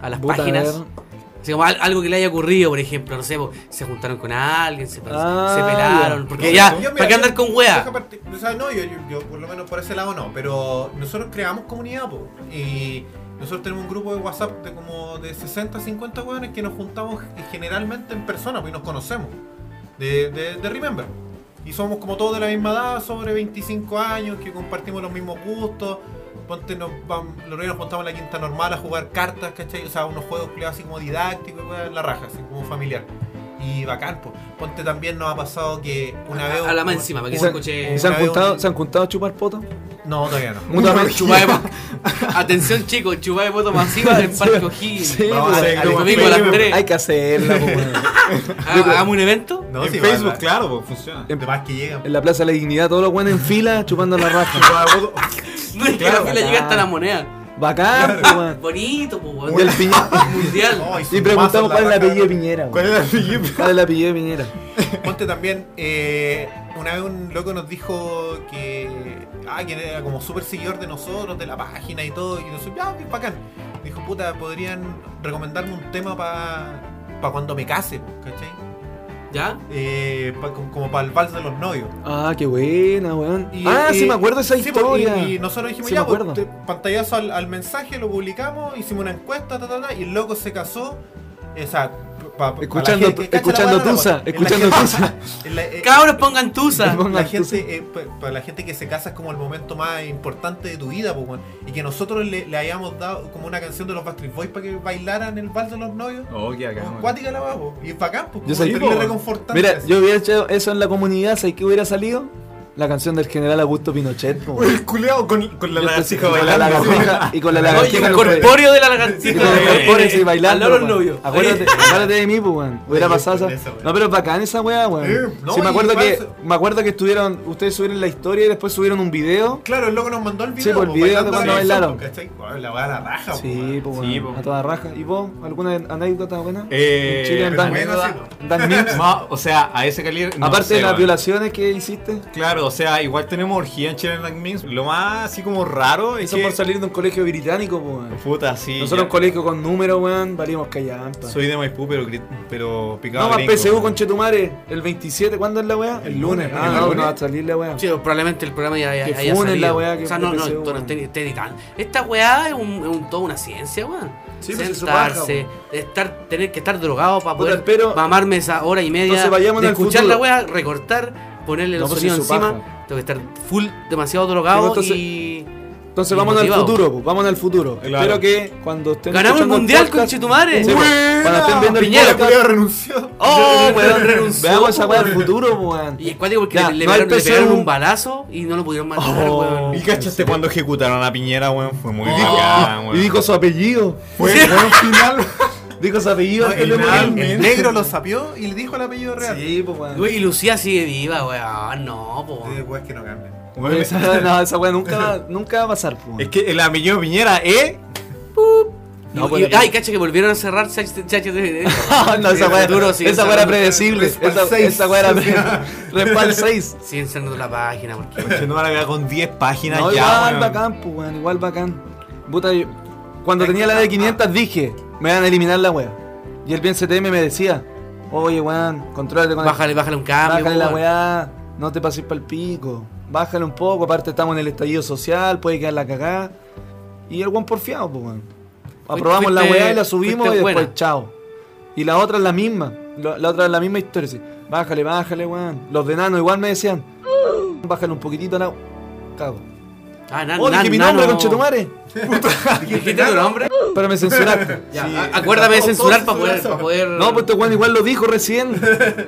Speaker 2: A las
Speaker 1: Puta,
Speaker 2: páginas.
Speaker 1: a ver.
Speaker 2: Así como al- algo que le haya ocurrido, por ejemplo, no sé, po, se juntaron con alguien, se, pe-
Speaker 1: Ah,
Speaker 2: se pelaron.
Speaker 1: ya.
Speaker 2: Porque
Speaker 4: No,
Speaker 2: ya,
Speaker 4: yo- yo, mira,
Speaker 2: ¿para qué andar
Speaker 4: yo-
Speaker 2: con
Speaker 4: deja
Speaker 2: wea?
Speaker 4: partir- O sea, no, yo, yo, yo por lo menos por ese lado no, pero nosotros creamos comunidad, po, y nosotros tenemos un grupo de WhatsApp de como de 60, 50 hueones que nos juntamos generalmente en persona, pues, y nos conocemos, de, de, de Remember. Y somos como todos de la misma edad, sobre 25 años, que compartimos los mismos gustos. Ponte, nos, vam- los reyes nos juntamos en la quinta normal a jugar cartas, ¿cachai? O sea, unos juegos culiados así como didácticos, weón, en la raja, así como familiar. Y bacán, pues. Ponte también nos ha pasado que una vez.
Speaker 2: A la más
Speaker 4: como-
Speaker 2: encima, para
Speaker 1: ¿Y
Speaker 2: que
Speaker 1: se,
Speaker 2: se
Speaker 1: han-
Speaker 2: escuche.
Speaker 1: y se han
Speaker 4: una vez
Speaker 1: juntado,
Speaker 4: un-
Speaker 1: ¿Se han juntado a chupar poto?
Speaker 4: No, todavía no.
Speaker 1: Mutuamente.
Speaker 2: Chupá de poto. Atención, chicos, chupá de poto masiva en Parque O'Higgins.
Speaker 1: Sí,
Speaker 4: Vamos
Speaker 1: pues,
Speaker 4: a hacer
Speaker 2: al
Speaker 4: grupo.
Speaker 2: domingo a las
Speaker 3: Facebook.
Speaker 2: 3.
Speaker 1: Hay que hacerla, po, weón.
Speaker 2: ¿Hagamos un evento?
Speaker 4: No,
Speaker 3: en
Speaker 4: sí,
Speaker 3: Facebook,
Speaker 4: va, va.
Speaker 3: claro, pues funciona.
Speaker 4: De más que llegan.
Speaker 1: En la Plaza de la Dignidad, todos los buenos en fila chupando la raja.
Speaker 2: No es que la
Speaker 1: Claro, Ah.
Speaker 2: fila llega
Speaker 1: bacán.
Speaker 2: hasta la moneda.
Speaker 1: Bacán, po, weón.
Speaker 2: Bonito, pues,
Speaker 1: Y el piña-
Speaker 2: mundial.
Speaker 4: No, y sus
Speaker 1: Y preguntamos
Speaker 4: mazos
Speaker 1: cuál
Speaker 4: en
Speaker 1: es el apellido de
Speaker 4: raja.
Speaker 1: Piñera.
Speaker 3: ¿Cuál
Speaker 1: weón.
Speaker 3: era el Felipe?
Speaker 1: ¿Cuál es el apellido de Piñera?
Speaker 4: Ponte también, eh, una vez un loco nos dijo que, ah, que era como súper seguidor de nosotros, de la página y todo, y nosotros, ya, qué bacán. Dijo, puta, podrían recomendarme un tema para cuando me case, ¿cachai?
Speaker 2: ¿Ya?
Speaker 4: Eh, pa- como como para el vals de los novios.
Speaker 1: Ah, qué buena, weón.
Speaker 4: Y-
Speaker 1: Ah,
Speaker 4: y-
Speaker 1: sí, me acuerdo esa
Speaker 4: sí, pues,
Speaker 1: historia.
Speaker 4: Y, y nosotros dijimos,
Speaker 1: Sí,
Speaker 4: ya,
Speaker 1: me acuerdo.
Speaker 4: pues, te- pantallazo al, al mensaje, lo publicamos, hicimos una encuesta, ta, ta, ta, y el loco se casó. O sea, pa- pa- pa-
Speaker 1: Escuchando-
Speaker 4: la gente- cacha
Speaker 1: escuchando
Speaker 4: la
Speaker 1: Tusa,
Speaker 4: guarda, la
Speaker 1: escuchando
Speaker 4: guarda.
Speaker 1: Tusa.
Speaker 4: En la- eh,
Speaker 2: Cabros, pongan tusa.
Speaker 1: Pongan
Speaker 4: la
Speaker 1: Tusa.
Speaker 4: gente, eh, pa- para la gente que se casa es como el momento más importante de tu vida, pues, weón. y que nosotros le, le hayamos dado como una canción de los Backstreet Boys para que bailaran el vals de los novios.
Speaker 3: Oh, qué acá.
Speaker 4: Como
Speaker 3: weón.
Speaker 4: Cuática la weá, po. y es bacán,
Speaker 1: Yo
Speaker 4: pues, como
Speaker 1: soy-
Speaker 4: terrible
Speaker 1: Sí, po.
Speaker 4: reconfortante.
Speaker 1: Mira,
Speaker 4: así.
Speaker 1: yo hubiera hecho eso en la comunidad, ¿sabes qué hubiera salido? La canción del general Augusto Pinochet. po.
Speaker 3: El culeado con, con la
Speaker 1: Yo estoy-
Speaker 3: lagartija
Speaker 1: con la
Speaker 3: bailando.
Speaker 1: lagartija- y con la
Speaker 2: Oye,
Speaker 1: lagartija.
Speaker 2: el
Speaker 1: no puede-
Speaker 2: corpóreo de la
Speaker 1: y
Speaker 2: lagartija.
Speaker 1: con el corpóreo, sí, bailando.
Speaker 2: Al lado de los
Speaker 1: po, weón.
Speaker 2: novios.
Speaker 1: Acuérdate, acuérdate de mí, pues, weón. Hubiera
Speaker 4: Oye,
Speaker 1: pasado
Speaker 4: con
Speaker 1: esa.
Speaker 4: esa, weón.
Speaker 1: No, pero es bacán esa weá, weón.
Speaker 4: Sí, no,
Speaker 1: sí, me
Speaker 4: y
Speaker 1: acuerdo que,
Speaker 4: pasa-
Speaker 1: me acuerdo que estuvieron, ustedes subieron la historia y después subieron un video.
Speaker 4: Claro, el loco nos mandó el video.
Speaker 1: Sí, por el
Speaker 4: po,
Speaker 1: video de
Speaker 4: bailando
Speaker 1: cuando
Speaker 4: la canción,
Speaker 1: bailaron.
Speaker 4: po, ¿cachai? Bueno, La weá a la raja,
Speaker 1: Sí,
Speaker 4: po,
Speaker 1: pues,
Speaker 3: Sí,
Speaker 1: weón.
Speaker 3: po.
Speaker 1: A toda raja. ¿Y vos, alguna anécdota buena?
Speaker 3: Eh,
Speaker 1: En Chile, en Dan,
Speaker 4: bueno, sí,
Speaker 1: Dan Mims.
Speaker 3: Ma- o sea, a ese calibre. no
Speaker 1: Aparte
Speaker 3: sé,
Speaker 1: de las
Speaker 3: weón.
Speaker 1: violaciones que hiciste.
Speaker 3: Claro, Claro, o sea, igual tenemos orgía en Chile en Black Means. Lo más así como raro es
Speaker 1: Eso
Speaker 3: que...
Speaker 1: por salir de un colegio británico, po, weón.
Speaker 3: Puta, sí.
Speaker 1: Nosotros
Speaker 3: ya.
Speaker 1: un colegio con número, weón, valíamos callampa.
Speaker 3: Soy de Maipú, pero, grit- pero picado
Speaker 1: No, más
Speaker 3: gringo. Ah,
Speaker 1: PSU con Chetumare. El 27, ¿cuándo es la weá?
Speaker 4: El lunes.
Speaker 1: Ah,
Speaker 4: ¿El
Speaker 1: no,
Speaker 4: lunes?
Speaker 1: no va a salir la weá.
Speaker 2: Sí, o probablemente el programa ya, ya
Speaker 1: Que
Speaker 2: haya
Speaker 1: funen
Speaker 2: salido.
Speaker 1: la weá que
Speaker 2: o sea, no, no,
Speaker 1: empecé,
Speaker 2: esto no
Speaker 1: weón.
Speaker 2: esté, esté ni tan- Esta weá es, un, es un- toda una ciencia, weón.
Speaker 1: Sí, pues, eso baja,
Speaker 2: Sentarse, estar, tener que estar drogado para
Speaker 1: Puta,
Speaker 2: poder
Speaker 1: pero-
Speaker 2: mamarme esa hora y media,
Speaker 1: Entonces vayamos
Speaker 2: de
Speaker 1: al
Speaker 2: escuchar
Speaker 1: futuro.
Speaker 2: la weá, recortar, ponerle
Speaker 1: No,
Speaker 2: los
Speaker 1: pues,
Speaker 2: sonidos
Speaker 1: eso
Speaker 2: encima.
Speaker 1: baja.
Speaker 2: Tengo que estar full, demasiado drogado
Speaker 1: Sí, pues, entonces-
Speaker 2: y...
Speaker 1: Entonces
Speaker 2: Y
Speaker 1: vamos al
Speaker 2: motivado.
Speaker 1: futuro, po, vamos al futuro.
Speaker 3: Claro.
Speaker 1: Espero que cuando estén
Speaker 2: ¡Ganamos el
Speaker 1: escuchando
Speaker 2: mundial,
Speaker 1: podcast-
Speaker 2: conchetumare!
Speaker 1: Sí, po, Cuando estén viendo el
Speaker 2: Piñera,
Speaker 1: podcast,
Speaker 4: culiao renunció.
Speaker 2: ¡Oh, weón, renunció!
Speaker 1: Veamos esa weá del
Speaker 2: weón.
Speaker 1: futuro, po, weón.
Speaker 2: Y es cuático porque
Speaker 1: Ya,
Speaker 2: le, le
Speaker 1: no hay
Speaker 2: pegaron, le
Speaker 1: PSU.
Speaker 2: pegaron un balazo y no lo pudieron matar,
Speaker 1: Oh.
Speaker 2: weón.
Speaker 3: Y cachaste cuando ejecutaron a Piñera, weón. Fue muy bacán,
Speaker 1: Y
Speaker 3: weón.
Speaker 1: dijo su apellido.
Speaker 3: Fue fue un final.
Speaker 1: Dijo su apellido.
Speaker 4: No,
Speaker 1: antes
Speaker 4: el,
Speaker 1: de morir.
Speaker 4: el negro lo sapió y le dijo el apellido real.
Speaker 1: Sí, po, weón.
Speaker 2: Güey, y Lucía sigue viva, weón. No, po.
Speaker 4: Sí, weón, es que no cambia.
Speaker 3: Weón,
Speaker 1: Esa- no, esa weá nunca, va- nunca va a pasar, po, weón.
Speaker 3: Es que el apellido de Piñera, ¿eh?
Speaker 1: No,
Speaker 2: Y-
Speaker 1: pues,
Speaker 2: y-
Speaker 1: la-
Speaker 2: ay, cacha que volvieron a cerrar CHTV.
Speaker 1: Ah, no, esa
Speaker 2: Sí,
Speaker 1: weá
Speaker 2: Arturo, sí,
Speaker 1: esa
Speaker 2: esa
Speaker 1: weá era
Speaker 2: weá-
Speaker 1: predecible.
Speaker 4: Respal
Speaker 1: Esa,
Speaker 4: seis.
Speaker 1: esa weá era pre- Respal 6.
Speaker 2: Siguen cerrando la página porque.
Speaker 3: Que no la vea con 10 páginas
Speaker 1: No,
Speaker 3: ya,
Speaker 1: igual
Speaker 3: weón.
Speaker 1: bacán, pues, weón, igual bacán. Puta, yo- cuando tenía la de 500 dije, me van a eliminar la weá. Y el bien CTM me decía, oye, weón, contrólate con el-
Speaker 2: Bájale, bájale un cambio.
Speaker 1: bájale la
Speaker 2: weón.
Speaker 1: weá, no te pases para el pico. Bájale un poco, aparte estamos en el estallido social, puede quedar la cagada. Y el weón porfiado, pues, weón. Aprobamos la
Speaker 2: fuiste-
Speaker 1: weá y la subimos y
Speaker 2: fuiste
Speaker 1: después
Speaker 2: buena.
Speaker 1: chao. Y la otra es la misma. lo- La otra es la misma historia. así, Bájale, bájale, weón. Los de nano igual me decían. Bájale un poquitito la. Cago.
Speaker 2: Ah, na,
Speaker 1: Oh,
Speaker 2: na-
Speaker 1: dije mi
Speaker 2: nano.
Speaker 1: nombre, conchetumare.
Speaker 2: Dijiste tu nombre.
Speaker 1: Pero me censuraste.
Speaker 2: Ya,
Speaker 4: Sí,
Speaker 2: a- acuérdame de
Speaker 4: todo- todo
Speaker 2: censurar para poder,
Speaker 4: censurazo.
Speaker 2: para poder.
Speaker 1: No, pues este weón igual lo dijo recién.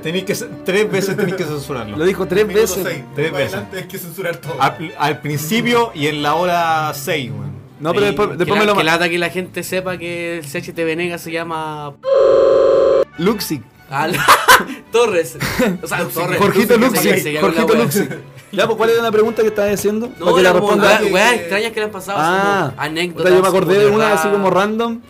Speaker 3: Tenéis que, tres veces tenéis que
Speaker 1: Lo
Speaker 3: censurarlo.
Speaker 1: dijo tres
Speaker 4: Minuto
Speaker 1: veces. Ah,
Speaker 4: seis.
Speaker 3: Tres
Speaker 4: Para
Speaker 3: veces.
Speaker 4: adelante hay que censurar todo.
Speaker 3: Al, al principio y en la hora 6, weón.
Speaker 1: No, pero
Speaker 3: Ahí-
Speaker 1: después,
Speaker 2: que,
Speaker 1: después
Speaker 2: la,
Speaker 1: me lo
Speaker 2: que
Speaker 1: mandó.
Speaker 2: lata que la gente sepa que el CHTV Nega se llama.
Speaker 1: Luxi.
Speaker 2: Al- Torres. O sea, Torres.
Speaker 1: Jorgito
Speaker 2: Luxi, que
Speaker 1: Luxi.
Speaker 2: se- que
Speaker 1: Jorgito
Speaker 2: habla,
Speaker 1: Luxi.
Speaker 2: weón.
Speaker 1: Ya, pues, ¿cuál era la pregunta que estabas haciendo? Para
Speaker 2: No,
Speaker 1: que la
Speaker 2: era como
Speaker 1: responda.
Speaker 2: weá-
Speaker 4: alguien
Speaker 2: weá
Speaker 4: que-
Speaker 2: extrañas que le han pasado.
Speaker 1: Ah,
Speaker 2: así como
Speaker 1: puta,
Speaker 2: anécdotas.
Speaker 1: yo me acordé de una así como
Speaker 2: rara.
Speaker 1: random.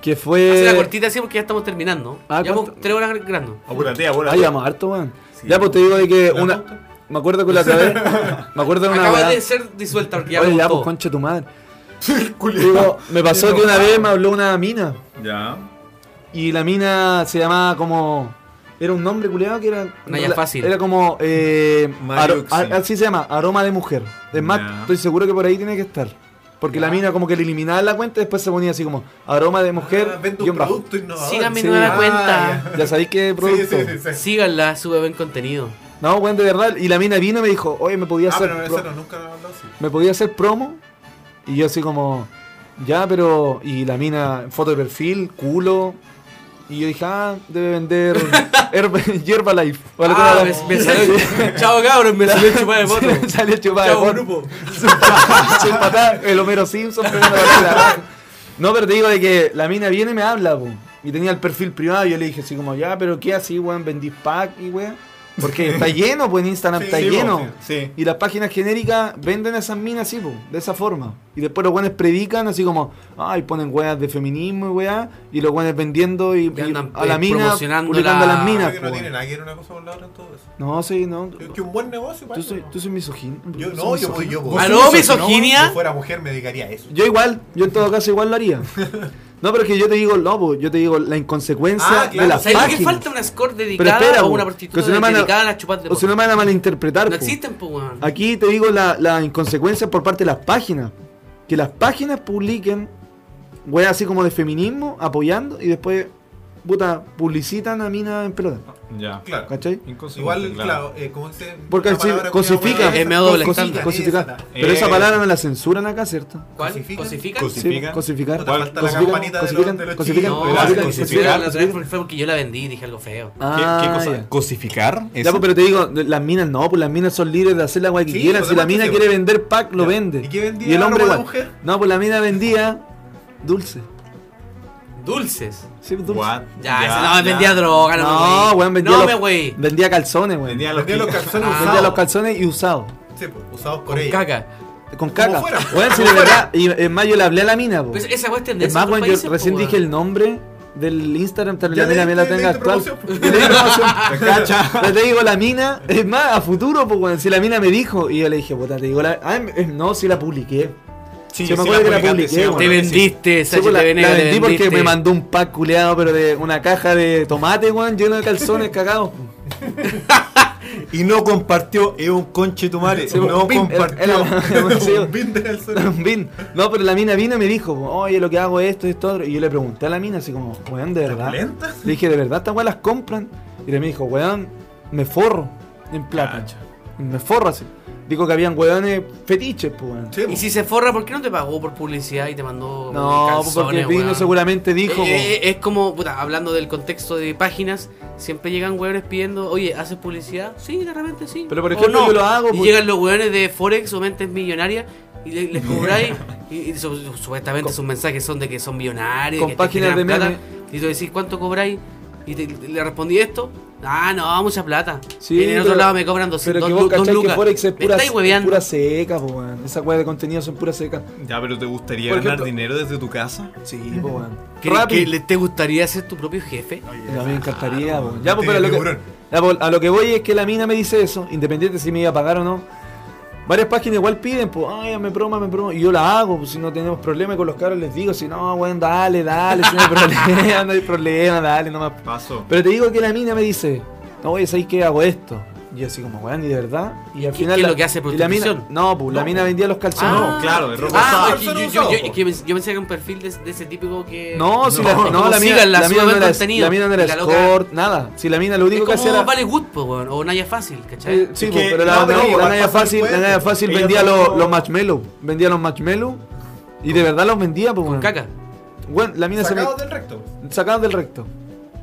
Speaker 1: Que
Speaker 2: Hace la
Speaker 1: fue.
Speaker 2: cortita así porque ya estamos terminando.
Speaker 1: Eh, Ah,
Speaker 2: Llevamos
Speaker 1: ¿cuánto?
Speaker 2: tres horas grabando.
Speaker 3: Apúrate, apúrate.
Speaker 1: Ah, llamamos harto, weón. Ya, pues te digo de que
Speaker 4: ¿La
Speaker 1: una.
Speaker 4: pauta?
Speaker 1: Me acuerdo que la otra vez. Me acuerdo de una
Speaker 2: Acaba
Speaker 1: weá.
Speaker 2: de ser disuelta porque ya
Speaker 1: Oye,
Speaker 2: me
Speaker 1: ya,
Speaker 2: gustó.
Speaker 1: pues, concha tu madre. Digo, me pasó que una vez me habló una mina.
Speaker 3: Ya.
Speaker 1: Y la mina se llamaba como. Era un nombre culiado que era.
Speaker 2: Naya
Speaker 1: la-
Speaker 2: Fácil.
Speaker 1: Era como. Eh,
Speaker 3: Mariuxi.
Speaker 1: aro- a- así se llama, aroma de mujer. Es más,
Speaker 3: Ya.
Speaker 1: estoy seguro que por ahí tiene que estar. Porque la mina como que le eliminaba la cuenta y después se ponía así como aroma de mujer.
Speaker 4: Ah, vende un
Speaker 1: guión bajo.
Speaker 4: producto innovador.
Speaker 2: Sigan mi
Speaker 1: Sí.
Speaker 2: nueva
Speaker 1: Ah,
Speaker 2: cuenta.
Speaker 1: Ya sabéis qué
Speaker 4: Sí,
Speaker 1: producto.
Speaker 4: sí, sí, sí.
Speaker 2: Síganla, sube buen contenido.
Speaker 1: No, bueno, de verdad. Y la mina vino y me dijo, oye, me podía
Speaker 4: Ah,
Speaker 1: hacer.
Speaker 4: pero
Speaker 1: pro-
Speaker 4: ese no, nunca lo han hablado así.
Speaker 1: me podía hacer promo. Y yo así como, ya, pero... Y la mina, foto de perfil, culo. Y yo dije, ah, debe vender Herb- Yerbalife. O algo
Speaker 2: Ah,
Speaker 1: de-
Speaker 2: me- me salió- Chao cabros, me salió chupada de foto.
Speaker 1: Me salió chupada de
Speaker 2: Chao,
Speaker 1: foto.
Speaker 2: grupo.
Speaker 1: Su papá, el Homero Simpson. pegando la bola abajo. No, pero te digo de que la mina viene y me habla, po. Y tenía el perfil privado. y Yo le dije así como, ya, pero ¿qué así, weón? Vendí pack y weón. Porque está lleno, pues en Instagram está
Speaker 3: Sí,
Speaker 1: lleno.
Speaker 3: po, Sí.
Speaker 1: Y las páginas genéricas venden a esas minas así, po, de esa forma. Y después los güeyes predican así como, ay, ponen weas de feminismo y weá, y los güeyes vendiendo y,
Speaker 2: Y
Speaker 1: y
Speaker 2: andan,
Speaker 1: a la
Speaker 2: eh,
Speaker 1: mina,
Speaker 2: promocionando
Speaker 1: publicando a
Speaker 2: la-
Speaker 1: las
Speaker 4: Creo
Speaker 1: minas.
Speaker 4: que
Speaker 1: po,
Speaker 4: no tiene
Speaker 1: weón.
Speaker 4: nada que ver una cosa con la otra en todo eso.
Speaker 1: No, sí, no.
Speaker 4: Es que un buen negocio,
Speaker 1: Tú
Speaker 4: para
Speaker 1: soy, tú soy misoginia.
Speaker 4: Yo
Speaker 1: ¿Soy
Speaker 4: no, yo voy,
Speaker 1: misógino?
Speaker 4: yo voy.
Speaker 2: ¿Aló,
Speaker 4: Si no,
Speaker 2: misoginia?
Speaker 4: Si fuera mujer me dedicaría a eso.
Speaker 1: Yo igual, yo en todo caso igual lo haría. No, pero es que yo te digo, no, po, yo te digo la inconsecuencia
Speaker 4: Ah, claro,
Speaker 1: de las
Speaker 2: ¿Sabes lo que
Speaker 1: páginas.
Speaker 2: falta? Una score
Speaker 1: pero
Speaker 2: dedicada
Speaker 1: espera,
Speaker 2: o
Speaker 1: po,
Speaker 2: una
Speaker 1: que
Speaker 2: prostituta
Speaker 1: si no me van a-
Speaker 2: dedicada a las chupadas de
Speaker 1: O si
Speaker 2: foto.
Speaker 1: no me van a Ah, malinterpretar.
Speaker 2: No
Speaker 1: po.
Speaker 2: existen, pues, weón.
Speaker 1: Aquí te digo la, la inconsecuencia por parte de las páginas. Que las páginas publiquen weas así como de feminismo, apoyando, y después, puta, publicitan a mina en pelota.
Speaker 3: Ya.
Speaker 4: Claro.
Speaker 1: ¿Cachai?
Speaker 3: Inconsecuente,
Speaker 4: Igual, claro, eh, como dice.
Speaker 1: Porque
Speaker 4: una
Speaker 1: así
Speaker 4: palabra
Speaker 1: cosifican.
Speaker 4: culiada,
Speaker 2: Es medio doble
Speaker 4: cosifican,
Speaker 2: estándar.
Speaker 1: Cosifican.
Speaker 4: esa.
Speaker 1: Pero esa
Speaker 3: Eh.
Speaker 1: palabra no la censuran acá, ¿cierto?
Speaker 2: ¿Cuál?
Speaker 4: ¿Cosifican?
Speaker 2: ¿Cosifican?
Speaker 3: Cos-
Speaker 1: Sí,
Speaker 3: Cosifican.
Speaker 1: cosificar.
Speaker 4: Puta, falta la
Speaker 1: Cosifican,
Speaker 4: campanita de los-
Speaker 1: cosifican,
Speaker 4: de los
Speaker 1: cosifican, Ah,
Speaker 4: chiquillos.
Speaker 2: No,
Speaker 1: cosifican,
Speaker 2: la
Speaker 3: cosifican,
Speaker 2: cosifican la otra vez
Speaker 1: cosifican.
Speaker 2: fue- fue porque yo la vendí y dije algo feo.
Speaker 3: ¿Qué, qué cosa?
Speaker 1: Ah, ya.
Speaker 3: ¿Cosificar?
Speaker 1: Ya,
Speaker 3: eso?
Speaker 1: pues, pero te digo, de- las minas no, pues las minas son libres de hacer la weá que
Speaker 4: Sí,
Speaker 1: quieran.
Speaker 4: pues,
Speaker 1: Si la
Speaker 4: además
Speaker 1: mina
Speaker 4: que sí,
Speaker 1: quiere
Speaker 4: pues.
Speaker 1: vender pack, lo
Speaker 4: Ya.
Speaker 1: vende.
Speaker 4: ¿Y qué vendía
Speaker 1: Y el hombre
Speaker 4: la
Speaker 1: igual.
Speaker 4: mujer?
Speaker 1: No, pues la mina vendía dulce.
Speaker 2: Dulces.
Speaker 1: Sí, pues, dulce.
Speaker 3: What?
Speaker 2: Ya, ese no, vendía
Speaker 3: ya.
Speaker 2: droga, no,
Speaker 1: No,
Speaker 2: me
Speaker 1: weón,
Speaker 2: güey.
Speaker 1: vendía,
Speaker 2: No,
Speaker 1: los-
Speaker 2: me güey.
Speaker 1: vendía calzones, weón. Vendía,
Speaker 3: Vendía los
Speaker 4: Vendía los calzones
Speaker 2: Ah.
Speaker 4: usados.
Speaker 1: los calzones y usados.
Speaker 4: Sí, pues, usados por
Speaker 2: Con
Speaker 4: ella.
Speaker 2: caca.
Speaker 1: Con caca.
Speaker 4: fuera.
Speaker 1: Weón, si de verdad. Y en mayo le hablé a la mina, po.
Speaker 2: Pues esa weón es tendencia.
Speaker 1: Es más,
Speaker 2: en otros
Speaker 1: weón, yo
Speaker 2: países, po,
Speaker 1: recién
Speaker 2: weón.
Speaker 1: dije el nombre del Instagram también
Speaker 4: Ya
Speaker 1: la mina
Speaker 4: le
Speaker 1: me la
Speaker 4: diste-
Speaker 1: tenga
Speaker 4: le diste
Speaker 1: actual.
Speaker 4: promoción. pues.
Speaker 1: Le di promoción.
Speaker 3: ¿Te cachas?
Speaker 1: Pero te digo, la mina, es más, a futuro, pues, weón, si la mina me dijo, y yo le dije, puta, te digo, la, ah, em, no, si la publiqué.
Speaker 3: Sí,
Speaker 1: Yo me
Speaker 3: sí
Speaker 1: acuerdo que la
Speaker 3: publicaste,
Speaker 1: publiqué,
Speaker 3: sí,
Speaker 1: weón.
Speaker 2: Te
Speaker 3: bueno, sí.
Speaker 2: vendiste,
Speaker 1: Sí, pues,
Speaker 2: Sacha,
Speaker 1: la,
Speaker 2: te venega,
Speaker 1: la
Speaker 2: te
Speaker 1: vendí porque
Speaker 2: vendiste.
Speaker 1: me mandó un pack culeado, pero de una caja de tomate, weón, lleno de calzones cagados. pues.
Speaker 3: Y no compartió, es un conche tu madre.
Speaker 1: Sí, pues,
Speaker 3: no
Speaker 1: un pin,
Speaker 3: compartió.
Speaker 1: era- era- sí,
Speaker 4: Un bin del sol.
Speaker 1: un pin. No, pero la mina vino y me dijo, oye, lo que hago es esto, esto, otro. Y yo le pregunté a la mina, así como, weón, de verdad.
Speaker 4: ¿Lenta?
Speaker 1: Le dije, ¿de verdad estas weas las compran? Y le me dijo, weón, me forro en plata.
Speaker 3: Cacha.
Speaker 1: Me forro así. Dijo que habían weones fetiches, pues, weón.
Speaker 4: Sí,
Speaker 2: Y si se forra, ¿por qué no te pagó por publicidad y te mandó
Speaker 1: No, pues,
Speaker 2: calzones,
Speaker 1: porque el
Speaker 2: weón?
Speaker 1: vino seguramente dijo,
Speaker 2: Eh, eh,
Speaker 1: po,
Speaker 2: es como, puta, hablando del contexto de páginas, siempre llegan hueones pidiendo, oye, ¿haces publicidad? Sí, de repente sí.
Speaker 1: Pero, por
Speaker 2: O
Speaker 1: ejemplo, yo lo hago,
Speaker 2: Y
Speaker 1: pues.
Speaker 2: llegan los hueones de Forex o mentes millonarias y le- les cobráis. y, y su- supuestamente
Speaker 1: Con-
Speaker 2: sus mensajes son de que son millonarios.
Speaker 1: Con
Speaker 2: que te
Speaker 1: páginas
Speaker 2: generan
Speaker 1: de
Speaker 2: plata, Y tú decís, ¿cuánto cobráis? Y te- te- le respondí esto. Ah, no, mucha plata.
Speaker 1: Sí,
Speaker 2: en el otro
Speaker 1: pero-
Speaker 2: lado me cobran 200
Speaker 1: pero que
Speaker 2: dos,
Speaker 1: vos
Speaker 2: dos
Speaker 1: cachás que
Speaker 2: lucas.
Speaker 1: Forex es
Speaker 2: Me
Speaker 1: pura,
Speaker 2: estáis
Speaker 1: es
Speaker 2: hueveando.
Speaker 1: pura seca, po, weón. Esa weas de contenido son pura seca.
Speaker 3: Ya, pero ¿te gustaría
Speaker 1: Por
Speaker 3: ganar
Speaker 1: ejemplo-
Speaker 3: dinero desde tu casa?
Speaker 1: Sí, po, weón.
Speaker 2: ¿Qué-
Speaker 1: Rappi.
Speaker 2: qué le- ¿Te gustaría ser tu propio jefe?
Speaker 1: Ya me encantaría, po. Ya,
Speaker 4: no
Speaker 1: po,
Speaker 4: te
Speaker 1: pero a lo, que,
Speaker 4: tiburón.
Speaker 1: ya, po, a lo que voy es que la mina me dice eso, independiente si me iba a pagar o no. Varias páginas igual piden, pues, ay, me broma, me broma. Y yo la hago, pues, si no tenemos problema y con los caros les digo, si no, weón, dale, dale, si no hay problema, no hay problema, dale, no más.
Speaker 3: Paso.
Speaker 1: Pero te digo que la mina me dice, no, oye, ¿sabes qué hago esto? Y yo así como, weón, ¿y de verdad? Y al
Speaker 2: ¿Qué-
Speaker 1: final...
Speaker 2: qué es
Speaker 1: la-
Speaker 2: lo que hace
Speaker 1: y la mina-
Speaker 2: prostitución?
Speaker 1: No, pues, la mina vendía los calzones.
Speaker 3: No, claro, es ropa
Speaker 2: Ah,
Speaker 3: usada.
Speaker 2: es que yo, yo, yo, es que yo pensé que un perfil de, de ese típico que.
Speaker 1: No, si la,
Speaker 2: Como
Speaker 1: no, la mina,
Speaker 2: síganla,
Speaker 1: la mina
Speaker 2: suba
Speaker 1: no
Speaker 2: buen
Speaker 1: era,
Speaker 2: contenido.
Speaker 1: la mina no era
Speaker 2: Y la loca-
Speaker 1: escort, nada. Si la mina lo
Speaker 2: Es
Speaker 1: único que hacía
Speaker 2: como
Speaker 1: era...
Speaker 2: Vale Good, po, weón, o Naya Fácil, ¿cachai?
Speaker 1: Eh, sí,
Speaker 3: Es
Speaker 1: po,
Speaker 3: que-
Speaker 1: pero la,
Speaker 3: no, pero
Speaker 1: la- la
Speaker 4: igual
Speaker 1: Naya
Speaker 4: fácil
Speaker 1: Fácil, la
Speaker 4: puede.
Speaker 1: Naya Fácil
Speaker 3: pues, Ella
Speaker 1: vendía
Speaker 3: tampoco-
Speaker 1: los, los marshmallows. Vendía los marshmallows. Y de verdad los vendía, pues.
Speaker 2: con
Speaker 1: weón.
Speaker 2: caca.
Speaker 1: Weón, la mina se me.
Speaker 4: Sacado del recto.
Speaker 1: Sacados del recto.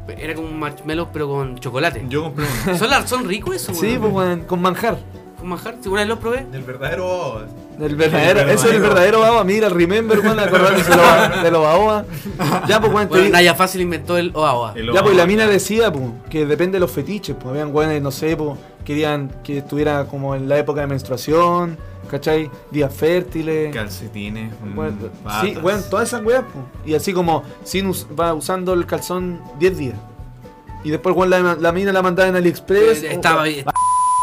Speaker 2: Era como un marshmallow, pero con chocolate.
Speaker 3: Yo compré uno.
Speaker 2: ¿Son, la- son ricos eso,
Speaker 1: Sí, pues,
Speaker 2: weón?
Speaker 1: weón, con manjar.
Speaker 2: Con manjar, si una vez los probé.
Speaker 4: Del verdadero Oz.
Speaker 1: El verdadero,
Speaker 3: El
Speaker 1: ese es el
Speaker 3: verdadero.
Speaker 1: verdadero baba. Mira, el remember, weón, acordándose de los- de los baobas. Ya, pues, weón, te
Speaker 2: Bueno,
Speaker 1: digo-
Speaker 2: Naya Fácil inventó el Oa Oa.
Speaker 3: El
Speaker 1: Ya, pues y la
Speaker 3: Obama.
Speaker 1: mina decía pues, que depende de los fetiches. Pues habían güeyes, no sé, pues, querían que estuviera como en la época de menstruación, ¿cachai? Días fértiles.
Speaker 3: Calcetines. mm,
Speaker 1: Bueno, sí,
Speaker 3: batas.
Speaker 1: bueno, todas esas weas, po. Y así como, sin us- va usando el calzón 10 días. Y después, weón, la, la mina la mandaba en AliExpress.
Speaker 2: Eh,
Speaker 1: o-
Speaker 2: Estaba
Speaker 1: o-
Speaker 2: bien.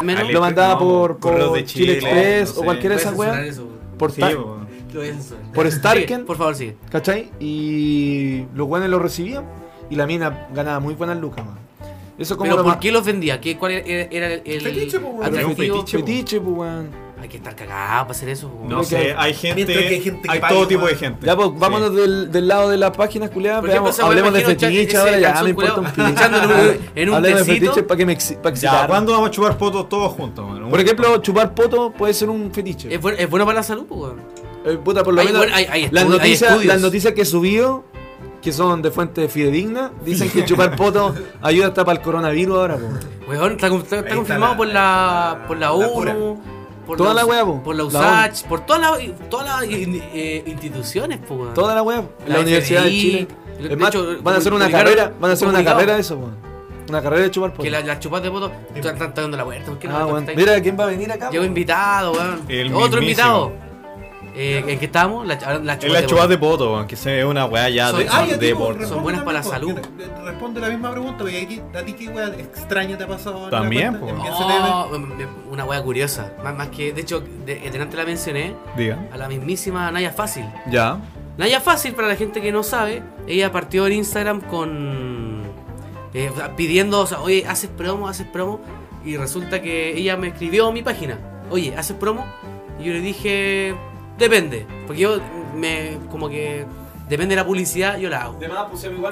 Speaker 2: Menos.
Speaker 1: Lo
Speaker 3: Ale-
Speaker 1: mandaba
Speaker 3: No,
Speaker 1: por,
Speaker 3: correos
Speaker 1: por
Speaker 3: de
Speaker 1: Chile,
Speaker 3: Chile,
Speaker 1: Express o
Speaker 3: no sé.
Speaker 1: cualquiera de esas
Speaker 2: Puedes censurar
Speaker 1: weas.
Speaker 2: eso, weón.
Speaker 1: Por
Speaker 3: Sí,
Speaker 1: ta-
Speaker 3: po.
Speaker 2: Lo voy a censurar.
Speaker 1: Por Starken.
Speaker 2: Sigue, Por favor, sigue.
Speaker 1: ¿Cachai? Y los weones lo recibían. Y la mina ganaba muy buenas lucas, man. Eso como
Speaker 2: ¿Pero
Speaker 1: lo
Speaker 2: por
Speaker 1: ma-
Speaker 2: qué los vendía? ¿Qué, ¿Cuál era era el, el
Speaker 4: Fetiche, po, weón.
Speaker 2: atractivo?
Speaker 3: Era un fetiche.
Speaker 1: Fetiche, pues, weón.
Speaker 2: Hay que estar cagado para hacer eso. po.
Speaker 3: No
Speaker 1: Lo que-
Speaker 3: sé, hay gente.
Speaker 4: Mientras que hay gente que
Speaker 3: hay
Speaker 4: paga,
Speaker 3: todo tipo
Speaker 4: weón.
Speaker 3: de gente.
Speaker 1: Ya, pues,
Speaker 3: Sí.
Speaker 1: vámonos del, del lado de las páginas culiadas.
Speaker 2: Por ejemplo,
Speaker 1: veamos,
Speaker 2: esa wea,
Speaker 1: hablemos de
Speaker 2: imagino, cha-
Speaker 1: fetiche
Speaker 2: ese
Speaker 1: ahora, ya
Speaker 2: calzón
Speaker 1: me importa un
Speaker 2: culiao,
Speaker 1: pito.
Speaker 2: echándolo en un- en un
Speaker 1: Hablemos de
Speaker 2: tecito.
Speaker 1: fetiche para que me exi- pa'
Speaker 3: Ya,
Speaker 1: excitarme.
Speaker 3: ¿cuándo vamos a chupar fotos todos juntos, mano?
Speaker 1: Por ejemplo, chupar poto puede ser un fetiche.
Speaker 2: ¿Es, bueno, es bueno para la salud, po, weón.
Speaker 1: Eh, puta, por lo
Speaker 2: hay
Speaker 1: menos
Speaker 2: buen- hay- hay
Speaker 1: las,
Speaker 2: estudio- hay
Speaker 1: noticias,
Speaker 2: estudios.
Speaker 1: las noticias que he subido, que son de fuente fidedigna, dicen que chupar poto ayuda hasta para el coronavirus ahora. po.
Speaker 2: Weón, está, con- está- está
Speaker 4: está
Speaker 2: confirmado
Speaker 4: la-
Speaker 2: por la por la
Speaker 4: la cura.
Speaker 2: ONU, por
Speaker 1: Toda la
Speaker 2: US-
Speaker 1: wea, po.
Speaker 2: por la
Speaker 1: La
Speaker 2: USACH, por todas las todas las in- eh, instituciones, po, weón.
Speaker 1: Toda la web, la,
Speaker 2: Ah, La
Speaker 1: Universidad
Speaker 2: FDI,
Speaker 1: de Chile.
Speaker 2: de
Speaker 1: Es más,
Speaker 2: hecho,
Speaker 1: van a hacer una
Speaker 2: publicaron-
Speaker 1: carrera, van a hacer una
Speaker 2: publicado.
Speaker 1: carrera de eso, po. una carrera de chupar poto.
Speaker 2: que la- las chupas de voto están, están dando la vuelta, ¿por qué no?
Speaker 1: Ah,
Speaker 2: Están-
Speaker 1: bueno.
Speaker 2: están-
Speaker 1: Mira quién va a venir acá.
Speaker 2: Llegó
Speaker 1: po.
Speaker 2: invitado, weón.
Speaker 3: El
Speaker 2: Otro
Speaker 3: mismísimo.
Speaker 2: invitado. Eh, ¿En qué estamos? La, la, la
Speaker 3: Es la chupada de poto, weón, que se ve una weá ya
Speaker 2: Soy-
Speaker 3: de,
Speaker 2: Ah,
Speaker 4: ya,
Speaker 3: de
Speaker 4: tipo,
Speaker 3: poto.
Speaker 4: pues, responde
Speaker 2: buenas para la
Speaker 4: misma-
Speaker 2: salud.
Speaker 4: re- Responde la misma pregunta, porque a ti- a ti qué wea extraña te ha pasado. en la
Speaker 3: También, pues.
Speaker 4: cuenta?
Speaker 3: po.
Speaker 4: ¿En qué se debe?
Speaker 2: Oh, me- me- una wea curiosa. Más, más que, de hecho, de, delante la mencioné
Speaker 3: Diga.
Speaker 2: a la mismísima Naya Fácil.
Speaker 3: Ya.
Speaker 2: Naya Fácil, para la gente que no sabe, ella partió en Instagram con. eh, pidiendo, o sea, oye, haces promo, haces promo. Y resulta que ella me escribió a mi página, oye, ¿haces promo? Y yo le dije, depende. Porque yo me. como que. depende de la publicidad, yo la hago.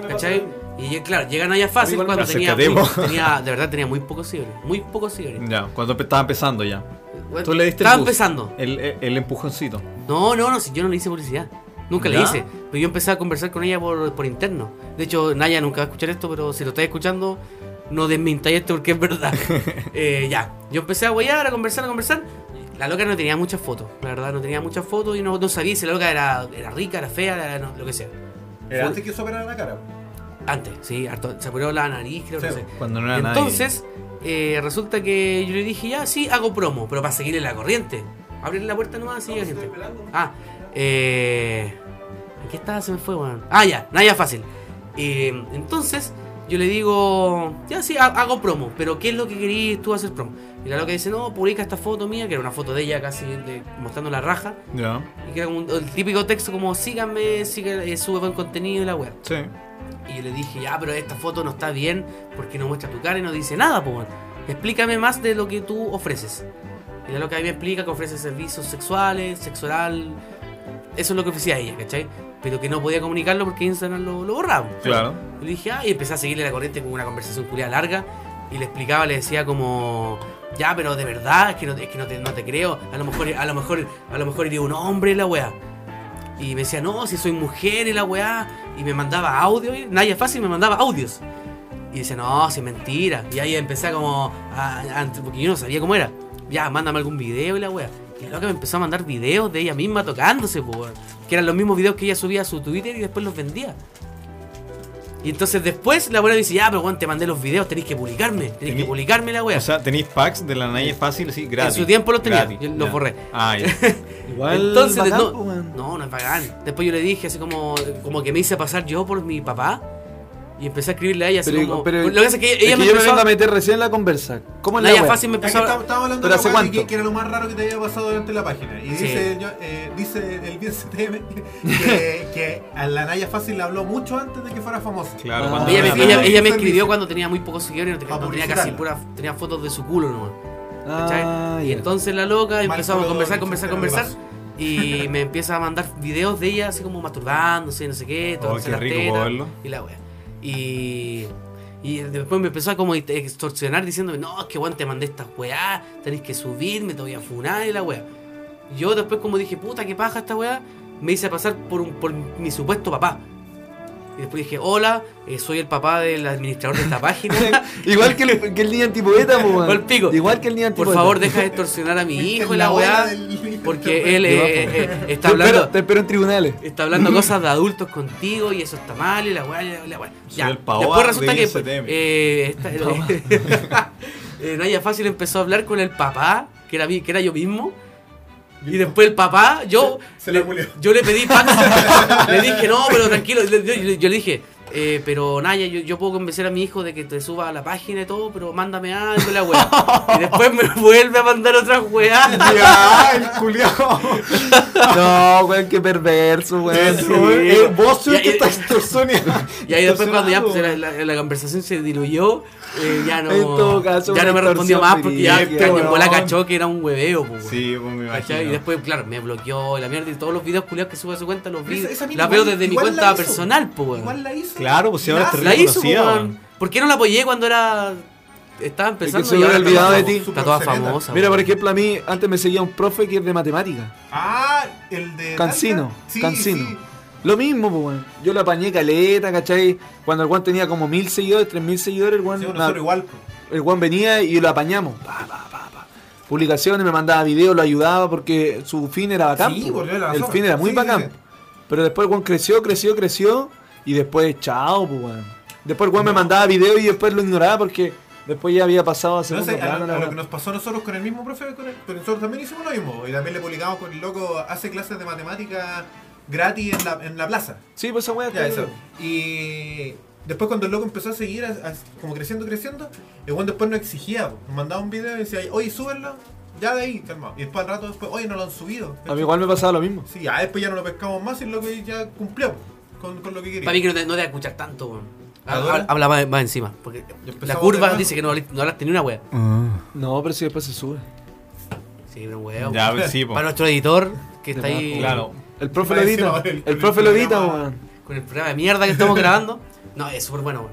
Speaker 2: ¿Cachai? Y eh, claro, llega Naya Fácil
Speaker 1: Igual me
Speaker 2: cuando tenía,
Speaker 3: Acércate,
Speaker 2: muy-
Speaker 3: po.
Speaker 2: tenía- De verdad tenía muy pocos seguidores. Muy pocos seguidores.
Speaker 3: Ya, cuando empe- estaba empezando ya.
Speaker 2: Bueno,
Speaker 3: Mm. Tú le diste el
Speaker 2: Estaba
Speaker 3: boost.
Speaker 2: empezando.
Speaker 3: El, el- el empujoncito.
Speaker 2: No, no, no, si yo no le hice publicidad. Nunca le
Speaker 3: ¿Ya?
Speaker 2: hice. Pero yo empecé a conversar con ella por, por interno. De hecho, Naya nunca va a escuchar esto, pero si lo estáis escuchando, no desmintáis esto porque es verdad. Eh, ya, yo empecé a guayar, a conversar, a conversar. La loca no tenía muchas fotos, la verdad, no tenía muchas fotos y no, no sabía si la loca era, era rica, era fea, era, no, lo que sea.
Speaker 4: Era antes que eso operara la cara.
Speaker 2: Antes, sí, harto, se operó la nariz, creo, no
Speaker 4: Sí.
Speaker 2: sé.
Speaker 3: Cuando no era nadie.
Speaker 2: Entonces, eh, resulta que yo le dije, ya, sí, hago promo, pero para seguirle la corriente. Abrirle la puerta nomás, así llega gente. Ah, eh. ¿en ¿Qué estaba? Se me fue, weón. Ah, ya, Naya Fácil. Eh, entonces, yo le digo, ya sí, ha- hago promo, pero ¿qué es lo que querías tú hacer promo? Y la loca dice, no, publica esta foto mía, que era una foto de ella casi de- mostrando la raja,
Speaker 3: Ya,
Speaker 2: y que era como un- el típico texto como, síganme, siga, eh, sube buen contenido y la web.
Speaker 3: sí.
Speaker 2: Y yo le dije, ya, pero esta foto no está bien porque no muestra tu cara y no dice nada, po. weón. Explícame más de lo que tú ofreces. Y la loca ahí me explica que ofrece servicios sexuales, sexual. Eso es lo que ofrecía ella, ¿cachai? Pero que no podía comunicarlo porque Instagram lo, lo borraba.
Speaker 3: Claro.
Speaker 2: Y le dije, ah, y empecé a seguirle la corriente con una conversación culiada larga. Y le explicaba, le decía como, ya, pero de verdad, es que no, es que no, te, no te creo. A lo mejor, a lo mejor, a lo mejor iría un hombre y la weá. Y me decía, no, si soy mujer y la weá. Y me mandaba audio, y nadie fácil, me mandaba audios. Y dice, no, si es mentira. Y ahí empecé como, a- a- porque yo no sabía cómo era. Ya, mándame algún video y la weá. Y la loca me empezó a mandar videos de ella misma tocándose, po, weón. Que eran los mismos videos que ella subía a su Twitter y después los vendía. Y entonces después la weá dice, ya, pero weón, te mandé los videos, tenéis que publicarme. Tenéis que
Speaker 3: Tení-
Speaker 2: publicarme la weá.
Speaker 3: O sea, tenéis packs de la Naye fácil, sí, gratis.
Speaker 2: En su tiempo los tenía,
Speaker 3: Gratis,
Speaker 2: yo los
Speaker 3: ya.
Speaker 2: borré.
Speaker 3: Ah, ya.
Speaker 1: Igual.
Speaker 2: Entonces,
Speaker 1: bacán,
Speaker 2: no-
Speaker 1: po, weón.
Speaker 2: No, no es bacán. Después yo le dije, así como, como que me hice pasar yo por mi papá. Y empecé a escribirle a ella, así
Speaker 1: Pero-
Speaker 2: como.
Speaker 1: pero-
Speaker 2: lo que pasa es que ella
Speaker 1: Es que
Speaker 2: me
Speaker 1: yo me
Speaker 2: empezó.
Speaker 1: vengo a
Speaker 2: a-
Speaker 1: meter recién en la conversa. ¿Cómo es la
Speaker 2: Naya
Speaker 1: wea?
Speaker 2: fácil me
Speaker 4: Ya que
Speaker 2: empezó a.
Speaker 4: está- estaba hablando
Speaker 1: ¿Pero
Speaker 4: de
Speaker 1: hace
Speaker 4: la weá de
Speaker 1: cuánto?
Speaker 4: que, que era lo más raro que te había pasado durante la página. Y
Speaker 2: Sí.
Speaker 4: dice, yo- eh, dice el Vince TV que, que a la Naya Fácil le habló mucho antes de que fuera famosa.
Speaker 3: Claro,
Speaker 1: Ah.
Speaker 3: cuando
Speaker 2: Ella me,
Speaker 3: era
Speaker 1: Ah,
Speaker 2: ella-
Speaker 3: la-
Speaker 2: ella me
Speaker 4: servicio.
Speaker 2: escribió cuando tenía muy pocos seguidores, no tenía,
Speaker 4: Para
Speaker 2: no tenía casi
Speaker 4: publicitarla.
Speaker 2: pura, tenía fotos de su culo nomás. ¿cachai?
Speaker 1: Ah,
Speaker 2: y
Speaker 1: ya.
Speaker 2: entonces la loca empezamos a
Speaker 4: Marco
Speaker 2: conversar,
Speaker 4: Dodovic,
Speaker 2: conversar,
Speaker 4: etcétera,
Speaker 2: conversar. Y me empieza a mandar videos de ella así como masturbándose, no sé qué,
Speaker 3: Oh,
Speaker 2: tomándose
Speaker 3: qué
Speaker 2: las
Speaker 3: rico
Speaker 2: tetas,
Speaker 3: puedo verlo.
Speaker 2: Y la wea. Y. Y después me empezó a como extorsionar diciéndome, no, es que weón, te mandé estas weá, tenés que subirme, te voy a funar y la weá. Yo después como dije, puta, qué paja esta weá, me hice pasar por, un, por mi supuesto papá. Y después dije, hola, eh, soy el papá del administrador de esta página.
Speaker 1: Igual que el, que el niño antipoeta, po, weón.
Speaker 2: Pa'l pico.
Speaker 1: Igual que el niño
Speaker 2: Por
Speaker 1: antipoeta.
Speaker 2: favor, deja de extorsionar a mi hijo y la
Speaker 4: abuela
Speaker 2: weá.
Speaker 4: del-
Speaker 2: Porque él
Speaker 1: Te
Speaker 2: eh,
Speaker 1: va,
Speaker 2: eh, eh,
Speaker 1: Te
Speaker 2: está
Speaker 1: espero-
Speaker 2: hablando,
Speaker 1: Te espero en tribunales.
Speaker 2: está hablando cosas de adultos contigo y eso está mal y la weá, y la- la weá.
Speaker 3: Soy
Speaker 2: Ya.
Speaker 3: el pavo
Speaker 2: Después
Speaker 3: de
Speaker 2: resulta que
Speaker 3: ISTM.
Speaker 2: eh, esta- eh, Naya Fácil empezó a hablar con el papá, que era, mi- que era yo mismo. Y después el papá, yo,
Speaker 4: Se
Speaker 2: le,
Speaker 4: la culió.
Speaker 2: yo le pedí pacto. le dije, no, pero tranquilo. le- Yo, yo- yo le dije, eh, pero Naya, yo, yo puedo convencer a mi hijo de que te suba a la página y todo, pero mándame algo, la weá. Y después me vuelve a mandar otras weá.
Speaker 3: Ya, el culiao.
Speaker 1: No, weón, qué perverso, weón.
Speaker 3: Eso,
Speaker 1: Sí.
Speaker 3: weón. Eh, vos sos el que
Speaker 2: Ya,
Speaker 3: está
Speaker 2: eh,
Speaker 3: extorsionando.
Speaker 2: Y ahí después cuando ya pues,
Speaker 3: Extorsionando.
Speaker 2: la, la- la conversación se diluyó, eh, ya no,
Speaker 1: En todo caso,
Speaker 2: ya no me
Speaker 1: una
Speaker 2: respondió
Speaker 1: extorsión
Speaker 2: más porque ya
Speaker 1: directa,
Speaker 2: caño en
Speaker 3: weón.
Speaker 2: bola cachó que era un hueveo, po, weón.
Speaker 3: Sí, pues me
Speaker 2: ¿Cachai?
Speaker 3: imagino.
Speaker 2: Y después, claro, me bloqueó y la mierda y todos los videos culiados que sube a su cuenta los
Speaker 4: Pero
Speaker 2: vi.
Speaker 4: esa- esa mina
Speaker 2: La veo
Speaker 4: igual-
Speaker 2: desde mi
Speaker 4: igual la
Speaker 2: cuenta
Speaker 4: hizo.
Speaker 2: personal, po, weón.
Speaker 4: Igual la hizo.
Speaker 3: Claro, pues si ahora
Speaker 4: La
Speaker 3: te
Speaker 4: hace.
Speaker 2: La hizo,
Speaker 3: reconocía,
Speaker 2: weón.
Speaker 3: weón.
Speaker 2: ¿Por qué no la apoyé cuando era. Estaba empezando
Speaker 1: se hubiera
Speaker 2: ahora está
Speaker 1: olvidado
Speaker 2: toda
Speaker 1: de
Speaker 2: famo-
Speaker 1: ti.
Speaker 2: Está toda
Speaker 4: Super
Speaker 2: famosa.
Speaker 1: Mira,
Speaker 2: weón.
Speaker 1: por ejemplo, a mí antes me seguía un profe que es de matemática.
Speaker 4: Ah, el de.
Speaker 1: Cancino,
Speaker 4: Talca. Sí,
Speaker 1: Cancino.
Speaker 4: sí.
Speaker 1: Lo mismo, pues, weón. Yo lo apañé caleta, ¿cachai? Cuando el Juan tenía como mil seguidores, tres mil seguidores, el Juan,
Speaker 4: Sí, nosotros igual. po.
Speaker 1: el Juan venía y lo apañamos. Pa, pa, pa, pa. Publicaciones, me mandaba videos, lo ayudaba porque su fin era bacán.
Speaker 4: Sí,
Speaker 1: pues,
Speaker 4: volvió a la
Speaker 1: el
Speaker 4: zona.
Speaker 1: fin era muy
Speaker 4: Sí,
Speaker 1: bacán.
Speaker 4: sí, sí.
Speaker 1: Pero después el Juan creció, creció, creció. Y después, chao, pues, weón. Después el Juan me mandaba videos y después lo ignoraba porque después ya había pasado a
Speaker 4: No
Speaker 1: segundo
Speaker 4: sé, a,
Speaker 1: plano,
Speaker 4: lo-
Speaker 1: la
Speaker 4: a lo
Speaker 1: weá.
Speaker 4: que nos pasó a nosotros con el mismo profe, con el- pero nosotros también hicimos lo mismo. Y también le publicamos con el loco, hace clases de matemática gratis en la, en la plaza.
Speaker 1: Sí, pues esa weá.
Speaker 4: Ya,
Speaker 1: te-
Speaker 4: eso. Y después cuando el loco empezó a seguir, a- a- como creciendo, creciendo, el weón después nos exigía, po. nos mandaba un video y decía, oye, súbelo, ya de ahí, calmado. Y después al rato después, oye, no lo han subido.
Speaker 1: A mí igual me pasaba lo mismo.
Speaker 4: Sí, ya después ya no lo pescamos más y el loco ya cumplió po, con, con lo que quería.
Speaker 2: Para mí que no te, no te va a escuchar tanto, weón. Ha-
Speaker 4: ¿Ahora?
Speaker 2: ha- Habla más, más encima. Porque
Speaker 4: empezamos
Speaker 2: la
Speaker 4: de
Speaker 2: curva
Speaker 4: nuevo.
Speaker 2: dice que no, habl- no hablaste ni una wea.
Speaker 1: No, pero si después se sube.
Speaker 2: Sí, pero weón.
Speaker 3: Ya, pues sí,
Speaker 2: Para
Speaker 3: pues.
Speaker 2: nuestro editor, que está
Speaker 1: De más,
Speaker 2: ahí
Speaker 1: po.
Speaker 3: Claro.
Speaker 1: El profe lo
Speaker 4: Más encima,
Speaker 1: edita.
Speaker 4: con el-
Speaker 1: El profe lo
Speaker 4: con el
Speaker 1: edita,
Speaker 4: programa.
Speaker 1: weón.
Speaker 2: con el programa de mierda que estamos grabando. No, es súper bueno, weón.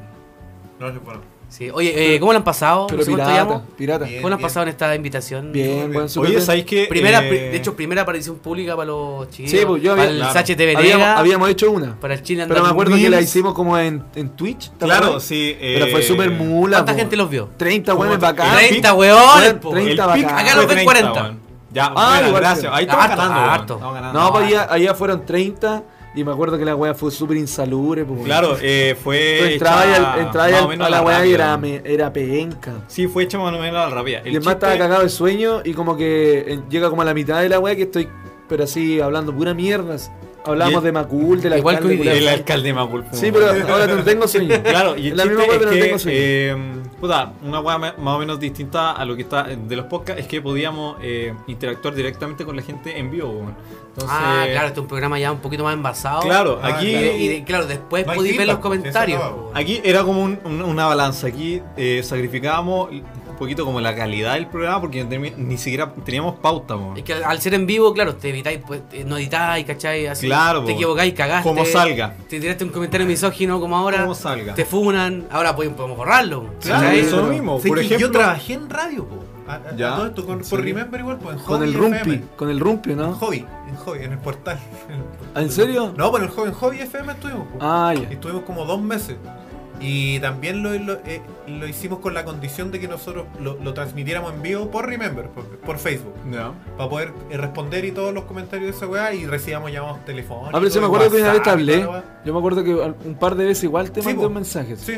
Speaker 4: No, sí, bueno.
Speaker 2: Sí. Oye, eh, ¿cómo lo han pasado?
Speaker 1: Pero
Speaker 2: No sé cuánto
Speaker 1: pirata,
Speaker 2: llevamos.
Speaker 1: pirata.
Speaker 4: Bien,
Speaker 2: ¿Cómo lo han
Speaker 4: bien.
Speaker 2: pasado en esta invitación?
Speaker 1: Bien, weón, súper
Speaker 3: Oye,
Speaker 1: bien.
Speaker 3: ¿sabéis qué?
Speaker 2: Primera,
Speaker 3: Eh,
Speaker 2: pri- de hecho, primera aparición pública para los chicos.
Speaker 1: Sí, pues, yo
Speaker 2: para
Speaker 1: había-
Speaker 2: el
Speaker 3: claro.
Speaker 2: Sache TV
Speaker 1: habíamos,
Speaker 2: Nega,
Speaker 1: habíamos hecho una.
Speaker 2: para el Chile
Speaker 1: Pero me
Speaker 2: Andaluz
Speaker 1: acuerdo que la
Speaker 2: Mills.
Speaker 1: hicimos como en, en Twitch. ¿te
Speaker 3: Claro,
Speaker 1: acuerdas?
Speaker 3: sí. eh,
Speaker 1: Pero fue súper mula.
Speaker 2: ¿Cuánta
Speaker 1: po,
Speaker 2: gente
Speaker 1: weón.
Speaker 2: los vio?
Speaker 1: 30
Speaker 3: Como
Speaker 1: weones
Speaker 3: tre-
Speaker 1: bacán.
Speaker 3: el
Speaker 2: 30
Speaker 3: pic-
Speaker 2: weones,
Speaker 1: weón,
Speaker 2: po.
Speaker 1: 30
Speaker 3: el pic
Speaker 1: bacán.
Speaker 2: Acá los
Speaker 3: fue
Speaker 2: ven
Speaker 3: 30,
Speaker 2: 40.
Speaker 3: weón. Ya,
Speaker 1: Ah,
Speaker 3: buena,
Speaker 1: igual
Speaker 3: gracias.
Speaker 1: que-
Speaker 3: Ahí estamos
Speaker 2: Harto,
Speaker 3: ganando, weón.
Speaker 2: harto.
Speaker 3: Estamos ganando.
Speaker 1: No, pues allá, allá fueron 30. Y me acuerdo que la weá fue súper insalubre. po, weón.
Speaker 3: Claro, eh,
Speaker 1: Tú
Speaker 3: fue.
Speaker 1: entrabas y
Speaker 3: hecha
Speaker 1: al- entrabas y
Speaker 3: más o
Speaker 1: al-
Speaker 3: menos
Speaker 1: a la weá y
Speaker 3: rápida.
Speaker 1: era, me- era penca.
Speaker 3: Sí, fue hecha más o menos a la rabia.
Speaker 1: y el más estaba cagado de sueño y como que eh, llega como a la mitad de la weá que estoy, pero así, hablando pura mierda. así, Hablábamos
Speaker 3: Y-
Speaker 1: de Macul, del
Speaker 2: Igual que
Speaker 1: alcalde.
Speaker 2: hoy día.
Speaker 1: culiao.
Speaker 3: El alcalde de Macul. po.
Speaker 1: Sí, pero ahora no tengo sueño.
Speaker 3: Claro, y el
Speaker 1: la
Speaker 3: chiste
Speaker 1: misma weá, pero no tengo
Speaker 3: es
Speaker 1: sueño.
Speaker 3: que, eh, puta, una weá ma- más o menos distinta a lo que está de los podcasts es que podíamos eh, interactuar directamente con la gente en vivo. weón. Entonces,
Speaker 2: Ah, claro, este es un programa ya un poquito más envasado.
Speaker 3: claro,
Speaker 4: Ah,
Speaker 3: aquí,
Speaker 2: Y,
Speaker 4: claro.
Speaker 2: y de- claro, después
Speaker 4: No hay
Speaker 2: podéis ver los
Speaker 4: feedback,
Speaker 2: comentarios.
Speaker 4: eso no.
Speaker 2: po.
Speaker 3: aquí era como un- un- una balanza. Aquí eh, sacrificábamos un poquito como la calidad del programa porque ni, ni siquiera teníamos pauta. weón.
Speaker 2: Es que al- al ser en vivo, claro, te evitáis, pues, eh, no editáis, ¿cachai? Así,
Speaker 3: Claro,
Speaker 2: te
Speaker 3: po.
Speaker 2: equivocáis, cagaste.
Speaker 3: Como salga.
Speaker 2: Te tiraste un comentario misógino como ahora.
Speaker 3: Como salga.
Speaker 2: Te funan, ahora podemos, podemos borrarlo.
Speaker 4: Claro,
Speaker 2: ¿cachai?
Speaker 3: eso
Speaker 4: pero-
Speaker 3: mismo.
Speaker 4: Sé
Speaker 3: Por
Speaker 4: que
Speaker 3: ejemplo-
Speaker 4: yo trabajé en radio, po. A- a-
Speaker 3: Ya.
Speaker 4: a todo esto, con, por Remember igual, po, en
Speaker 1: Con el
Speaker 4: Hobby
Speaker 1: rumpi,
Speaker 4: FM.
Speaker 1: con el rumpi,
Speaker 4: En
Speaker 1: ¿no?
Speaker 4: Hobby, en Hobby, en el portal.
Speaker 1: ¿En serio?
Speaker 4: No, pero en Hobby, en Hobby FM estuvimos, po.
Speaker 1: Ah,
Speaker 4: Y
Speaker 1: ya.
Speaker 4: Estuvimos como dos meses. Y también lo, lo- eh, lo hicimos con la condición de que nosotros lo, lo transmitiéramos en vivo por Remember, por, por Facebook.
Speaker 3: Ya.
Speaker 4: Para poder eh, responder y todos los comentarios de esa weá y recibíamos llamados telefónicos.
Speaker 1: Ah, pero sí me
Speaker 4: y
Speaker 1: acuerdo que una vez te
Speaker 4: WhatsApp y
Speaker 1: hablé.
Speaker 4: toda la weá.
Speaker 1: Yo me acuerdo que al- un par de veces igual te
Speaker 4: Sí,
Speaker 1: mandé
Speaker 4: po.
Speaker 1: un mensaje.
Speaker 4: Sí.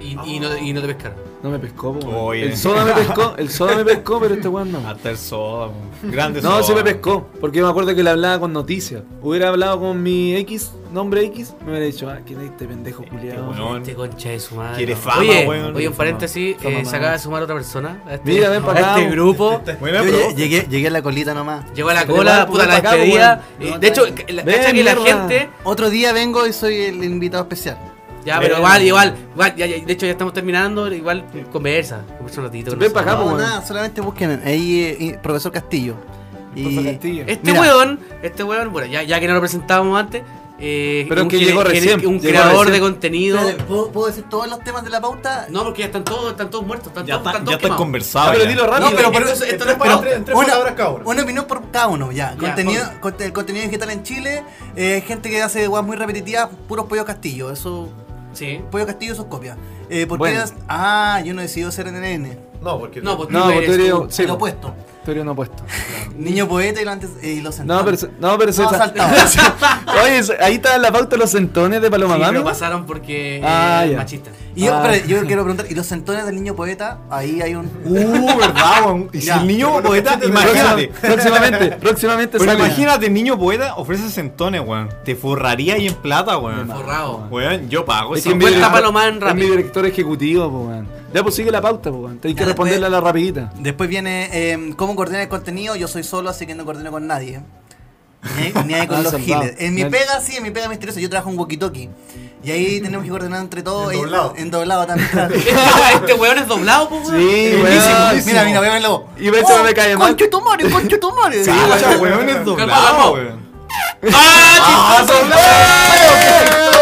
Speaker 2: Y, y no, y no te pescaron.
Speaker 1: No me pescó, po, weón.
Speaker 3: Oye.
Speaker 1: El soda me pescó, el soda me pescó, pero este weón no.
Speaker 3: Hasta el soda. weón. Grande soda.
Speaker 1: No, sí me pescó, porque yo me acuerdo que le hablaba con noticias. Hubiera hablado con mi X, nombre X, me hubiera dicho, ah, ¿quién es este pendejo culiado?
Speaker 3: weón.
Speaker 2: Este concha de su madre.
Speaker 3: Quiere
Speaker 2: no.
Speaker 3: fama,
Speaker 2: oye,
Speaker 3: weón.
Speaker 2: oye, un paréntesis,
Speaker 1: Fama,
Speaker 2: eh,
Speaker 1: fama.
Speaker 2: se acaba de sumar otra persona. a este-
Speaker 1: Mira, ven pa'
Speaker 2: a
Speaker 1: acá,
Speaker 2: este
Speaker 1: vos.
Speaker 2: grupo.
Speaker 3: Buena,
Speaker 6: Yo
Speaker 3: pero-
Speaker 6: lle- llegué, llegué a la colita nomás.
Speaker 2: Llegó a la
Speaker 1: Pero
Speaker 2: cola,
Speaker 1: igual,
Speaker 2: puta la
Speaker 1: puta, acá,
Speaker 2: despedida.
Speaker 1: weón.
Speaker 2: Eh,
Speaker 1: No,
Speaker 2: de hecho,
Speaker 1: trae.
Speaker 2: la,
Speaker 1: Ven,
Speaker 2: cacha que la
Speaker 1: mierda.
Speaker 2: gente.
Speaker 6: Otro día vengo y soy el invitado especial. Ah,
Speaker 2: Ya,
Speaker 3: Ven.
Speaker 2: pero igual, igual. igual, ya- ya- de hecho, ya estamos terminando. Igual conversa. Conversa un ratito. con
Speaker 1: Ven
Speaker 2: nosotros.
Speaker 1: pa' acá, po.
Speaker 6: No,
Speaker 1: bueno.
Speaker 6: nada, solamente busquen ahí eh, y- profesor Castillo. Y-
Speaker 1: Por Castillo.
Speaker 2: Este
Speaker 6: Mira.
Speaker 2: weón, este weón, bueno, ya, ya que no lo presentábamos antes. eh,
Speaker 1: Pero
Speaker 2: un
Speaker 1: que
Speaker 2: cre-
Speaker 1: llegó
Speaker 2: cre-
Speaker 1: recién,
Speaker 2: Un
Speaker 1: llegó
Speaker 2: creador de
Speaker 1: recién.
Speaker 2: contenido.
Speaker 6: Espérate, ¿puedo, puedo decir todos los temas de la pauta?
Speaker 2: No, porque ya están todos, están todos muertos. Están
Speaker 3: Ya
Speaker 2: todos,
Speaker 3: está,
Speaker 2: están
Speaker 3: ya
Speaker 2: todos
Speaker 3: está
Speaker 2: quemados.
Speaker 3: conversado.
Speaker 1: Ah, pero
Speaker 3: ya.
Speaker 1: dilo rápido.
Speaker 2: No, pero
Speaker 4: Esto-
Speaker 2: por eso
Speaker 4: esto
Speaker 2: esto no es
Speaker 4: es para
Speaker 2: pauta.
Speaker 4: tres- tres palabras cada uno.
Speaker 6: una opinión por cada uno, ya.
Speaker 2: Ya,
Speaker 6: contenido,
Speaker 2: ponte.
Speaker 6: conte- el contenido digital en Chile, eh, gente que hace weas muy repetitivas, puros pollos castillo, eso.
Speaker 2: Sí.
Speaker 6: Pollo castillo y sus copias. Eh, ¿Por
Speaker 1: Bueno.
Speaker 6: qué las- Ah, yo no decido ser NN.
Speaker 4: No, porque.
Speaker 2: No, pues
Speaker 1: No,
Speaker 2: tú eres
Speaker 1: pues tú eres-
Speaker 2: tú.
Speaker 1: Sí,
Speaker 6: lo
Speaker 1: po.
Speaker 6: opuesto.
Speaker 1: Pero no puesto.
Speaker 6: Niño poeta y lo antes eh, y los
Speaker 1: No, pero, se- no, pero se-
Speaker 6: No, saltaba.
Speaker 1: Oye, se- ahí está la pauta de los centones de Paloma
Speaker 2: Sí,
Speaker 1: Mami.
Speaker 2: pero pasaron porque eh,
Speaker 1: Ah, ya.
Speaker 2: machistas.
Speaker 6: Y yo,
Speaker 1: Ah.
Speaker 6: espera, yo quiero preguntar, ¿y los centones del niño poeta? Ahí hay un.
Speaker 3: Uh, verdad, weón. Y si el
Speaker 6: Ya,
Speaker 4: pero
Speaker 3: niño
Speaker 4: con los
Speaker 3: poeta,
Speaker 4: cachetes de
Speaker 3: imagínate.
Speaker 1: Próxima- próximamente, próximamente
Speaker 3: Pero
Speaker 1: sale.
Speaker 3: imagínate, el niño poeta ofrece centones, weón. Te forraría ahí en plata, weón.
Speaker 2: Forrado.
Speaker 3: Weón, yo pago.
Speaker 1: Es
Speaker 3: esa
Speaker 1: que mi
Speaker 3: weá.
Speaker 2: Vuelta
Speaker 1: director-
Speaker 2: Paloma
Speaker 1: es
Speaker 2: en
Speaker 1: mi
Speaker 2: rápido.
Speaker 1: director ejecutivo, po, weón. Ya pues sigue la pauta, po, weón. Tenés que
Speaker 6: Ya, después-
Speaker 1: responderla a la rapidita.
Speaker 6: Después viene eh, cómo coordinar el contenido. Yo soy solo, así que no coordino con nadie. Ni, ni ahí
Speaker 1: Ah,
Speaker 6: con los
Speaker 1: salvado.
Speaker 6: giles. En mi
Speaker 1: Bien.
Speaker 6: pega, sí, en mi pega misteriosa. Yo trabajo en walkie-talkie. Y ahí tenemos que coordinar entre todos.
Speaker 4: En
Speaker 6: y-
Speaker 4: doblado.
Speaker 6: En doblado también. claro.
Speaker 2: Este- este weón es doblado, po, weón.
Speaker 1: Sí,
Speaker 3: buenísimo,
Speaker 1: weón.
Speaker 3: buenísimo.
Speaker 6: mira, mira, voy a verlo.
Speaker 1: Y ve, se me cae mal.
Speaker 6: Concho tu madre, concho tu madre.
Speaker 3: Sí,
Speaker 6: Ah,
Speaker 3: weón, weón, es
Speaker 2: Calma,
Speaker 3: doblado, weón.
Speaker 2: ¡Ah,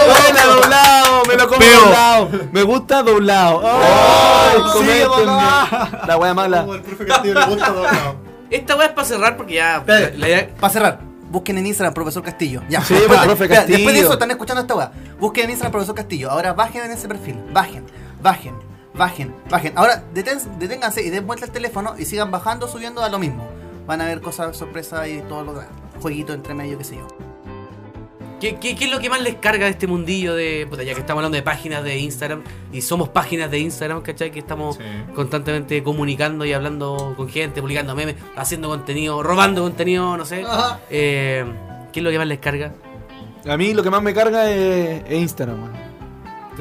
Speaker 1: Buena, doblado, me lo como
Speaker 3: Peo.
Speaker 1: doblado. Me gusta doblado. Ay, cométenme.
Speaker 3: doblado.
Speaker 1: La wea mala.
Speaker 4: Como el profe Castillo le gusta doblado.
Speaker 2: chis- Esta weá es para cerrar porque ya.
Speaker 6: Espérate.
Speaker 2: la idea-
Speaker 6: Para cerrar, busquen en Instagram Profesor Castillo. Ya.
Speaker 1: Sí, pues,
Speaker 6: Espérate,
Speaker 1: profe
Speaker 6: espérate,
Speaker 1: Castillo.
Speaker 6: Después de eso están escuchando esta weá. Busquen en Instagram Profesor Castillo. Ahora bajen en ese perfil. Bajen, bajen, bajen, bajen. Ahora deten- deténganse y den vuelta el teléfono y sigan bajando, subiendo a lo mismo. Van a ver cosas sorpresas y todo lo demás. Jueguito entre medio, qué sé yo.
Speaker 2: ¿Qué, qué, qué es lo que más les carga de este mundillo de. Puta, ya que estamos hablando de páginas de Instagram y somos páginas de Instagram, ¿cachai? Que estamos
Speaker 3: Sí.
Speaker 2: constantemente comunicando y hablando con gente, publicando memes, haciendo contenido, robando contenido, no sé. Eh, ¿Qué es lo que más les carga?
Speaker 1: A mí lo que más me carga es, es Instagram, weón.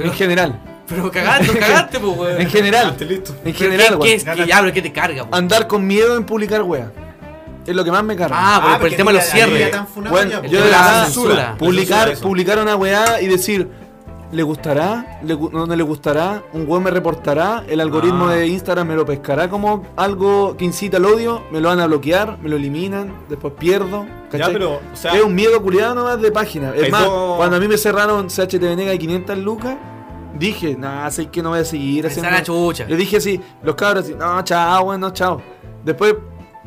Speaker 1: En general.
Speaker 2: Pero cagaste, cagaste, pues, weón.
Speaker 1: En general.
Speaker 3: Ah,
Speaker 4: listo.
Speaker 1: En
Speaker 2: Pero
Speaker 1: general,
Speaker 2: ¿qué, qué
Speaker 1: weón.
Speaker 2: es, que, ya, pero ¿qué te carga, po?
Speaker 1: Andar con miedo en publicar wea. Es lo que más me carga.
Speaker 2: Ah, por, por el tema de los cierres.
Speaker 1: Bueno,
Speaker 4: Bueno,
Speaker 2: po.
Speaker 1: yo de
Speaker 2: El tema de la
Speaker 1: verdad,
Speaker 2: censura.
Speaker 1: publicar,
Speaker 3: La censura,
Speaker 1: publicar una weá y decir, ¿le gustará? ¿Le gu- ¿No no le gustará? ¿Un weón me reportará? ¿El algoritmo
Speaker 3: Ah.
Speaker 1: de Instagram me lo pescará como algo que incita al odio? ¿Me lo van a bloquear? ¿Me lo eliminan? Después pierdo.
Speaker 3: Ya,
Speaker 1: ¿cachai?
Speaker 3: pero, o sea,
Speaker 1: es un miedo culiado nomás de página. Es
Speaker 3: Hay
Speaker 1: más,
Speaker 3: dos-
Speaker 1: cuando a mí me cerraron CHTVNega y 500 lucas, dije, nah, sé que no voy a seguir
Speaker 2: Pensar la
Speaker 1: haciendo.
Speaker 2: chucha.
Speaker 1: Le dije así, los cabros así, no, chao, weón, no, chao. Después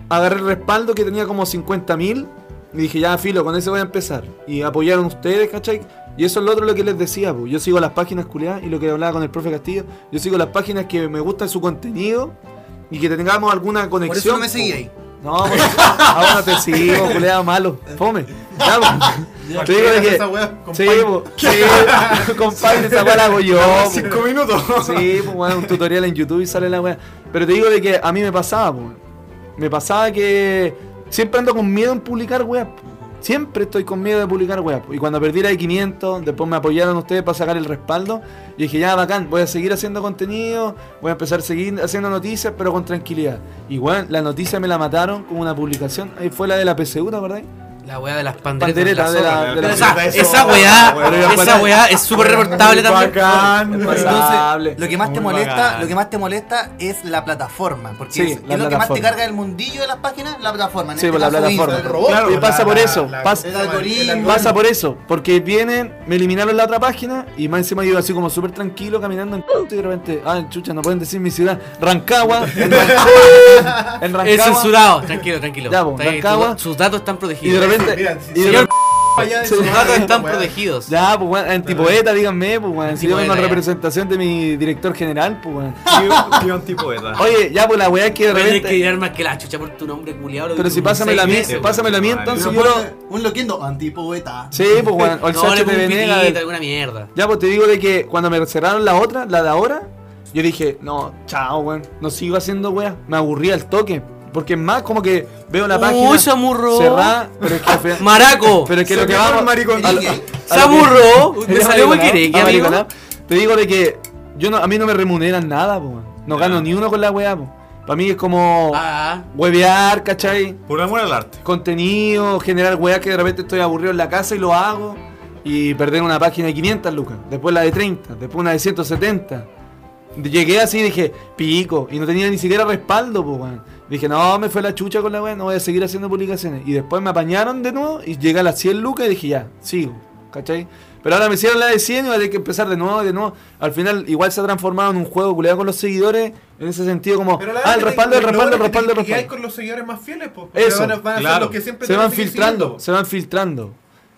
Speaker 1: agarré el respaldo que tenía como 50 mil y dije, ya, filo, con ese voy a empezar. Y apoyaron ustedes, ¿cachai? Y eso es lo otro lo que les decía, po. yo sigo las páginas culiadas y lo que hablaba con el profe Castillo, yo sigo las páginas que me gustan su contenido y que tengamos alguna conexión.
Speaker 6: Por eso no me
Speaker 1: po.
Speaker 6: seguí ahí.
Speaker 1: No, pues, ahora te sigo, culeado malo. Fome. Ya, pues. Te digo de que.
Speaker 4: Esa weá,
Speaker 1: Sí,
Speaker 4: compadre.
Speaker 1: pues, sí, compadre, esa weá la hago yo. pues.
Speaker 3: Cinco minutos.
Speaker 1: Sí, pues, weón, un tutorial en YouTube y sale la weá. Pero te digo de que a mí me pasaba, pues. Me pasaba que siempre ando con miedo en publicar weá. Siempre estoy con miedo de publicar weas. Y cuando perdí la de 500, después me apoyaron ustedes para sacar el respaldo. Y dije, ya, bacán, voy a seguir haciendo contenido, voy a empezar a seguir haciendo noticias, pero con tranquilidad. Y weón, la noticia me la mataron con una publicación. Ahí fue la de la PSU, ¿te acordás?
Speaker 2: La weá de las
Speaker 1: Pandereta
Speaker 2: panderetas.
Speaker 1: de
Speaker 2: la zorra.
Speaker 1: la. de
Speaker 2: Pero
Speaker 1: la-
Speaker 2: esa,
Speaker 4: Eso,
Speaker 2: esa
Speaker 4: bueno,
Speaker 2: weá,
Speaker 1: bueno.
Speaker 2: esa weá es súper reportable también.
Speaker 3: Bacán,
Speaker 1: Entonces,
Speaker 6: Entonces, lo que más te
Speaker 3: Muy
Speaker 6: molesta,
Speaker 3: bacán.
Speaker 6: lo que más te molesta es la plataforma, porque
Speaker 1: Sí,
Speaker 6: es,
Speaker 1: la
Speaker 6: es lo que más te
Speaker 1: plataforma.
Speaker 6: carga el mundillo de las páginas, la plataforma. en
Speaker 1: Sí,
Speaker 6: este
Speaker 1: por la
Speaker 6: caso,
Speaker 1: plataforma.
Speaker 6: Instagram.
Speaker 4: robot,
Speaker 1: Claro, y
Speaker 4: la-
Speaker 1: pasa por
Speaker 4: la-
Speaker 1: eso.
Speaker 4: la-
Speaker 1: pasa-
Speaker 4: el algoritmo.
Speaker 1: Pasa por eso, porque vienen, me eliminaron la otra página y más encima yo iba así como súper tranquilo caminando en y de repente, ah, chucha, no pueden decir mi ciudad, Rancagua. En Rancagua. en
Speaker 2: Es
Speaker 1: Rancagua,
Speaker 2: censurado, tranquilo, tranquilo.
Speaker 1: Ya, po,
Speaker 2: Está ahí,
Speaker 1: Rancagua.
Speaker 2: tu- sus datos están
Speaker 1: y de
Speaker 2: protegidos.
Speaker 1: repente,
Speaker 4: Mira,
Speaker 1: y de
Speaker 2: Señor,
Speaker 1: repente-
Speaker 4: Allá de
Speaker 1: Sí.
Speaker 4: su
Speaker 2: sus datos
Speaker 4: madre,
Speaker 2: están
Speaker 4: weón.
Speaker 2: protegidos.
Speaker 1: ya, pues weón, antipoeta, díganme, pues weón, si yo vengo
Speaker 2: Antipoeta,
Speaker 1: en
Speaker 2: ya.
Speaker 1: representación de mi director general, pues weón.
Speaker 3: Tío- Tío antipoeta.
Speaker 1: Oye, ya, pues la weá es que de
Speaker 2: Voy a tener que
Speaker 1: repente,
Speaker 2: llegar más que la chucha por tu nombre culiado.
Speaker 1: pero si pásamela a mí,
Speaker 3: meses,
Speaker 1: pásamela a mí
Speaker 3: weón.
Speaker 1: entonces
Speaker 3: Pero
Speaker 1: yo lo-
Speaker 7: Un loquendo antipoeta.
Speaker 1: Sí, pues weón, o el
Speaker 2: No, le
Speaker 1: Sánchez
Speaker 2: pongo
Speaker 1: de
Speaker 2: un
Speaker 1: Venega,
Speaker 2: pitito, alguna mierda.
Speaker 1: Ya, pues te digo de que cuando me cerraron la otra, la de ahora, yo dije, no, chao, weón, no sigo haciendo weá. Me aburrí al toque. Porque es más como que veo la página
Speaker 2: Uy, Samurro.
Speaker 1: cerrada, pero es que al final-
Speaker 2: Maraco.
Speaker 1: Pero es que
Speaker 3: Se
Speaker 1: lo que
Speaker 3: pegó el
Speaker 1: vamos.
Speaker 3: maricón.
Speaker 1: a- a- a-
Speaker 2: Samurro.
Speaker 1: Eres
Speaker 2: Te salió
Speaker 1: mariconado,
Speaker 2: huequereque,
Speaker 1: ah,
Speaker 2: amigo.
Speaker 1: mariconado. Te digo de que yo no, a mí no me remuneran nada, po, weón. No
Speaker 3: Ya.
Speaker 1: gano ni uno con la weá, Para mí es como
Speaker 2: Ah,
Speaker 1: huevear, ¿cachai?
Speaker 3: Por amor al arte.
Speaker 1: contenido, generar weá que de repente estoy aburrido en la casa y lo hago. Y perder una página de 500 lucas, después la de 30, después una de 170. Llegué así y dije, pico, y no tenía ni siquiera respaldo, pues, weón. Dije, no, me fue la chucha con la weá, no voy a seguir haciendo publicaciones. Y después me apañaron de nuevo y llegué a las 100 lucas y dije, ya, sigo, ¿cachai? Pero ahora me hicieron la de 100 y voy a tener que empezar de nuevo, de nuevo. Al final, igual se ha transformado en un juego culeado con los seguidores, en ese sentido, como,
Speaker 4: Pero la
Speaker 1: ah,
Speaker 4: verdad
Speaker 1: el
Speaker 4: es que
Speaker 1: respaldo, el
Speaker 4: lo
Speaker 1: respaldo,
Speaker 4: bueno
Speaker 1: el
Speaker 4: es que
Speaker 1: respaldo, el
Speaker 4: te- que
Speaker 1: respaldo
Speaker 4: hay con los seguidores más fieles, pues.
Speaker 1: Eso,
Speaker 4: Van a, van a ser
Speaker 3: claro.
Speaker 4: los que siempre
Speaker 1: se
Speaker 4: te
Speaker 1: van
Speaker 4: siguen
Speaker 1: filtrando,
Speaker 4: siguiendo.
Speaker 1: se van filtrando.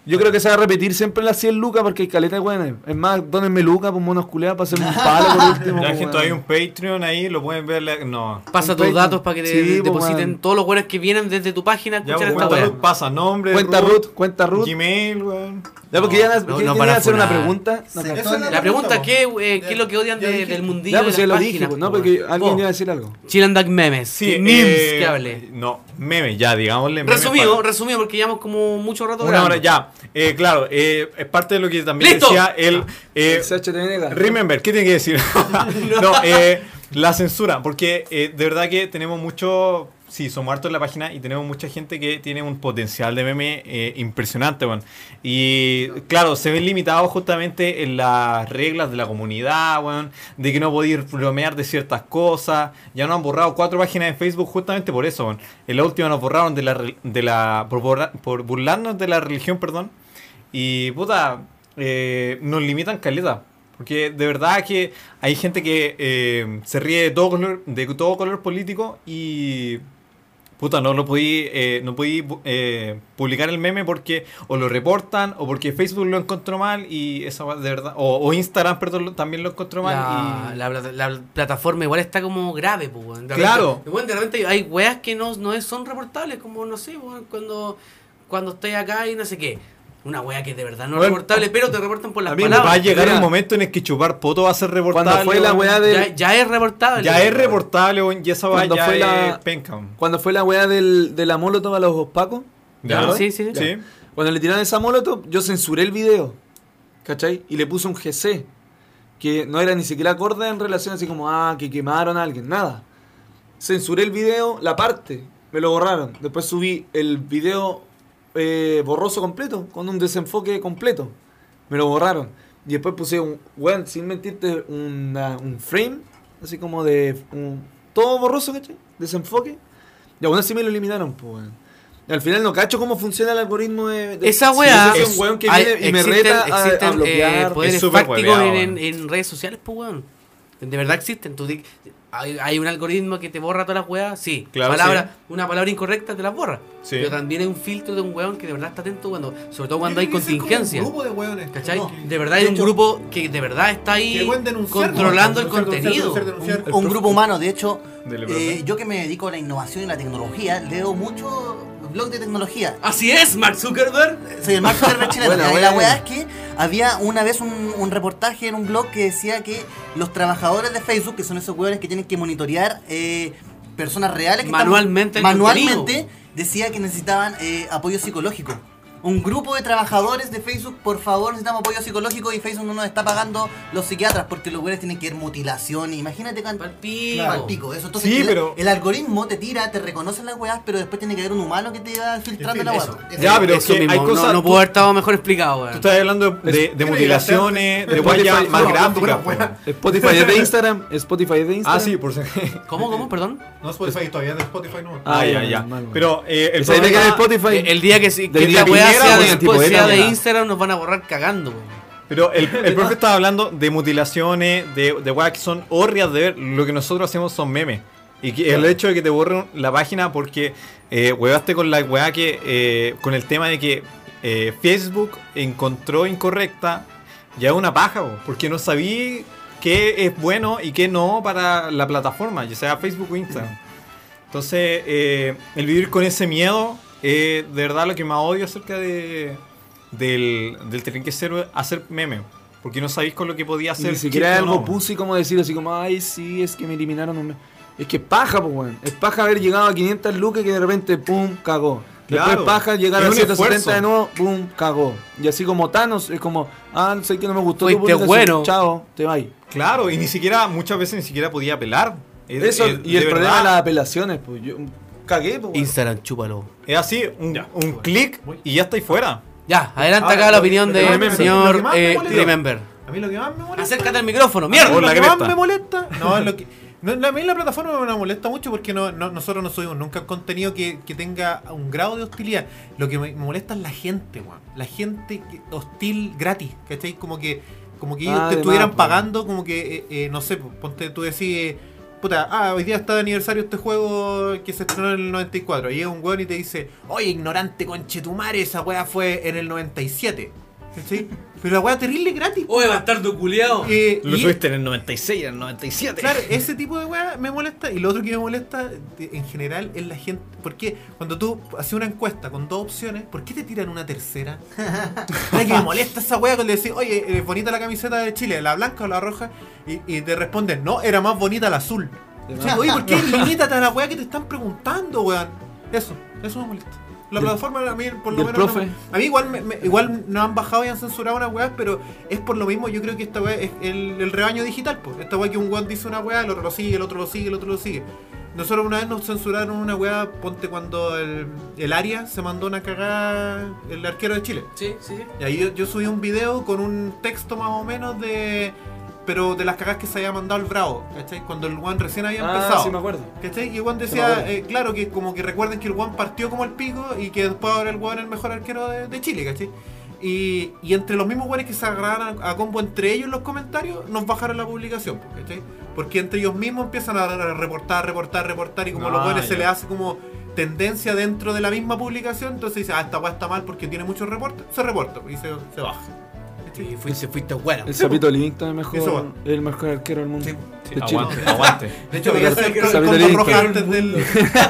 Speaker 1: Yo creo que se va a repetir siempre las 100 lucas porque hay caleta de weones. Es más, donenme lucas, pues monos culeados para hacerme un palo por último.
Speaker 3: Ya,
Speaker 1: pues,
Speaker 3: gente,
Speaker 1: weón.
Speaker 3: hay un Patreon ahí, lo pueden ver. la- No.
Speaker 2: pasa
Speaker 1: Un
Speaker 2: tus
Speaker 1: Patreon.
Speaker 2: datos para que te
Speaker 1: Sí, po,
Speaker 2: depositen
Speaker 1: weón.
Speaker 2: todos los buenos que vienen desde tu página.
Speaker 3: Ya,
Speaker 2: Escuchar
Speaker 3: pues,
Speaker 2: esta weá.
Speaker 3: cuenta Ruth, pasa nombre.
Speaker 1: Cuenta Ruth, cuenta Ruth.
Speaker 3: Gmail, weón.
Speaker 1: Ya, porque ya
Speaker 2: no,
Speaker 1: ¿qué-
Speaker 2: no
Speaker 1: qué
Speaker 2: van a
Speaker 1: iba a hacer una
Speaker 2: funar.
Speaker 1: pregunta. No,
Speaker 7: Sí.
Speaker 1: ca-
Speaker 4: Esa es
Speaker 7: La
Speaker 2: La pregunta,
Speaker 4: po.
Speaker 2: ¿qué, eh,
Speaker 4: Ya-
Speaker 2: qué es lo que odian
Speaker 4: ya
Speaker 2: de-
Speaker 4: dije.
Speaker 2: del mundillo
Speaker 1: ya, pues
Speaker 2: de
Speaker 1: ya lo
Speaker 2: las páginas?
Speaker 1: dije, pues, no,
Speaker 2: po,
Speaker 1: porque
Speaker 2: weón?
Speaker 1: alguien
Speaker 2: Po,
Speaker 1: iba a decir algo.
Speaker 2: Chilandak memes.
Speaker 3: Sí,
Speaker 2: memes
Speaker 3: eh,
Speaker 2: que hable.
Speaker 3: No, meme, ya, digámosle. meme
Speaker 2: Resumido,
Speaker 3: para-
Speaker 2: resumido, porque llevamos como mucho rato
Speaker 3: Una hora,
Speaker 2: grabando.
Speaker 3: ya. Eh, claro, eh, es parte de lo que también
Speaker 2: ¡Listo!
Speaker 3: decía el. eh, Remember, ¿qué tiene que decir? no, eh, la censura, porque eh, de verdad que tenemos mucho. Sí, somos hartos en la página y tenemos mucha gente que tiene un potencial de meme eh, impresionante, weón. Y claro, se ven limitados justamente en las reglas de la comunidad, weón, de que no podéis bromear de ciertas cosas. Ya nos han borrado cuatro páginas en Facebook justamente por eso, weón. En la última nos borraron de la, re- de la por, borra- por burlarnos de la religión, perdón. Y puta, eh, nos limitan caleta. Porque de verdad que hay gente que eh, se ríe de todo color, de todo color político y. Puta, no lo podí, eh, no podí bu- eh, publicar el meme porque o lo reportan o porque Facebook lo encontró mal y esa va- de verdad. O, o Instagram, perdón, lo- también lo encontró mal.
Speaker 2: La,
Speaker 3: y,
Speaker 2: la plata- la plataforma igual está como grave, pues, weón. De
Speaker 3: Claro.
Speaker 2: repente- weón, de repente hay weas que no, no es- son reportables, como, no sé, weón, cuando, cuando estoy acá y no sé qué. Una wea que de verdad no es
Speaker 3: Bueno,
Speaker 2: reportable, pero te reportan por las
Speaker 1: a mí me
Speaker 2: palabras.
Speaker 3: va a llegar
Speaker 1: Mira.
Speaker 3: el momento en el que chupar poto va a ser reportable.
Speaker 1: Cuando fue la
Speaker 3: weón.
Speaker 1: weá
Speaker 2: ya,
Speaker 1: del.
Speaker 2: ya es reportable.
Speaker 3: Ya es reportable, weón, y esa va
Speaker 1: Cuando
Speaker 3: ya
Speaker 1: fue la-
Speaker 3: es penca. weón.
Speaker 1: Cuando fue la weá del, de la molotov a los opacos.
Speaker 3: ¿Ya?
Speaker 2: Sí, sí, sí.
Speaker 3: Sí.
Speaker 1: Cuando le tiraron esa molotov, yo censuré el video. ¿Cachai? Y le puse un GC. Que no era ni siquiera acorde en relación así como, ah, que quemaron a alguien. Nada. Censuré el video, la parte. Me lo borraron. Después subí el video eh, borroso completo, con un desenfoque completo. Me lo borraron. Y después puse un, weón, sin mentirte, una- un frame, así como de. un- todo borroso, ¿cachai? Desenfoque. Y aún así me lo eliminaron, pues, weón. Y Al final no cacho cómo funciona el algoritmo de. de-
Speaker 2: Esa
Speaker 1: si
Speaker 2: wea
Speaker 1: yo soy un weón que
Speaker 2: hay-
Speaker 1: viene y me
Speaker 2: existen-
Speaker 1: reta a- a,
Speaker 2: existen, eh,
Speaker 1: bloquear.
Speaker 2: poderes
Speaker 3: Es súper
Speaker 2: fácticos en,
Speaker 3: hueveado,
Speaker 2: en- en redes sociales, pues, weón. De verdad existen. Tú di- hay, hay un algoritmo que te borra todas las weas, sí.
Speaker 3: Claro,
Speaker 2: palabra, Una palabra incorrecta te las borra.
Speaker 3: Sí.
Speaker 2: Pero también hay un filtro de un weón que de verdad está atento cuando, sobre todo cuando hay
Speaker 4: Tiene que ser como
Speaker 2: contingencia.
Speaker 4: Un grupo de weones,
Speaker 2: ¿Cachai?
Speaker 4: ¿no?
Speaker 2: De verdad hay
Speaker 7: De
Speaker 2: un
Speaker 7: hecho-
Speaker 2: grupo que de verdad está
Speaker 4: Que
Speaker 2: ahí
Speaker 4: pueden denunciar,
Speaker 2: controlando el
Speaker 4: denunciar,
Speaker 2: contenido.
Speaker 4: denunciar, denunciar, denunciar.
Speaker 6: un grupo humano. De hecho,
Speaker 3: Dele,
Speaker 6: eh,
Speaker 3: profe.
Speaker 6: yo que me dedico a la innovación y la tecnología, leo mucho blog de tecnología.
Speaker 2: Así es, Mark Zuckerberg.
Speaker 6: Soy el Mark Zuckerberg chileno.
Speaker 1: Buena,
Speaker 6: Ya, y
Speaker 1: buena.
Speaker 6: la weá es que había una vez un, un reportaje en un blog que decía que los trabajadores de Facebook, que son esos weones que tienen que monitorear eh, personas reales que están-
Speaker 2: Manualmente el
Speaker 6: manualmente
Speaker 2: contenido.
Speaker 6: decía que necesitaban eh, apoyo psicológico. Un grupo de trabajadores de Facebook, por favor, necesitamos apoyo psicológico y Facebook no nos está pagando los psiquiatras porque los güeyes tienen que ir mutilación. Imagínate cuánto.
Speaker 2: Palpico.
Speaker 6: Al pico, eso. Entonces,
Speaker 3: Sí,
Speaker 6: el,
Speaker 3: pero-
Speaker 6: el algoritmo te tira, te reconocen las weas, pero después tiene que haber un humano que te va filtrando
Speaker 4: En
Speaker 6: la
Speaker 4: fin,
Speaker 6: wea.
Speaker 4: eso.
Speaker 6: Eso.
Speaker 3: Ya, pero
Speaker 2: Eso
Speaker 3: que
Speaker 2: mismo,
Speaker 3: hay
Speaker 2: no-
Speaker 3: cosas-
Speaker 2: No, puedo haber estado mejor explicado, weón.
Speaker 3: Tú estás hablando de, de mutilaciones, de huellas más gráficas, pues.
Speaker 1: Spotify es de Instagram. Spotify es de Instagram.
Speaker 3: Ah, sí, por si.
Speaker 2: ¿Cómo, cómo? Perdón.
Speaker 4: No Spotify, todavía de Spotify no.
Speaker 3: Ah, ya, ya.
Speaker 1: Mal, mal.
Speaker 3: Pero eh, el
Speaker 1: Esa idea que
Speaker 3: problema-
Speaker 1: era Spotify.
Speaker 2: El, el día que, si- que
Speaker 1: Del día
Speaker 2: la weá
Speaker 1: Piñera,
Speaker 2: sea, de,
Speaker 1: weón, tipo,
Speaker 2: sea
Speaker 1: era
Speaker 2: de
Speaker 1: weá.
Speaker 2: Instagram nos van a borrar cagando, weón.
Speaker 3: Pero el, el profe estaba hablando de mutilaciones, de, de weas que son horrias de ver. Lo que nosotros hacemos son memes. Y que el hecho de que te borren la página porque eh, huevaste con la wea que. eh, con el tema de que eh, Facebook encontró incorrecta. Ya es una paja, bo, porque no sabí qué es bueno y qué no para la plataforma, ya sea Facebook o Instagram. Entonces, eh, el vivir con ese miedo es de verdad lo que más odio acerca de, del, del tener que ser- hacer meme. Porque no sabéis con lo que
Speaker 1: Y
Speaker 3: podía hacer.
Speaker 1: Ni siquiera hay
Speaker 3: chiste o
Speaker 1: algo
Speaker 3: no.
Speaker 1: pussy como decir así como, ay, sí, es que me eliminaron. un mes". Es que paja, pues, weón. Es paja haber llegado a 500 lucas y que de repente, pum, cagó. Después
Speaker 3: Claro.
Speaker 1: paja llegar
Speaker 3: Es
Speaker 1: a
Speaker 3: un
Speaker 1: 170
Speaker 3: esfuerzo.
Speaker 1: de nuevo, pum, cagó. Y así como Thanos, es como, ah, sé que no me gustó
Speaker 2: Fuiste
Speaker 1: publicación,
Speaker 2: bueno.
Speaker 1: Chao, te vas.
Speaker 3: Claro, y ni siquiera, muchas veces ni siquiera podía apelar. Es-
Speaker 1: Eso,
Speaker 3: es-
Speaker 1: y el
Speaker 3: de
Speaker 1: problema de
Speaker 3: verdad,
Speaker 1: las apelaciones, pues, yo cagué, pues, weón.
Speaker 2: Instagram, chúpalo.
Speaker 3: Es así, un, un clic y ya estáis fuera.
Speaker 2: Ya, adelanta
Speaker 4: Ahora,
Speaker 2: acá la
Speaker 4: lo-
Speaker 2: opinión
Speaker 4: lo
Speaker 2: del
Speaker 4: que más me- lo
Speaker 2: señor
Speaker 4: que más me
Speaker 2: eh,
Speaker 4: molesta-
Speaker 2: Remember.
Speaker 4: A mí lo que más me molesta.
Speaker 2: Acércate al micrófono,
Speaker 4: A mí
Speaker 2: mierda.
Speaker 3: Hola,
Speaker 4: lo que
Speaker 3: cresta.
Speaker 4: más me molesta. No, es lo que. no, no, a mí la plataforma me molesta mucho porque no, no- nosotros no subimos nunca contenido que, que tenga un grado de hostilidad. Lo que me, me molesta es la gente, weón. La gente que- hostil gratis, ¿cachai? Como que, como que ellos
Speaker 1: Ah,
Speaker 4: te
Speaker 1: de
Speaker 4: estuvieran
Speaker 1: más, pues.
Speaker 4: pagando, como que, eh, eh, no sé, pues, ponte tú decís, eh, puta, ah, hoy día está de aniversario este juego que se estrenó en el 94. Y llega un weón y te dice, oye, ignorante conchetumare, esa weá fue en el 97. ¿Cachai? Pero la weá terrible gratis.
Speaker 2: Oye, bastardo culiao.
Speaker 4: Eh, y-
Speaker 3: en el 96, en el 97.
Speaker 4: Claro, ese tipo de weá me molesta. Y lo otro que me molesta de- en general es la gente. ¿Por qué? Cuando tú haces una encuesta con dos opciones, ¿por qué te tiran una tercera? Ay, que me molesta esa weá cuando le decís, oye, es bonita la camiseta de Chile, la blanca o la roja. Y, y te responden, no, era más bonita la azul. O sea, oye, ¿por qué limítate a la weá que te están preguntando, weón? Eso, eso me molesta. La
Speaker 1: Del-
Speaker 4: plataforma a mí por lo
Speaker 1: del
Speaker 4: menos no
Speaker 1: profe.
Speaker 4: me- a mí igual, me- me- igual nos han bajado y han censurado unas weas, pero es por lo mismo, yo creo que esta wea es el, el rebaño digital, pues. Esta wea que un weón dice una wea, el otro lo sigue, el otro lo sigue, el otro lo sigue. Nosotros una vez nos censuraron una wea, ponte cuando el, el área se mandó una cagada, el arquero de Chile.
Speaker 2: Sí, sí, sí.
Speaker 4: Y ahí yo, yo subí un video con un texto más o menos de... Pero de las cagadas que se había mandado el Bravo, ¿cachai? Cuando el weón recién había
Speaker 1: Ah,
Speaker 4: empezado.
Speaker 1: sí, me acuerdo.
Speaker 4: ¿Cachai? Y el weón
Speaker 1: Se me
Speaker 4: decía,
Speaker 1: acuerda.
Speaker 4: eh, claro, que como que recuerden que el Juan partió como el pico y que después ahora el Juan es el mejor arquero de, de Chile, ¿cachai? Y, y entre los mismos weones que se agarraban a, a combo entre ellos en los comentarios, nos bajaron la publicación, pues, ¿cachai? Porque entre ellos mismos empiezan a a reportar, reportar, reportar, y como a los
Speaker 3: Ah,
Speaker 4: weones se
Speaker 3: ya.
Speaker 4: les hace como tendencia dentro de la misma publicación, entonces dice, ah, esta weá está mal porque tiene muchos reportes, se reporta y se, se baja. ¿cachai?
Speaker 2: Y fuiste, fuiste bueno.
Speaker 1: El
Speaker 3: pues.
Speaker 1: Sapito Living también es
Speaker 4: Eso
Speaker 1: mejor,
Speaker 4: va.
Speaker 1: el mejor arquero del mundo. de Chile.
Speaker 3: Aguante, aguante.
Speaker 4: De
Speaker 1: Pero
Speaker 4: hecho, voy a
Speaker 1: el
Speaker 4: hacer
Speaker 1: arquero
Speaker 4: el
Speaker 1: sabe
Speaker 4: condor
Speaker 1: tener
Speaker 4: rojo
Speaker 1: izquierda.
Speaker 4: antes del...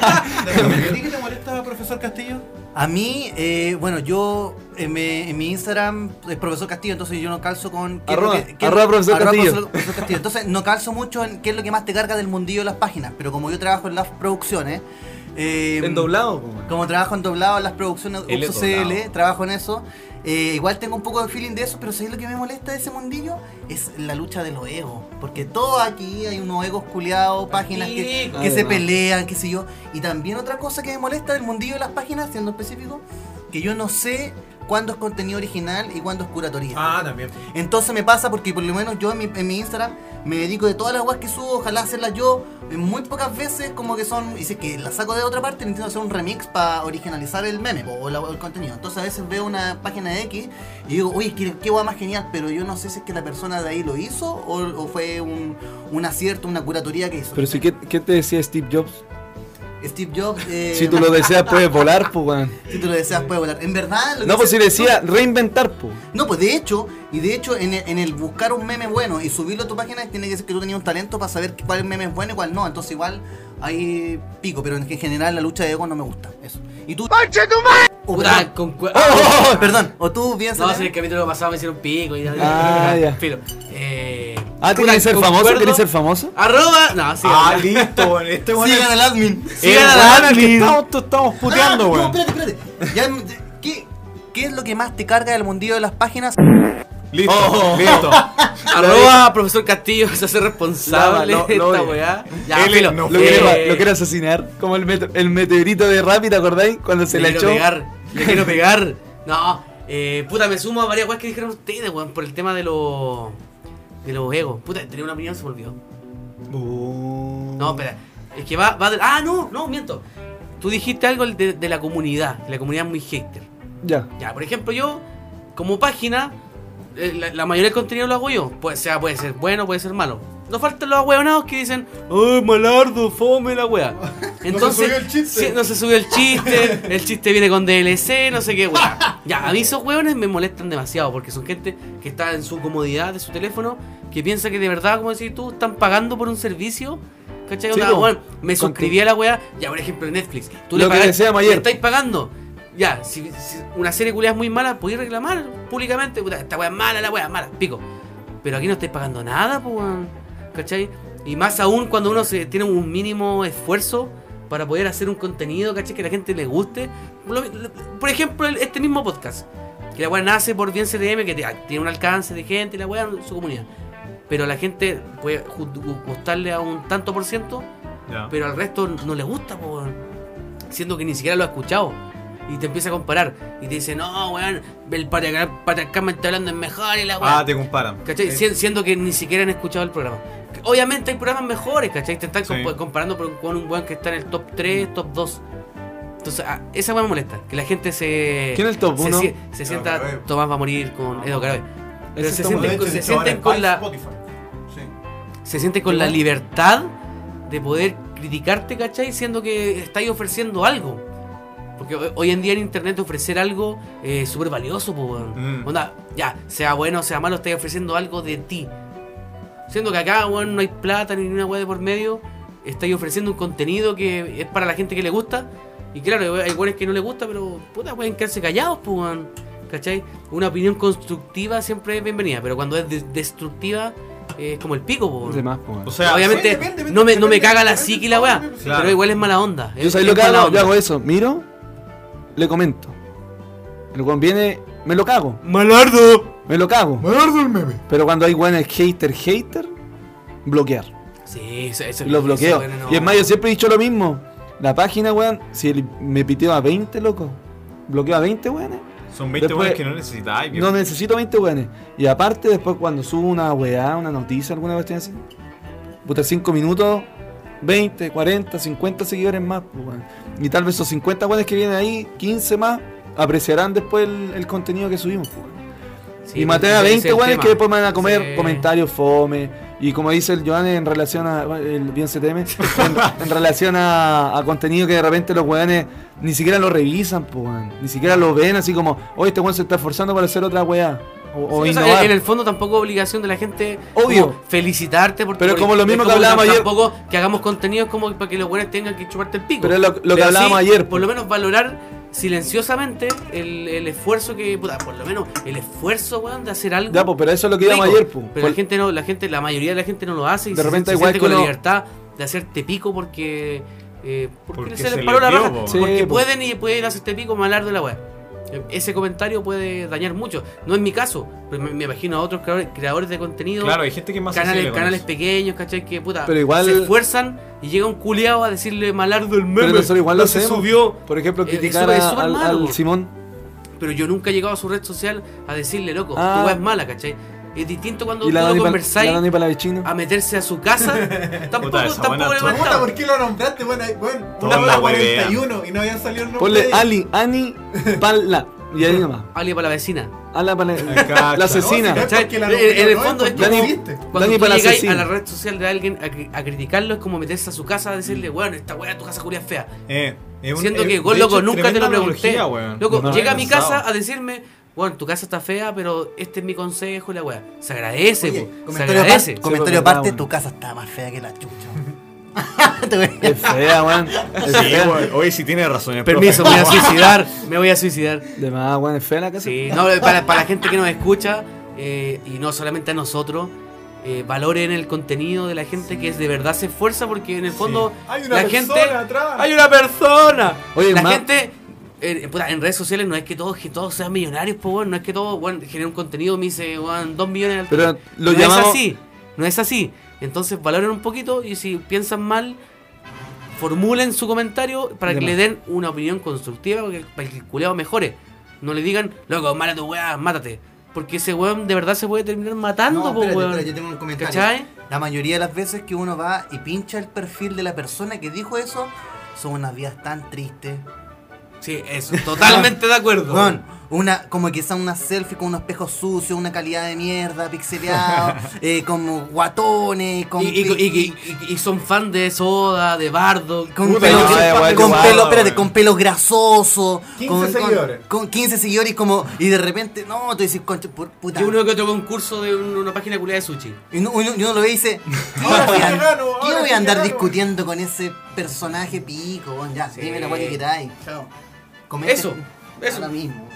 Speaker 4: ¿A ti qué te molesta, profesor Castillo?
Speaker 6: A mí, eh, bueno, yo en mi, en mi Instagram es profesor Castillo, entonces yo no calzo con. es lo
Speaker 1: Arroba,
Speaker 6: que- es-
Speaker 1: arroba profesor Castillo.
Speaker 6: profesor- profesor Castillo. Entonces no calzo mucho en qué es lo que más te carga del mundillo de las páginas, pero como yo trabajo en las producciones. eh,
Speaker 1: En doblado, pues, weón.
Speaker 6: Como trabajo en doblado en las producciones
Speaker 3: Él es
Speaker 6: Uso CL,
Speaker 3: doblado.
Speaker 6: trabajo en eso. eh, igual tengo un poco de feeling de eso, pero ¿sabes lo que me molesta de ese mundillo? Es la lucha de los egos. Porque todo aquí hay unos egos culiados, páginas que,
Speaker 1: Pico.
Speaker 6: que se
Speaker 1: Además.
Speaker 6: pelean, qué sé yo. Y también otra cosa que me molesta del mundillo de las páginas, siendo específico, que yo no sé cuándo es contenido original y cuándo es curatoría.
Speaker 4: también.
Speaker 6: Entonces me pasa porque por lo menos yo en mi, en mi Instagram me dedico de todas las weas que subo, ojalá hacerlas yo. eh, Muy pocas veces como que son, y si es que las saco de otra parte, intento hacer un remix para originalizar el meme po, o, la- o el contenido. Entonces a veces veo una página de X y digo, oye, qué, qué wea más genial, pero yo no sé si es que la persona de ahí lo hizo o, o fue un, un acierto, una curatoría que hizo.
Speaker 1: Pero si, ¿qué, ¿qué te decía Steve Jobs?
Speaker 6: Steve Jobs, eh,
Speaker 1: Si tú lo deseas, puedes volar, pues, weón.
Speaker 6: si tú lo deseas, puede volar. En verdad... lo
Speaker 1: No,
Speaker 6: que
Speaker 1: pues
Speaker 6: se-
Speaker 1: si decía reinventar, pues.
Speaker 6: No, pues de hecho, y de hecho en el, en el buscar un meme bueno y subirlo a tu página tiene que ser que tú tenías un talento para saber cuál meme es bueno y cuál no. Entonces igual ahí pico, pero en general la lucha de ego no me gusta. Eso. Y tú... O,
Speaker 2: Puta,
Speaker 6: perdón,
Speaker 2: con cua-
Speaker 6: o- perdón, o tú piensas...
Speaker 2: No, si en el capítulo pasado me hicieron pico y
Speaker 1: Ah, ya.
Speaker 2: Filo. Eh,
Speaker 1: Ah, ¿tú
Speaker 2: puta,
Speaker 1: querés ser
Speaker 2: concuerdo-
Speaker 1: famoso? ¿Querés ser famoso?
Speaker 2: Arroba. No, sí.
Speaker 3: Ah,
Speaker 2: ya.
Speaker 3: listo. Este weón es-
Speaker 6: Sigan al admin.
Speaker 3: es
Speaker 2: sigan a la
Speaker 3: weón al que
Speaker 2: admin.
Speaker 3: estamos, estamos puteando,
Speaker 6: Ah, No,
Speaker 3: weón.
Speaker 6: espérate, espérate. Ya, ¿qué? ¿Qué es lo que más te carga del mundillo de las páginas?
Speaker 3: Listo,
Speaker 2: Oh.
Speaker 3: listo.
Speaker 2: Arroba profesor Castillo se hace responsable
Speaker 1: Lo- lo-
Speaker 2: de
Speaker 1: lo
Speaker 2: esta
Speaker 1: odia.
Speaker 2: weá. Ya,
Speaker 3: Él
Speaker 2: filo.
Speaker 3: no
Speaker 1: Lo
Speaker 2: Eh,
Speaker 1: quiere, lo quiere asesinar, como el, mete- el meteorito de Rappi, ¿te acordáis? Cuando se
Speaker 2: le
Speaker 1: la
Speaker 2: quiero
Speaker 1: echó.
Speaker 2: pegar, le quiero pegar. No, eh, puta, me sumo a varias weas que dijeron ustedes, weón, por el tema de los. de los egos. Puta, tenía una opinión, se me olvidó.
Speaker 1: Uh.
Speaker 2: No, espera. Es que va, va de- Ah, no, no, miento. Tú dijiste algo de, de la comunidad. que La comunidad es muy hater.
Speaker 1: Ya.
Speaker 2: Ya, por ejemplo, yo, como página, eh, la, la mayoría del contenido lo hago yo. Pues, sea, puede ser bueno, puede ser malo. No faltan los ahueonados que dicen, ¡ay, malardo, fome la wea! Entonces,
Speaker 4: subió el chiste.
Speaker 2: sí, no se subió el chiste, el chiste viene con DLC, no sé qué wea. Ya, a mí esos hueones me molestan demasiado porque son gente que está en su comodidad de su teléfono, que piensa que de verdad, como decís tú, están pagando por un servicio. ¿Cachai?
Speaker 1: Sí,
Speaker 2: Onda,
Speaker 1: po.
Speaker 2: weón, me
Speaker 1: Conte-
Speaker 2: suscribí a la wea, ya, por ejemplo, Netflix. Tú
Speaker 1: Lo que
Speaker 2: pagas-
Speaker 1: decíamos ayer.
Speaker 2: le estáis pagando. Ya, si, si una serie culiada es muy mala, podéis reclamar públicamente. Puta, esta weá es mala, la weá es mala, pico. Pero aquí no estáis pagando nada, pues, weón. ¿Cachai? Y más aún cuando uno se tiene un mínimo esfuerzo para poder hacer un contenido, ¿cachai? Que a la gente le guste. Lo- lo- por ejemplo, el- este mismo podcast. Que la weá nace por bien CTM, que te- ah, tiene un alcance de gente, y la weá, su comunidad. Pero la gente puede ju- gustarle a un tanto por ciento
Speaker 3: Ya.
Speaker 2: pero al resto no le gusta, po, weón. siendo que ni siquiera lo ha escuchado. Y te empieza a comparar. Y te dice, no, weón, el Patacama está hablando es mejor y la weón.
Speaker 3: Ah, te comparan.
Speaker 2: ¿Cachai? Sien- Siendo que ni siquiera han escuchado el programa. Que Obviamente hay programas mejores, ¿cachai? Te están
Speaker 3: Sí.
Speaker 2: compa- comparando por- con un weón que está en el top 3, top 2. Entonces, ah, esa weón me molesta. Que la gente se.
Speaker 1: ¿Quién es el top
Speaker 2: se
Speaker 1: uno?
Speaker 2: sie- Se, sienta,
Speaker 4: Caroe.
Speaker 2: Tomás va a morir con Edo Caroe. Pero
Speaker 1: Ese
Speaker 2: se
Speaker 1: está
Speaker 2: sienten,
Speaker 1: bueno.
Speaker 2: con- se sienten con la se siente con la libertad de poder criticarte, ¿cachai? Siendo que estáis ofreciendo algo. Porque ho- hoy en día en internet ofrecer algo eh, es súper valioso, po, weón.
Speaker 3: Mm.
Speaker 2: Onda, ya, sea bueno o sea malo, estáis ofreciendo algo de ti. Siendo que acá, weón, no hay plata ni una weá de por medio, estáis ofreciendo un contenido que es para la gente que le gusta. Y claro, hay weones que no le gusta, pero puta, pueden quedarse callados, po, weón. ¿Cachai? Una opinión constructiva siempre es bienvenida, pero cuando es de- destructiva eh, es como el pico, po, weón.
Speaker 1: De más, po, weón.
Speaker 3: O sea,
Speaker 2: Obviamente,
Speaker 4: sí, depende,
Speaker 2: no, me, no me
Speaker 4: depende,
Speaker 2: caga la
Speaker 4: depende,
Speaker 2: psiqui la weá,
Speaker 4: depende,
Speaker 3: claro.
Speaker 2: pero igual es mala onda.
Speaker 1: Yo
Speaker 2: es-
Speaker 1: sabéis
Speaker 2: es
Speaker 1: lo que
Speaker 2: mala
Speaker 1: hago, yo
Speaker 2: onda.
Speaker 1: hago eso, miro, le comento. El weón viene, me lo cago,
Speaker 2: ¡Malardo!
Speaker 1: me lo cago.
Speaker 4: Muerdo el meme.
Speaker 1: Pero cuando hay weones hater, hater, bloquear.
Speaker 2: Sí, eso, eso-
Speaker 1: Los
Speaker 2: eso,
Speaker 1: bloqueo.
Speaker 2: bueno, no.
Speaker 1: Y es más, yo siempre he dicho lo mismo. La página, weón, si el- me piteo a 20, loco, bloqueo a 20, weones.
Speaker 3: son 20
Speaker 1: después-
Speaker 3: weones que no
Speaker 1: No
Speaker 3: necesitáis. viejo.
Speaker 1: necesito 20 weones. Y aparte, después cuando subo una weá, una noticia, alguna cuestión así, puta 5 minutos, 20, 40, 50 seguidores más, pues, weón. Y tal vez esos 50 weones que vienen ahí, 15 más, apreciarán después el, el contenido que subimos, pues, weón.
Speaker 2: Sí,
Speaker 1: Y maté a
Speaker 2: ese es
Speaker 1: 20
Speaker 2: el
Speaker 1: weones
Speaker 2: tema.
Speaker 1: que después me van a comer
Speaker 2: Sí.
Speaker 1: comentarios fome. Y como dice el Joan en relación a. El bien CTM, en, en relación a, a contenido que de repente los weones ni siquiera lo revisan, pues, weón. Ni siquiera lo ven así como, oye, este weón se está esforzando para hacer otra weá. O,
Speaker 2: Sí,
Speaker 1: o
Speaker 2: o sea,
Speaker 1: innovar.
Speaker 2: en el fondo tampoco obligación de la gente
Speaker 1: Obvio.
Speaker 2: como felicitarte por
Speaker 1: Pero
Speaker 2: por-
Speaker 1: como lo mismo que
Speaker 2: como
Speaker 1: hablábamos ayer.
Speaker 2: tampoco que hagamos contenido como para que los buenos tengan que chuparte el pico
Speaker 1: Pero es lo- lo que hablábamos
Speaker 2: sí,
Speaker 1: ayer,
Speaker 2: por
Speaker 1: pues.
Speaker 2: lo menos valorar silenciosamente el, el esfuerzo que puta, por lo menos el esfuerzo weón, de hacer algo
Speaker 1: Ya, pues, pero eso es lo que íbamos
Speaker 2: Rico,
Speaker 1: ayer, pues.
Speaker 2: Pero la
Speaker 1: Por-
Speaker 2: gente no, la gente, la mayoría de la gente no lo hace y
Speaker 1: De
Speaker 2: se,
Speaker 1: repente
Speaker 2: se
Speaker 1: igual
Speaker 2: siente con
Speaker 1: que
Speaker 2: la
Speaker 1: no-
Speaker 2: libertad de hacerte pico porque eh, porque,
Speaker 3: Porque
Speaker 2: se,
Speaker 3: se
Speaker 2: les
Speaker 3: les
Speaker 2: paró la
Speaker 3: dio,
Speaker 2: raja,
Speaker 3: po.
Speaker 1: Sí,
Speaker 2: porque
Speaker 1: po.
Speaker 2: pueden y pueden hacerte pico malar de la web. Ese comentario puede dañar mucho. No es mi caso, pero me, me imagino a otros creadores, creadores de contenido,
Speaker 3: Claro, hay gente que es más
Speaker 2: canales,
Speaker 3: sensible con
Speaker 2: canales
Speaker 3: eso.
Speaker 2: pequeños, ¿cachai? Que puta,
Speaker 1: Pero igual-
Speaker 2: se esfuerzan y llega un culiao a decirle malardo el meme.
Speaker 1: Pero nosotros igual
Speaker 2: no
Speaker 1: lo
Speaker 2: se
Speaker 1: hacemos.
Speaker 2: subió.
Speaker 1: por ejemplo,
Speaker 2: Eh,
Speaker 1: criticar
Speaker 2: eso es
Speaker 1: a-
Speaker 2: súper
Speaker 1: al,
Speaker 2: malo,
Speaker 1: al
Speaker 2: weón.
Speaker 1: Simón.
Speaker 2: Pero yo nunca he llegado a su red social a decirle, loco,
Speaker 1: Ah.
Speaker 2: tu web es mala, ¿cachai? Es distinto cuando
Speaker 1: Y la
Speaker 2: tú
Speaker 1: Dani,
Speaker 2: lo
Speaker 1: Pal-
Speaker 2: conversáis Ah,
Speaker 1: la Dani Palavicino.
Speaker 2: a meterse a su casa, tampoco,
Speaker 3: Puta, esa buena
Speaker 2: tampoco le
Speaker 3: chota.
Speaker 2: levantaba.
Speaker 4: ¿por qué lo nombraste? Bueno, ahí- bueno,
Speaker 3: Toda
Speaker 4: una hora
Speaker 3: la
Speaker 4: 41 y no había salido el nombre.
Speaker 1: Ponle
Speaker 4: de-
Speaker 1: Ali, Ani, Pala. Y ahí nomás.
Speaker 2: Ali para la vecina.
Speaker 1: Ala Pala-
Speaker 3: Cacha.
Speaker 1: La
Speaker 4: No, si no
Speaker 1: asesina.
Speaker 4: es
Speaker 2: ¿Cachai?
Speaker 4: porque la
Speaker 2: En-
Speaker 4: nombré,
Speaker 2: en el
Speaker 4: no es
Speaker 2: fondo es
Speaker 4: porque
Speaker 1: como-
Speaker 4: lo hiciste.
Speaker 2: Cuando
Speaker 1: Dani
Speaker 2: tú
Speaker 1: para la
Speaker 2: llegáis
Speaker 1: asesina.
Speaker 2: a la red social de alguien a, cri- a criticarlo, es como meterse a su casa a decirle, weón, esta weá, tu casa culia es fea.
Speaker 3: Eh, Mm. es un-
Speaker 2: Siendo
Speaker 3: eh,
Speaker 2: que, vos,
Speaker 3: de
Speaker 2: loco,
Speaker 3: hecho,
Speaker 2: nunca te
Speaker 3: tremenda
Speaker 2: lo pregunté.
Speaker 3: analogía, weón.
Speaker 2: Loco,
Speaker 3: No lo
Speaker 2: llega a
Speaker 3: había
Speaker 2: mi
Speaker 3: pensado.
Speaker 2: casa a decirme, weón, tu casa está fea, pero este es mi consejo y la weá. Se agradece,
Speaker 6: Oye,
Speaker 2: po, pues, se
Speaker 6: comentario aparte,
Speaker 2: agradece.
Speaker 6: comentario
Speaker 1: Sí, porque
Speaker 6: aparte,
Speaker 1: está
Speaker 6: tu
Speaker 1: bueno.
Speaker 6: casa está más fea que la chucha. Te voy a-
Speaker 1: Es fea, weón. Es
Speaker 3: Sí,
Speaker 1: fea.
Speaker 3: weón. Oye, si tiene razón. el
Speaker 2: Permiso, me
Speaker 3: profe.
Speaker 2: voy a suicidar, me voy a suicidar.
Speaker 1: De más, weón. Es fea la casa.
Speaker 2: Sí, no, para, para la gente que nos escucha, eh, y no solamente a nosotros, eh, valoren el contenido de la gente que es de verdad se esfuerza porque en el fondo
Speaker 4: Hay una
Speaker 2: la
Speaker 4: persona
Speaker 2: gente...
Speaker 4: atrás.
Speaker 2: ¡Hay una persona!
Speaker 1: Oye,
Speaker 2: la
Speaker 1: ma-
Speaker 2: gente en, puta, en redes sociales no es que todos, que todos sean millonarios, pues, weón. No es que todos, weón, generen un contenido, me dice, weón, dos millones al
Speaker 1: Pero lo
Speaker 2: no
Speaker 1: llamamos.
Speaker 2: es así, no es así. Entonces valoren un poquito y si piensan mal, formulen su comentario para que
Speaker 1: De
Speaker 2: le
Speaker 1: más.
Speaker 2: den una opinión constructiva para que, para que el culeado mejore. No le digan, loco, mala tu weá, mátate. Porque ese weón de verdad se puede terminar matando,
Speaker 6: No,
Speaker 2: po,
Speaker 6: espérate,
Speaker 2: weón.
Speaker 6: espérate, yo tengo un comentario.
Speaker 2: ¿Cachai?
Speaker 6: pues, La mayoría de las veces que uno va y pincha el perfil de la persona que dijo eso, son unas vidas tan tristes.
Speaker 2: Sí, eso, totalmente de acuerdo.
Speaker 6: Weón, una, como que son una selfie con unos espejos sucios, una calidad de mierda, pixeleado, eh, como guatones, con,
Speaker 2: Y, y-
Speaker 6: pe-
Speaker 2: y- y- y son fan de Soda, de Bardo.
Speaker 6: con
Speaker 3: Puta,
Speaker 6: pelo,
Speaker 3: no,
Speaker 6: con
Speaker 3: eh, weón,
Speaker 6: pelo-
Speaker 3: qué
Speaker 6: pelo-
Speaker 3: guado,
Speaker 6: espérate,
Speaker 3: weón.
Speaker 6: con pelo grasoso,
Speaker 4: 15
Speaker 6: con, con-
Speaker 4: seguidores.
Speaker 6: con 15 seguidores y como y de repente, no, tú dices, concha, por- puta.
Speaker 2: Y uno que otro concurso de un- una página culiada de sushi.
Speaker 6: Y uno, uno- uno lo ve y dice, ¿qué
Speaker 4: Ahora
Speaker 6: voy
Speaker 4: sí
Speaker 6: a,
Speaker 4: que gano,
Speaker 6: qué
Speaker 4: ahora sí
Speaker 6: voy a
Speaker 4: que
Speaker 6: andar
Speaker 4: gano".
Speaker 6: discutiendo con ese personaje pico? weón? ya, dime la weá que queráis. Chao. Comenta-
Speaker 2: Eso, eso.
Speaker 6: Ahora mismo.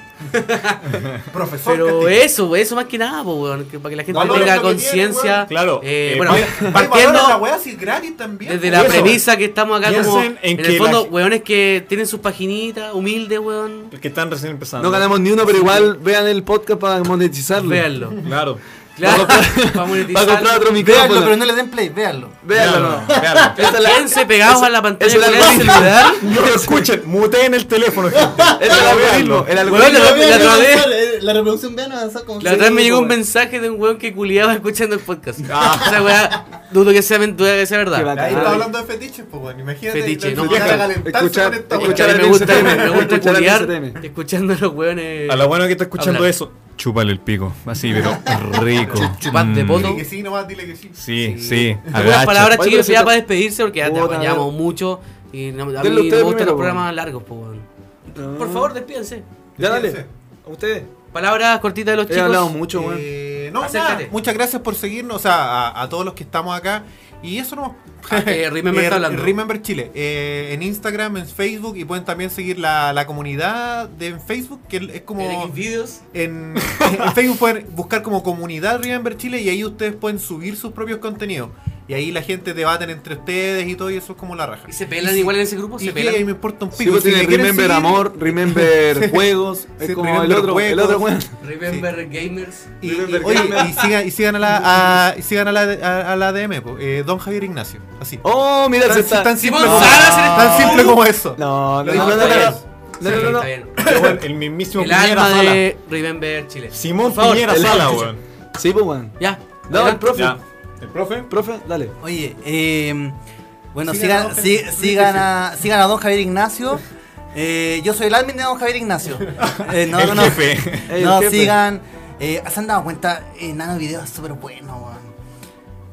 Speaker 4: Profesor
Speaker 2: Pero
Speaker 4: Castillo.
Speaker 2: eso, eso más que nada, po, weón, que para que la gente
Speaker 4: Valores
Speaker 2: tenga
Speaker 4: lo que tiene,
Speaker 2: conciencia.
Speaker 4: weón.
Speaker 3: Claro,
Speaker 2: eh,
Speaker 3: eh,
Speaker 2: bueno,
Speaker 3: vaya-
Speaker 4: Hay
Speaker 2: partiendo
Speaker 4: valor a la weá, si es gratis también.
Speaker 2: desde la
Speaker 3: Eso.
Speaker 2: premisa que estamos acá como en,
Speaker 3: Piensen en
Speaker 2: el
Speaker 3: que
Speaker 2: fondo,
Speaker 3: la-
Speaker 2: weones que tienen sus paginitas, humildes, weón.
Speaker 3: Que están recién empezando.
Speaker 1: No ganamos ni uno, pero igual vean el podcast para monetizarlo.
Speaker 2: Veanlo.
Speaker 3: Claro.
Speaker 2: Claro, para
Speaker 1: Para comprar
Speaker 2: monetizar.
Speaker 1: otro
Speaker 6: Véanlo, pero
Speaker 1: micrófono.
Speaker 6: no le den play, véanlo.
Speaker 1: Véanlo. no.
Speaker 3: Claro.
Speaker 1: Esa es la-
Speaker 2: Quédense pegados a la
Speaker 1: esa
Speaker 2: pantalla
Speaker 1: es la-
Speaker 2: culiada del celular.
Speaker 3: No lo escuchen, muteen el teléfono, gente.
Speaker 1: Es el algoritmo. El
Speaker 2: Weón,
Speaker 1: algoritmo.
Speaker 2: la-
Speaker 7: Vean,
Speaker 2: la
Speaker 7: vean,
Speaker 2: otra vez-
Speaker 7: vean, La reproducción vean avanzar como
Speaker 2: La otra vez me
Speaker 7: Sí,
Speaker 2: llegó un
Speaker 7: weón.
Speaker 2: mensaje de un weón que culiaba escuchando el podcast. Esa weá, dudo que sea, men- dudo que sea
Speaker 1: Ah. Qué
Speaker 2: verdad.
Speaker 1: bacán.
Speaker 4: Ahí
Speaker 1: Ah,
Speaker 4: está
Speaker 1: ya.
Speaker 4: hablando de fetiches, pues bueno, imagínate.
Speaker 2: Fetiche,
Speaker 4: de-
Speaker 2: no,
Speaker 4: de llegar
Speaker 2: claro.
Speaker 4: a calentarse
Speaker 1: Escuchar-
Speaker 4: con esta
Speaker 2: Es
Speaker 4: weá.
Speaker 2: que a
Speaker 1: Escuchar
Speaker 2: mí
Speaker 1: el
Speaker 2: me gusta,
Speaker 1: STM,
Speaker 2: me gusta
Speaker 1: escuchar el
Speaker 2: culiar
Speaker 1: STM.
Speaker 2: escuchando a los weones.
Speaker 3: A la buena que está escuchando
Speaker 2: Hablar.
Speaker 3: eso, chúpale el pico. Así, pero rico. Mm.
Speaker 2: Chupate poto.
Speaker 4: Dile que sí, nomás dile que sí.
Speaker 3: Sí, sí.
Speaker 2: Algunas palabras,
Speaker 1: Oye,
Speaker 2: chicos,
Speaker 1: pero
Speaker 2: ya
Speaker 1: si-
Speaker 2: para despedirse porque ya te
Speaker 1: Puta,
Speaker 2: apañamos
Speaker 1: weón.
Speaker 2: mucho y no, a mí no
Speaker 1: Denle
Speaker 2: me
Speaker 1: ustedes
Speaker 2: gustan
Speaker 1: primero,
Speaker 2: los
Speaker 1: weón.
Speaker 2: programas largos, po, weón. Por favor, despídense.
Speaker 1: Ya
Speaker 4: Sí, sí.
Speaker 1: dale. A ustedes.
Speaker 2: Palabras cortitas de los
Speaker 1: He
Speaker 2: chicos.
Speaker 1: hablado mucho, weón.
Speaker 4: Eh, no,
Speaker 2: Acércate.
Speaker 4: nada, muchas gracias por seguirnos, o sea, a, a todos los que estamos acá. Y eso no.
Speaker 2: Ah, eh, Remember está hablando.
Speaker 4: Remember Chile. eh, en Instagram, en Facebook, y pueden también seguir la, la comunidad de en Facebook, que es como.
Speaker 2: En Xvideos.
Speaker 4: En, en Facebook pueden buscar como comunidad Remember Chile y ahí ustedes pueden subir sus propios contenidos. Y ahí la gente debaten entre ustedes y todo, y eso es como la raja.
Speaker 2: Y se pelan igual en ese grupo, se
Speaker 4: Y que ahí
Speaker 2: pelan.
Speaker 4: me importa un pico.
Speaker 1: Sigo
Speaker 4: y si
Speaker 1: pues tiene
Speaker 4: me quieren
Speaker 1: Remember
Speaker 4: seguir-
Speaker 1: Amor, Remember Juegos.
Speaker 4: Sí,
Speaker 1: Es como el
Speaker 4: Remember
Speaker 1: otro, el
Speaker 4: Juegos.
Speaker 1: otro weón.
Speaker 2: Remember Gamers.
Speaker 4: Y, y-
Speaker 1: Remember
Speaker 4: oye,
Speaker 1: Gamer.
Speaker 4: y sigan, y sigan a la, a, y sigan a la, a, a la DM, po, eh, Don Javier Ignacio. Así.
Speaker 1: Oh, mira, se
Speaker 4: Tan,
Speaker 1: está.
Speaker 4: tan
Speaker 2: Simón
Speaker 4: simple, como,
Speaker 2: Salas en el-
Speaker 4: tan simple como eso.
Speaker 1: No, no,
Speaker 2: No, pues,
Speaker 1: no, no, no,
Speaker 2: está
Speaker 1: no.
Speaker 2: bien.
Speaker 1: No, no, no, no.
Speaker 2: Está bien.
Speaker 3: El mismísimo
Speaker 2: El
Speaker 3: Piñera
Speaker 2: alma
Speaker 3: Sala.
Speaker 2: de Remember Chile.
Speaker 3: Simón
Speaker 2: Por favor,
Speaker 3: Piñera
Speaker 1: el-
Speaker 3: Sala, weón.
Speaker 1: Sí, pues weón.
Speaker 2: Ya.
Speaker 1: No,
Speaker 2: ya.
Speaker 1: el profe.
Speaker 3: Ya. ¿El profe?
Speaker 1: Profe, dale.
Speaker 6: Oye, eh, bueno,
Speaker 4: Sigan
Speaker 6: sigan,
Speaker 4: a Don
Speaker 6: si-
Speaker 4: Javier-
Speaker 6: sigan, a, sigan a don Javier Ignacio. Eh, yo soy el admin de don Javier Ignacio. Eh, no,
Speaker 3: el
Speaker 6: no, no.
Speaker 3: jefe.
Speaker 1: El
Speaker 6: no,
Speaker 1: jefe.
Speaker 6: sigan. eh, ¿Se han dado cuenta? Eh, Nano Video es súper bueno, weón.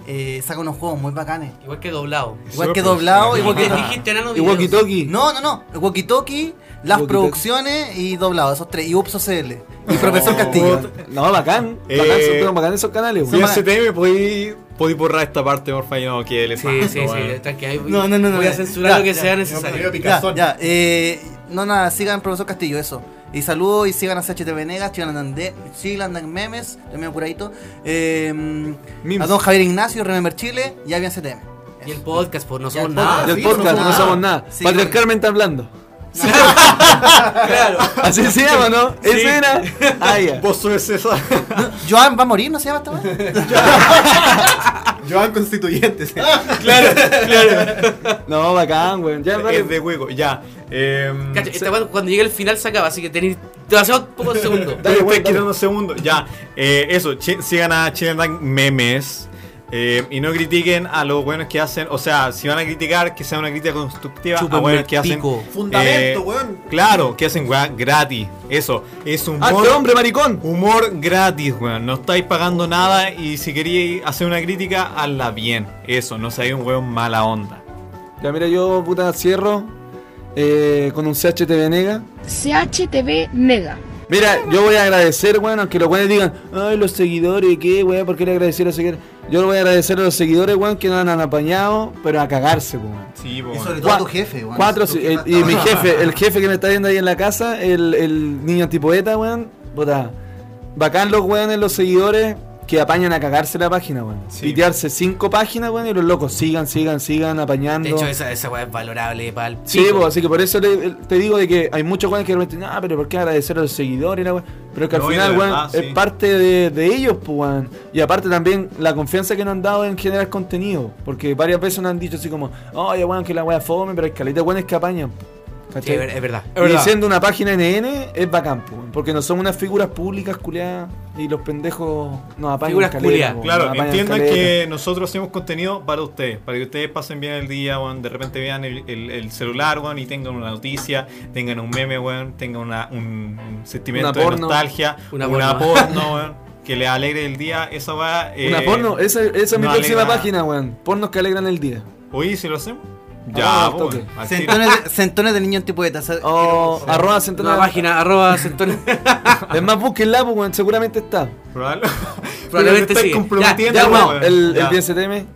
Speaker 6: Eh, saca unos juegos muy bacanes.
Speaker 2: Igual que doblado.
Speaker 6: Igual que
Speaker 3: Súper
Speaker 6: doblado, igual
Speaker 2: Igual
Speaker 6: que.
Speaker 2: que dijiste enano
Speaker 1: Y
Speaker 2: videos.
Speaker 1: walkie talkie.
Speaker 6: No, no, no. El Walkie Talkie, las
Speaker 1: Walkie-talkie.
Speaker 6: producciones y doblado, esos tres. Y Upso CL. Y Profesor
Speaker 3: Oh.
Speaker 6: Castillo.
Speaker 1: No, bacán.
Speaker 3: Eh,
Speaker 1: Bacán, son, pero bacán esos canales,
Speaker 3: Si
Speaker 1: weón.
Speaker 3: ese tema podí podí borrar esta parte, porfa, yo no quiero el
Speaker 2: Sí, sí, sí. tranqui, ahí voy-
Speaker 6: No, no, no, no,
Speaker 2: Voy a
Speaker 6: ya,
Speaker 2: censurar
Speaker 6: ya,
Speaker 2: lo que
Speaker 6: ya.
Speaker 2: sea
Speaker 4: Yo
Speaker 2: necesario.
Speaker 4: me
Speaker 6: Ya,
Speaker 4: veo
Speaker 6: ya. Eh, no, nada, sigan Profesor Castillo, eso. Y saludos y sigan a CHT Venegas, sigan a Andé- sigan a Memes, también apuradito. Eh,
Speaker 1: Mims.
Speaker 6: a don Javier Ignacio, Remember Chile y a Avian CTM.
Speaker 2: Y el podcast, pues no
Speaker 6: Ya,
Speaker 2: somos
Speaker 6: el
Speaker 2: nada.
Speaker 3: Ah,
Speaker 1: Del
Speaker 4: sí,
Speaker 1: podcast,
Speaker 4: no
Speaker 1: no,
Speaker 4: somos
Speaker 1: somos
Speaker 6: nada.
Speaker 1: nada.
Speaker 6: Sí,
Speaker 1: Patriarcal
Speaker 6: bueno.
Speaker 1: Carmen está hablando.
Speaker 2: Claro.
Speaker 1: Así se llama, ¿no? Ese era. Ah, ya.
Speaker 3: Vos sos esa.
Speaker 6: Joan va a morir, ¿no se llama esta weá?
Speaker 4: Joan Constituyentes.
Speaker 3: Claro, claro.
Speaker 1: No, bacán, weón. Ya, dale.
Speaker 3: Es de hueco, ya. Em,
Speaker 2: Cacha, esta weá cuando llegue el final se acaba, así que tenéis demasiados pocos segundos.
Speaker 1: Dale,
Speaker 3: Dale,
Speaker 1: bueno,
Speaker 3: estoy
Speaker 1: dale.
Speaker 3: quitando segundos. Ya, eh, eso, chi- sigan a Chilendank Memes. eh, y no critiquen a los buenos que hacen. O sea, si van a criticar, que sea una crítica constructiva
Speaker 2: Chúpenme
Speaker 3: a buenos
Speaker 2: el
Speaker 3: que hacen.
Speaker 2: pico.
Speaker 4: Fundamento,
Speaker 3: eh,
Speaker 4: weón.
Speaker 3: Claro, que hacen weá gratis. Eso, es
Speaker 2: Ah,
Speaker 3: humor.
Speaker 1: ¡Hazte Ah, hombre, maricón!
Speaker 3: Humor gratis, weón. No estáis pagando nada y si queréis hacer una crítica, hazla bien. Eso, no seáis un weón mala onda.
Speaker 1: Ya, mira, yo, puta, cierro eh, con un CHT Venega.
Speaker 5: CHTV Nega.
Speaker 1: Mira, yo voy a agradecer, bueno, aunque los weones digan, ay, los seguidores, ¿qué, weón? ¿Por qué le agradecer a los seguidores? Yo le voy a agradecer a los seguidores, weón, que nos han apañado, pero a cagarse, weón.
Speaker 3: Sí,
Speaker 6: Y sobre todo
Speaker 1: Cuatro-
Speaker 6: a tu jefe, weón.
Speaker 1: Cuatro,
Speaker 6: Tu jefe
Speaker 1: eh,
Speaker 6: hasta
Speaker 1: y mi
Speaker 6: ahora.
Speaker 1: jefe, el jefe que me está viendo ahí en la casa, el, el niño antipoeta, weón, puta. Bacán los weones, los seguidores, que apañan a cagarse la página, weón.
Speaker 3: Sí.
Speaker 1: Pitearse cinco páginas, weón, y los locos sigan, sigan, sigan apañando.
Speaker 2: De hecho, esa, esa weá es valorable para el
Speaker 1: Sí, pues, así que por eso le- te digo de que hay muchos weones que realmente, no, pero ¿por qué agradecer a los seguidores? la wea?" Pero es que
Speaker 3: No,
Speaker 1: al
Speaker 3: y de
Speaker 1: final, weón,
Speaker 3: verdad, sí.
Speaker 1: es parte de, de ellos, pues, weón. Y aparte también la confianza que nos han dado en generar contenido. Porque varias veces nos han dicho así como, oye, weón, que la wea fome, pero es caleta, weón, es que apañan.
Speaker 2: Sí,
Speaker 1: ¿Cachai?
Speaker 2: es ver- es verdad.
Speaker 1: y siendo una página NN es bacán, pues, weón, porque no son unas figuras públicas culiadas y los pendejos nos apañan.
Speaker 2: Figuras
Speaker 1: caleta,
Speaker 2: culiadas.
Speaker 1: pues,
Speaker 3: Claro,
Speaker 1: nos apañan
Speaker 3: entiendan
Speaker 1: caleta.
Speaker 3: que nosotros hacemos contenido para ustedes, para que ustedes pasen bien el día, weón, de repente vean el, el- el celular, weón, y tengan una noticia, tengan un meme, weón, tengan una- un un sentimiento
Speaker 1: Una
Speaker 3: de
Speaker 1: porno.
Speaker 3: nostalgia,
Speaker 2: Una
Speaker 3: una, porno,
Speaker 2: porno.
Speaker 3: weón, que les alegre el día, esa eh, va...
Speaker 1: Una porno, esa, esa es mi
Speaker 3: no
Speaker 1: próxima
Speaker 3: alegra-
Speaker 1: página, weón. Pornos que alegran el día.
Speaker 3: Oye, si lo hacemos?
Speaker 1: Ah,
Speaker 3: Ya,
Speaker 1: al
Speaker 3: po,
Speaker 1: toque.
Speaker 3: weón, al tiro.
Speaker 6: Centones de, centones de niño en tipo de taza.
Speaker 1: O Oh, arroba centena.
Speaker 2: Una página arroba centones.
Speaker 1: Es más, búsquenla, pues, weón, seguramente está.
Speaker 3: Probable-
Speaker 2: Probablemente
Speaker 3: Pero me estáis
Speaker 2: sí.
Speaker 3: comprometiendo,
Speaker 2: Ya,
Speaker 1: Ya,
Speaker 2: ya,
Speaker 1: weón,
Speaker 3: weón.
Speaker 1: el,
Speaker 3: Ya.
Speaker 1: el DSTM.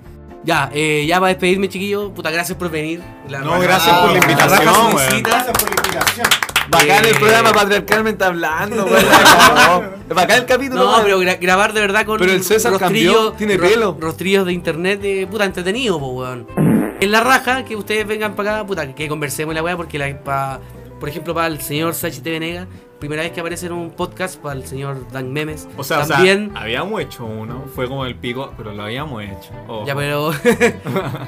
Speaker 2: Ya, eh, ya para despedirme, chiquillos. Puta, gracias por venir. La
Speaker 3: No,
Speaker 2: raja-
Speaker 3: gracias por la
Speaker 2: raja
Speaker 3: invitación,
Speaker 2: su
Speaker 3: weón.
Speaker 2: visita.
Speaker 4: Gracias por la invitación.
Speaker 1: Bacán
Speaker 2: Eh.
Speaker 1: el programa Patriarcalmente hablando, weón. Bacán el capítulo,
Speaker 2: No,
Speaker 1: weón.
Speaker 2: pero gra- grabar de verdad con
Speaker 1: Pero el César
Speaker 2: rostrillo-
Speaker 1: cambió, tiene
Speaker 2: ro-
Speaker 1: pelo.
Speaker 2: rostrillos de internet de puta entretenido, po, weón. En la raja, que ustedes vengan para acá, puta, que conversemos la weá, porque la, pa- por ejemplo, para el señor Sachi T. Venega, primera vez que aparece en un podcast para el señor Dan Memes.
Speaker 3: O sea, o sea,
Speaker 2: también.
Speaker 3: habíamos hecho uno, fue como el pico, pero lo habíamos hecho. Ojo.
Speaker 2: Ya, pero.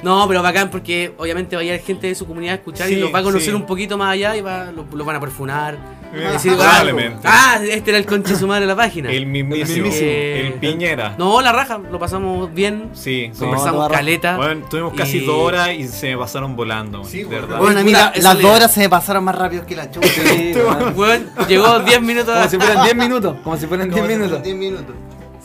Speaker 2: no, pero bacán, porque obviamente va a llegar gente de su comunidad a escuchar y
Speaker 3: Sí,
Speaker 2: los va a conocer
Speaker 3: sí.
Speaker 2: un poquito más allá y va, lo- los van a perfunar.
Speaker 3: Eh,
Speaker 2: a decir,
Speaker 3: probablemente.
Speaker 2: Ah, este era el conche su madre de la página.
Speaker 3: El mismísimo,
Speaker 2: mismísimo.
Speaker 3: el Piñera.
Speaker 2: eh, No, la raja, lo pasamos bien.
Speaker 3: Sí, sí.
Speaker 1: No,
Speaker 2: Conversamos
Speaker 1: la raja.
Speaker 2: caleta.
Speaker 3: Bueno, tuvimos casi
Speaker 2: Y-
Speaker 3: dos horas y se me pasaron volando.
Speaker 4: Sí,
Speaker 3: de
Speaker 4: bueno.
Speaker 3: verdad.
Speaker 6: Bueno, a mí
Speaker 2: Puta,
Speaker 6: la-
Speaker 2: esa
Speaker 6: las
Speaker 2: le-
Speaker 6: dos horas se me pasaron más rápido que la chucha.
Speaker 1: Sí, weón.
Speaker 2: Este Weón, llegó 10 minutos
Speaker 1: Como si
Speaker 2: a...
Speaker 1: fueran 10 minutos. Como si fueran 10 minutos.
Speaker 7: 10 minutos.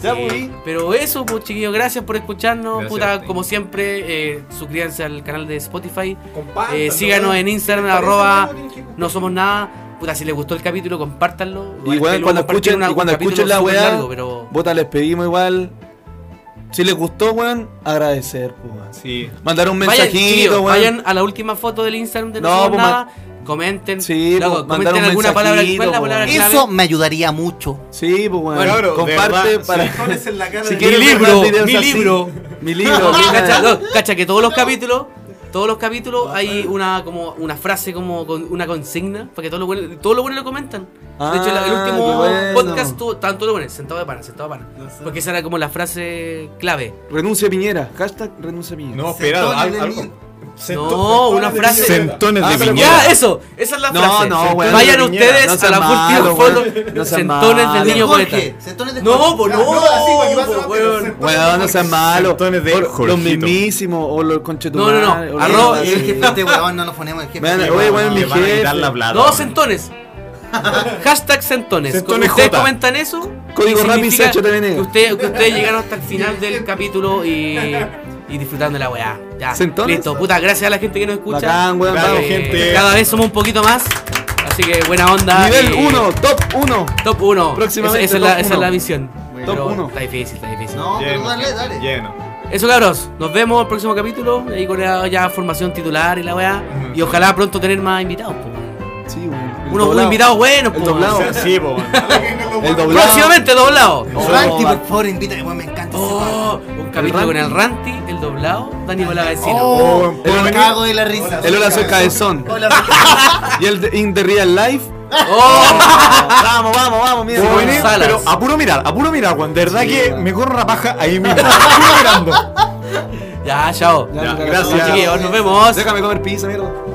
Speaker 1: Ya,
Speaker 2: Sí,
Speaker 1: pues.
Speaker 2: Pero eso, pues chiquillos, gracias por escucharnos.
Speaker 3: Gracias a
Speaker 2: Puta,
Speaker 3: ti.
Speaker 2: como siempre, eh, suscríbanse al canal de Spotify.
Speaker 4: Compártanlo,
Speaker 2: Eh, síganos
Speaker 4: weón.
Speaker 2: en Instagram,
Speaker 4: ¿Les parece,
Speaker 2: arroba,
Speaker 4: weón? Tienen que compartir.
Speaker 2: No somos nada. Puta, si les gustó el capítulo, compártanlo.
Speaker 1: Y
Speaker 2: es
Speaker 1: weón,
Speaker 2: que luego
Speaker 1: cuando
Speaker 2: compartir
Speaker 1: escuchen,
Speaker 2: una-
Speaker 1: y cuando
Speaker 2: un capítulo
Speaker 1: escuchen la
Speaker 2: súper
Speaker 1: weá,
Speaker 2: largo, pero-
Speaker 1: Bota, les pedimos igual. Si les gustó, weón, agradecer, pues, weón.
Speaker 3: Sí.
Speaker 1: Mandar un
Speaker 2: Vayan, chiquillos,
Speaker 1: mensajito,
Speaker 2: vayan
Speaker 1: weón.
Speaker 2: a la última foto del Instagram de No,
Speaker 1: No,
Speaker 2: Somos
Speaker 1: pues,
Speaker 2: Nada. Comenten.
Speaker 1: Sí, pues,
Speaker 2: loco,
Speaker 1: mandar
Speaker 2: comenten
Speaker 1: un
Speaker 2: alguna palabra. ¿Cuál es la
Speaker 1: mensajito,
Speaker 2: palabra
Speaker 1: weón.
Speaker 2: clave?
Speaker 6: Eso me ayudaría mucho.
Speaker 1: Sí, pues, weón.
Speaker 3: Bueno, claro, de
Speaker 1: Comparte
Speaker 3: verdad,
Speaker 1: para.
Speaker 4: Cojones en la cara
Speaker 1: Si
Speaker 4: de-
Speaker 1: quieren
Speaker 2: libro,
Speaker 1: ver más videos
Speaker 2: mi
Speaker 1: así.
Speaker 2: libro.
Speaker 1: Mi libro.
Speaker 2: No,
Speaker 1: mira.
Speaker 2: cacha, no, cacha que todos los capítulos, todos los capítulos hay una como una frase como con una consigna para que todos los buenos, todos los buenos lo comentan.
Speaker 1: Ah,
Speaker 2: de hecho, la- el último
Speaker 1: qué bueno.
Speaker 2: podcast tuvo tanto lo bueno, sentado de pana, sentado de pana. Porque esa era como la frase clave.
Speaker 1: Renuncia Piñera. Hashtag renuncia Piñera.
Speaker 3: No, espera,
Speaker 7: Centones de
Speaker 3: al- algo.
Speaker 7: mil.
Speaker 2: No, una frase.
Speaker 3: Centones
Speaker 1: Ah,
Speaker 3: de
Speaker 1: pero-
Speaker 3: Piñera.
Speaker 2: Ya, eso, esa es la
Speaker 1: No,
Speaker 2: frase.
Speaker 1: no, weón.
Speaker 2: Vayan
Speaker 1: Piñera,
Speaker 2: ustedes
Speaker 1: no
Speaker 2: a
Speaker 1: sean
Speaker 2: la
Speaker 1: malo,
Speaker 2: última foto
Speaker 1: weón. No sean
Speaker 2: sentones del
Speaker 1: malo.
Speaker 2: niño
Speaker 7: Jorge,
Speaker 2: poeta.
Speaker 7: centones de
Speaker 2: No,
Speaker 7: Jorge.
Speaker 2: pues no,
Speaker 4: Ah, no, así, para que pase la
Speaker 2: po,
Speaker 4: pena,
Speaker 2: weón.
Speaker 4: sí.
Speaker 1: Weón, no sean malo.
Speaker 3: Centones de
Speaker 1: Por-
Speaker 3: Jorgito.
Speaker 1: Los mismísimos o los conchetumados.
Speaker 2: No, no, no. Arroba-
Speaker 6: el jefe, este weón, no nos ponemos el jefe.
Speaker 1: Vean,
Speaker 6: Sí,
Speaker 1: oye,
Speaker 6: weón,
Speaker 1: weón,
Speaker 6: no.
Speaker 1: mi
Speaker 3: Le van a
Speaker 1: jefe.
Speaker 3: quitar la plata.
Speaker 2: No, centones. Hashtag centones.
Speaker 3: Centones
Speaker 2: ustedes
Speaker 3: J.
Speaker 2: comentan eso.
Speaker 1: Código
Speaker 2: significa
Speaker 1: Rappi Sacho te
Speaker 2: que
Speaker 1: venega.
Speaker 2: ustedes, que ustedes llegaron hasta el final del capítulo y, y disfrutando de la weá. Ya.
Speaker 1: ¿Centones?
Speaker 2: Listo, puta, gracias a la gente que nos escucha.
Speaker 1: Bacán, weón.
Speaker 3: Bravo,
Speaker 1: vamos.
Speaker 2: Eh,
Speaker 3: gente.
Speaker 2: Cada vez somos un poquito más. Así que buena onda.
Speaker 1: Nivel
Speaker 2: y-
Speaker 1: 1, top 1.
Speaker 2: Top 1.
Speaker 1: Próximamente
Speaker 2: Esa, es la,
Speaker 1: top
Speaker 2: esa es la
Speaker 1: uno.
Speaker 2: misión.
Speaker 1: Top
Speaker 2: Pero
Speaker 1: uno.
Speaker 2: Está difícil, está difícil.
Speaker 7: No, pero
Speaker 3: Lleno,
Speaker 7: dale, dale.
Speaker 3: lleno.
Speaker 2: Eso cabros, nos vemos el próximo capítulo. Ahí con la ya formación titular y la weá.
Speaker 3: Ujú.
Speaker 2: Y ojalá pronto tener más invitados. po.
Speaker 1: Sí, weón. El
Speaker 2: Unos
Speaker 1: doblado.
Speaker 2: invitados buenos.
Speaker 1: El
Speaker 2: po.
Speaker 1: doblado.
Speaker 3: Sí, po, weón.
Speaker 1: El doblado.
Speaker 2: Próximamente doblado.
Speaker 1: Oh,
Speaker 6: Ranti,
Speaker 1: va.
Speaker 6: por favor, invítame, weón, me encanta. ese weón.
Speaker 2: Oh, un capítulo con el Ranti, el doblado, Dani Vecino.
Speaker 6: Oh,
Speaker 1: el
Speaker 6: me
Speaker 1: Hola-
Speaker 6: cago de la risa.
Speaker 1: El hola soy cabezón.
Speaker 6: Hola,
Speaker 1: Y
Speaker 6: soy-
Speaker 1: el de- In the Real Life.
Speaker 2: Oh.
Speaker 1: Vamos, vamos, vamos. Mira,
Speaker 3: Puedo venir,
Speaker 2: Salas.
Speaker 3: pero a puro mirar, a puro mirar, Juan. De verdad
Speaker 1: Sí,
Speaker 3: que
Speaker 1: weón.
Speaker 3: me corro una paja ahí mismo. a puro mirando.
Speaker 2: Ya, chao.
Speaker 1: Ya,
Speaker 3: Ya,
Speaker 1: me cagaste.
Speaker 3: gracias.
Speaker 2: Chiquillos, nos vemos.
Speaker 1: Déjame comer pizza, mierda.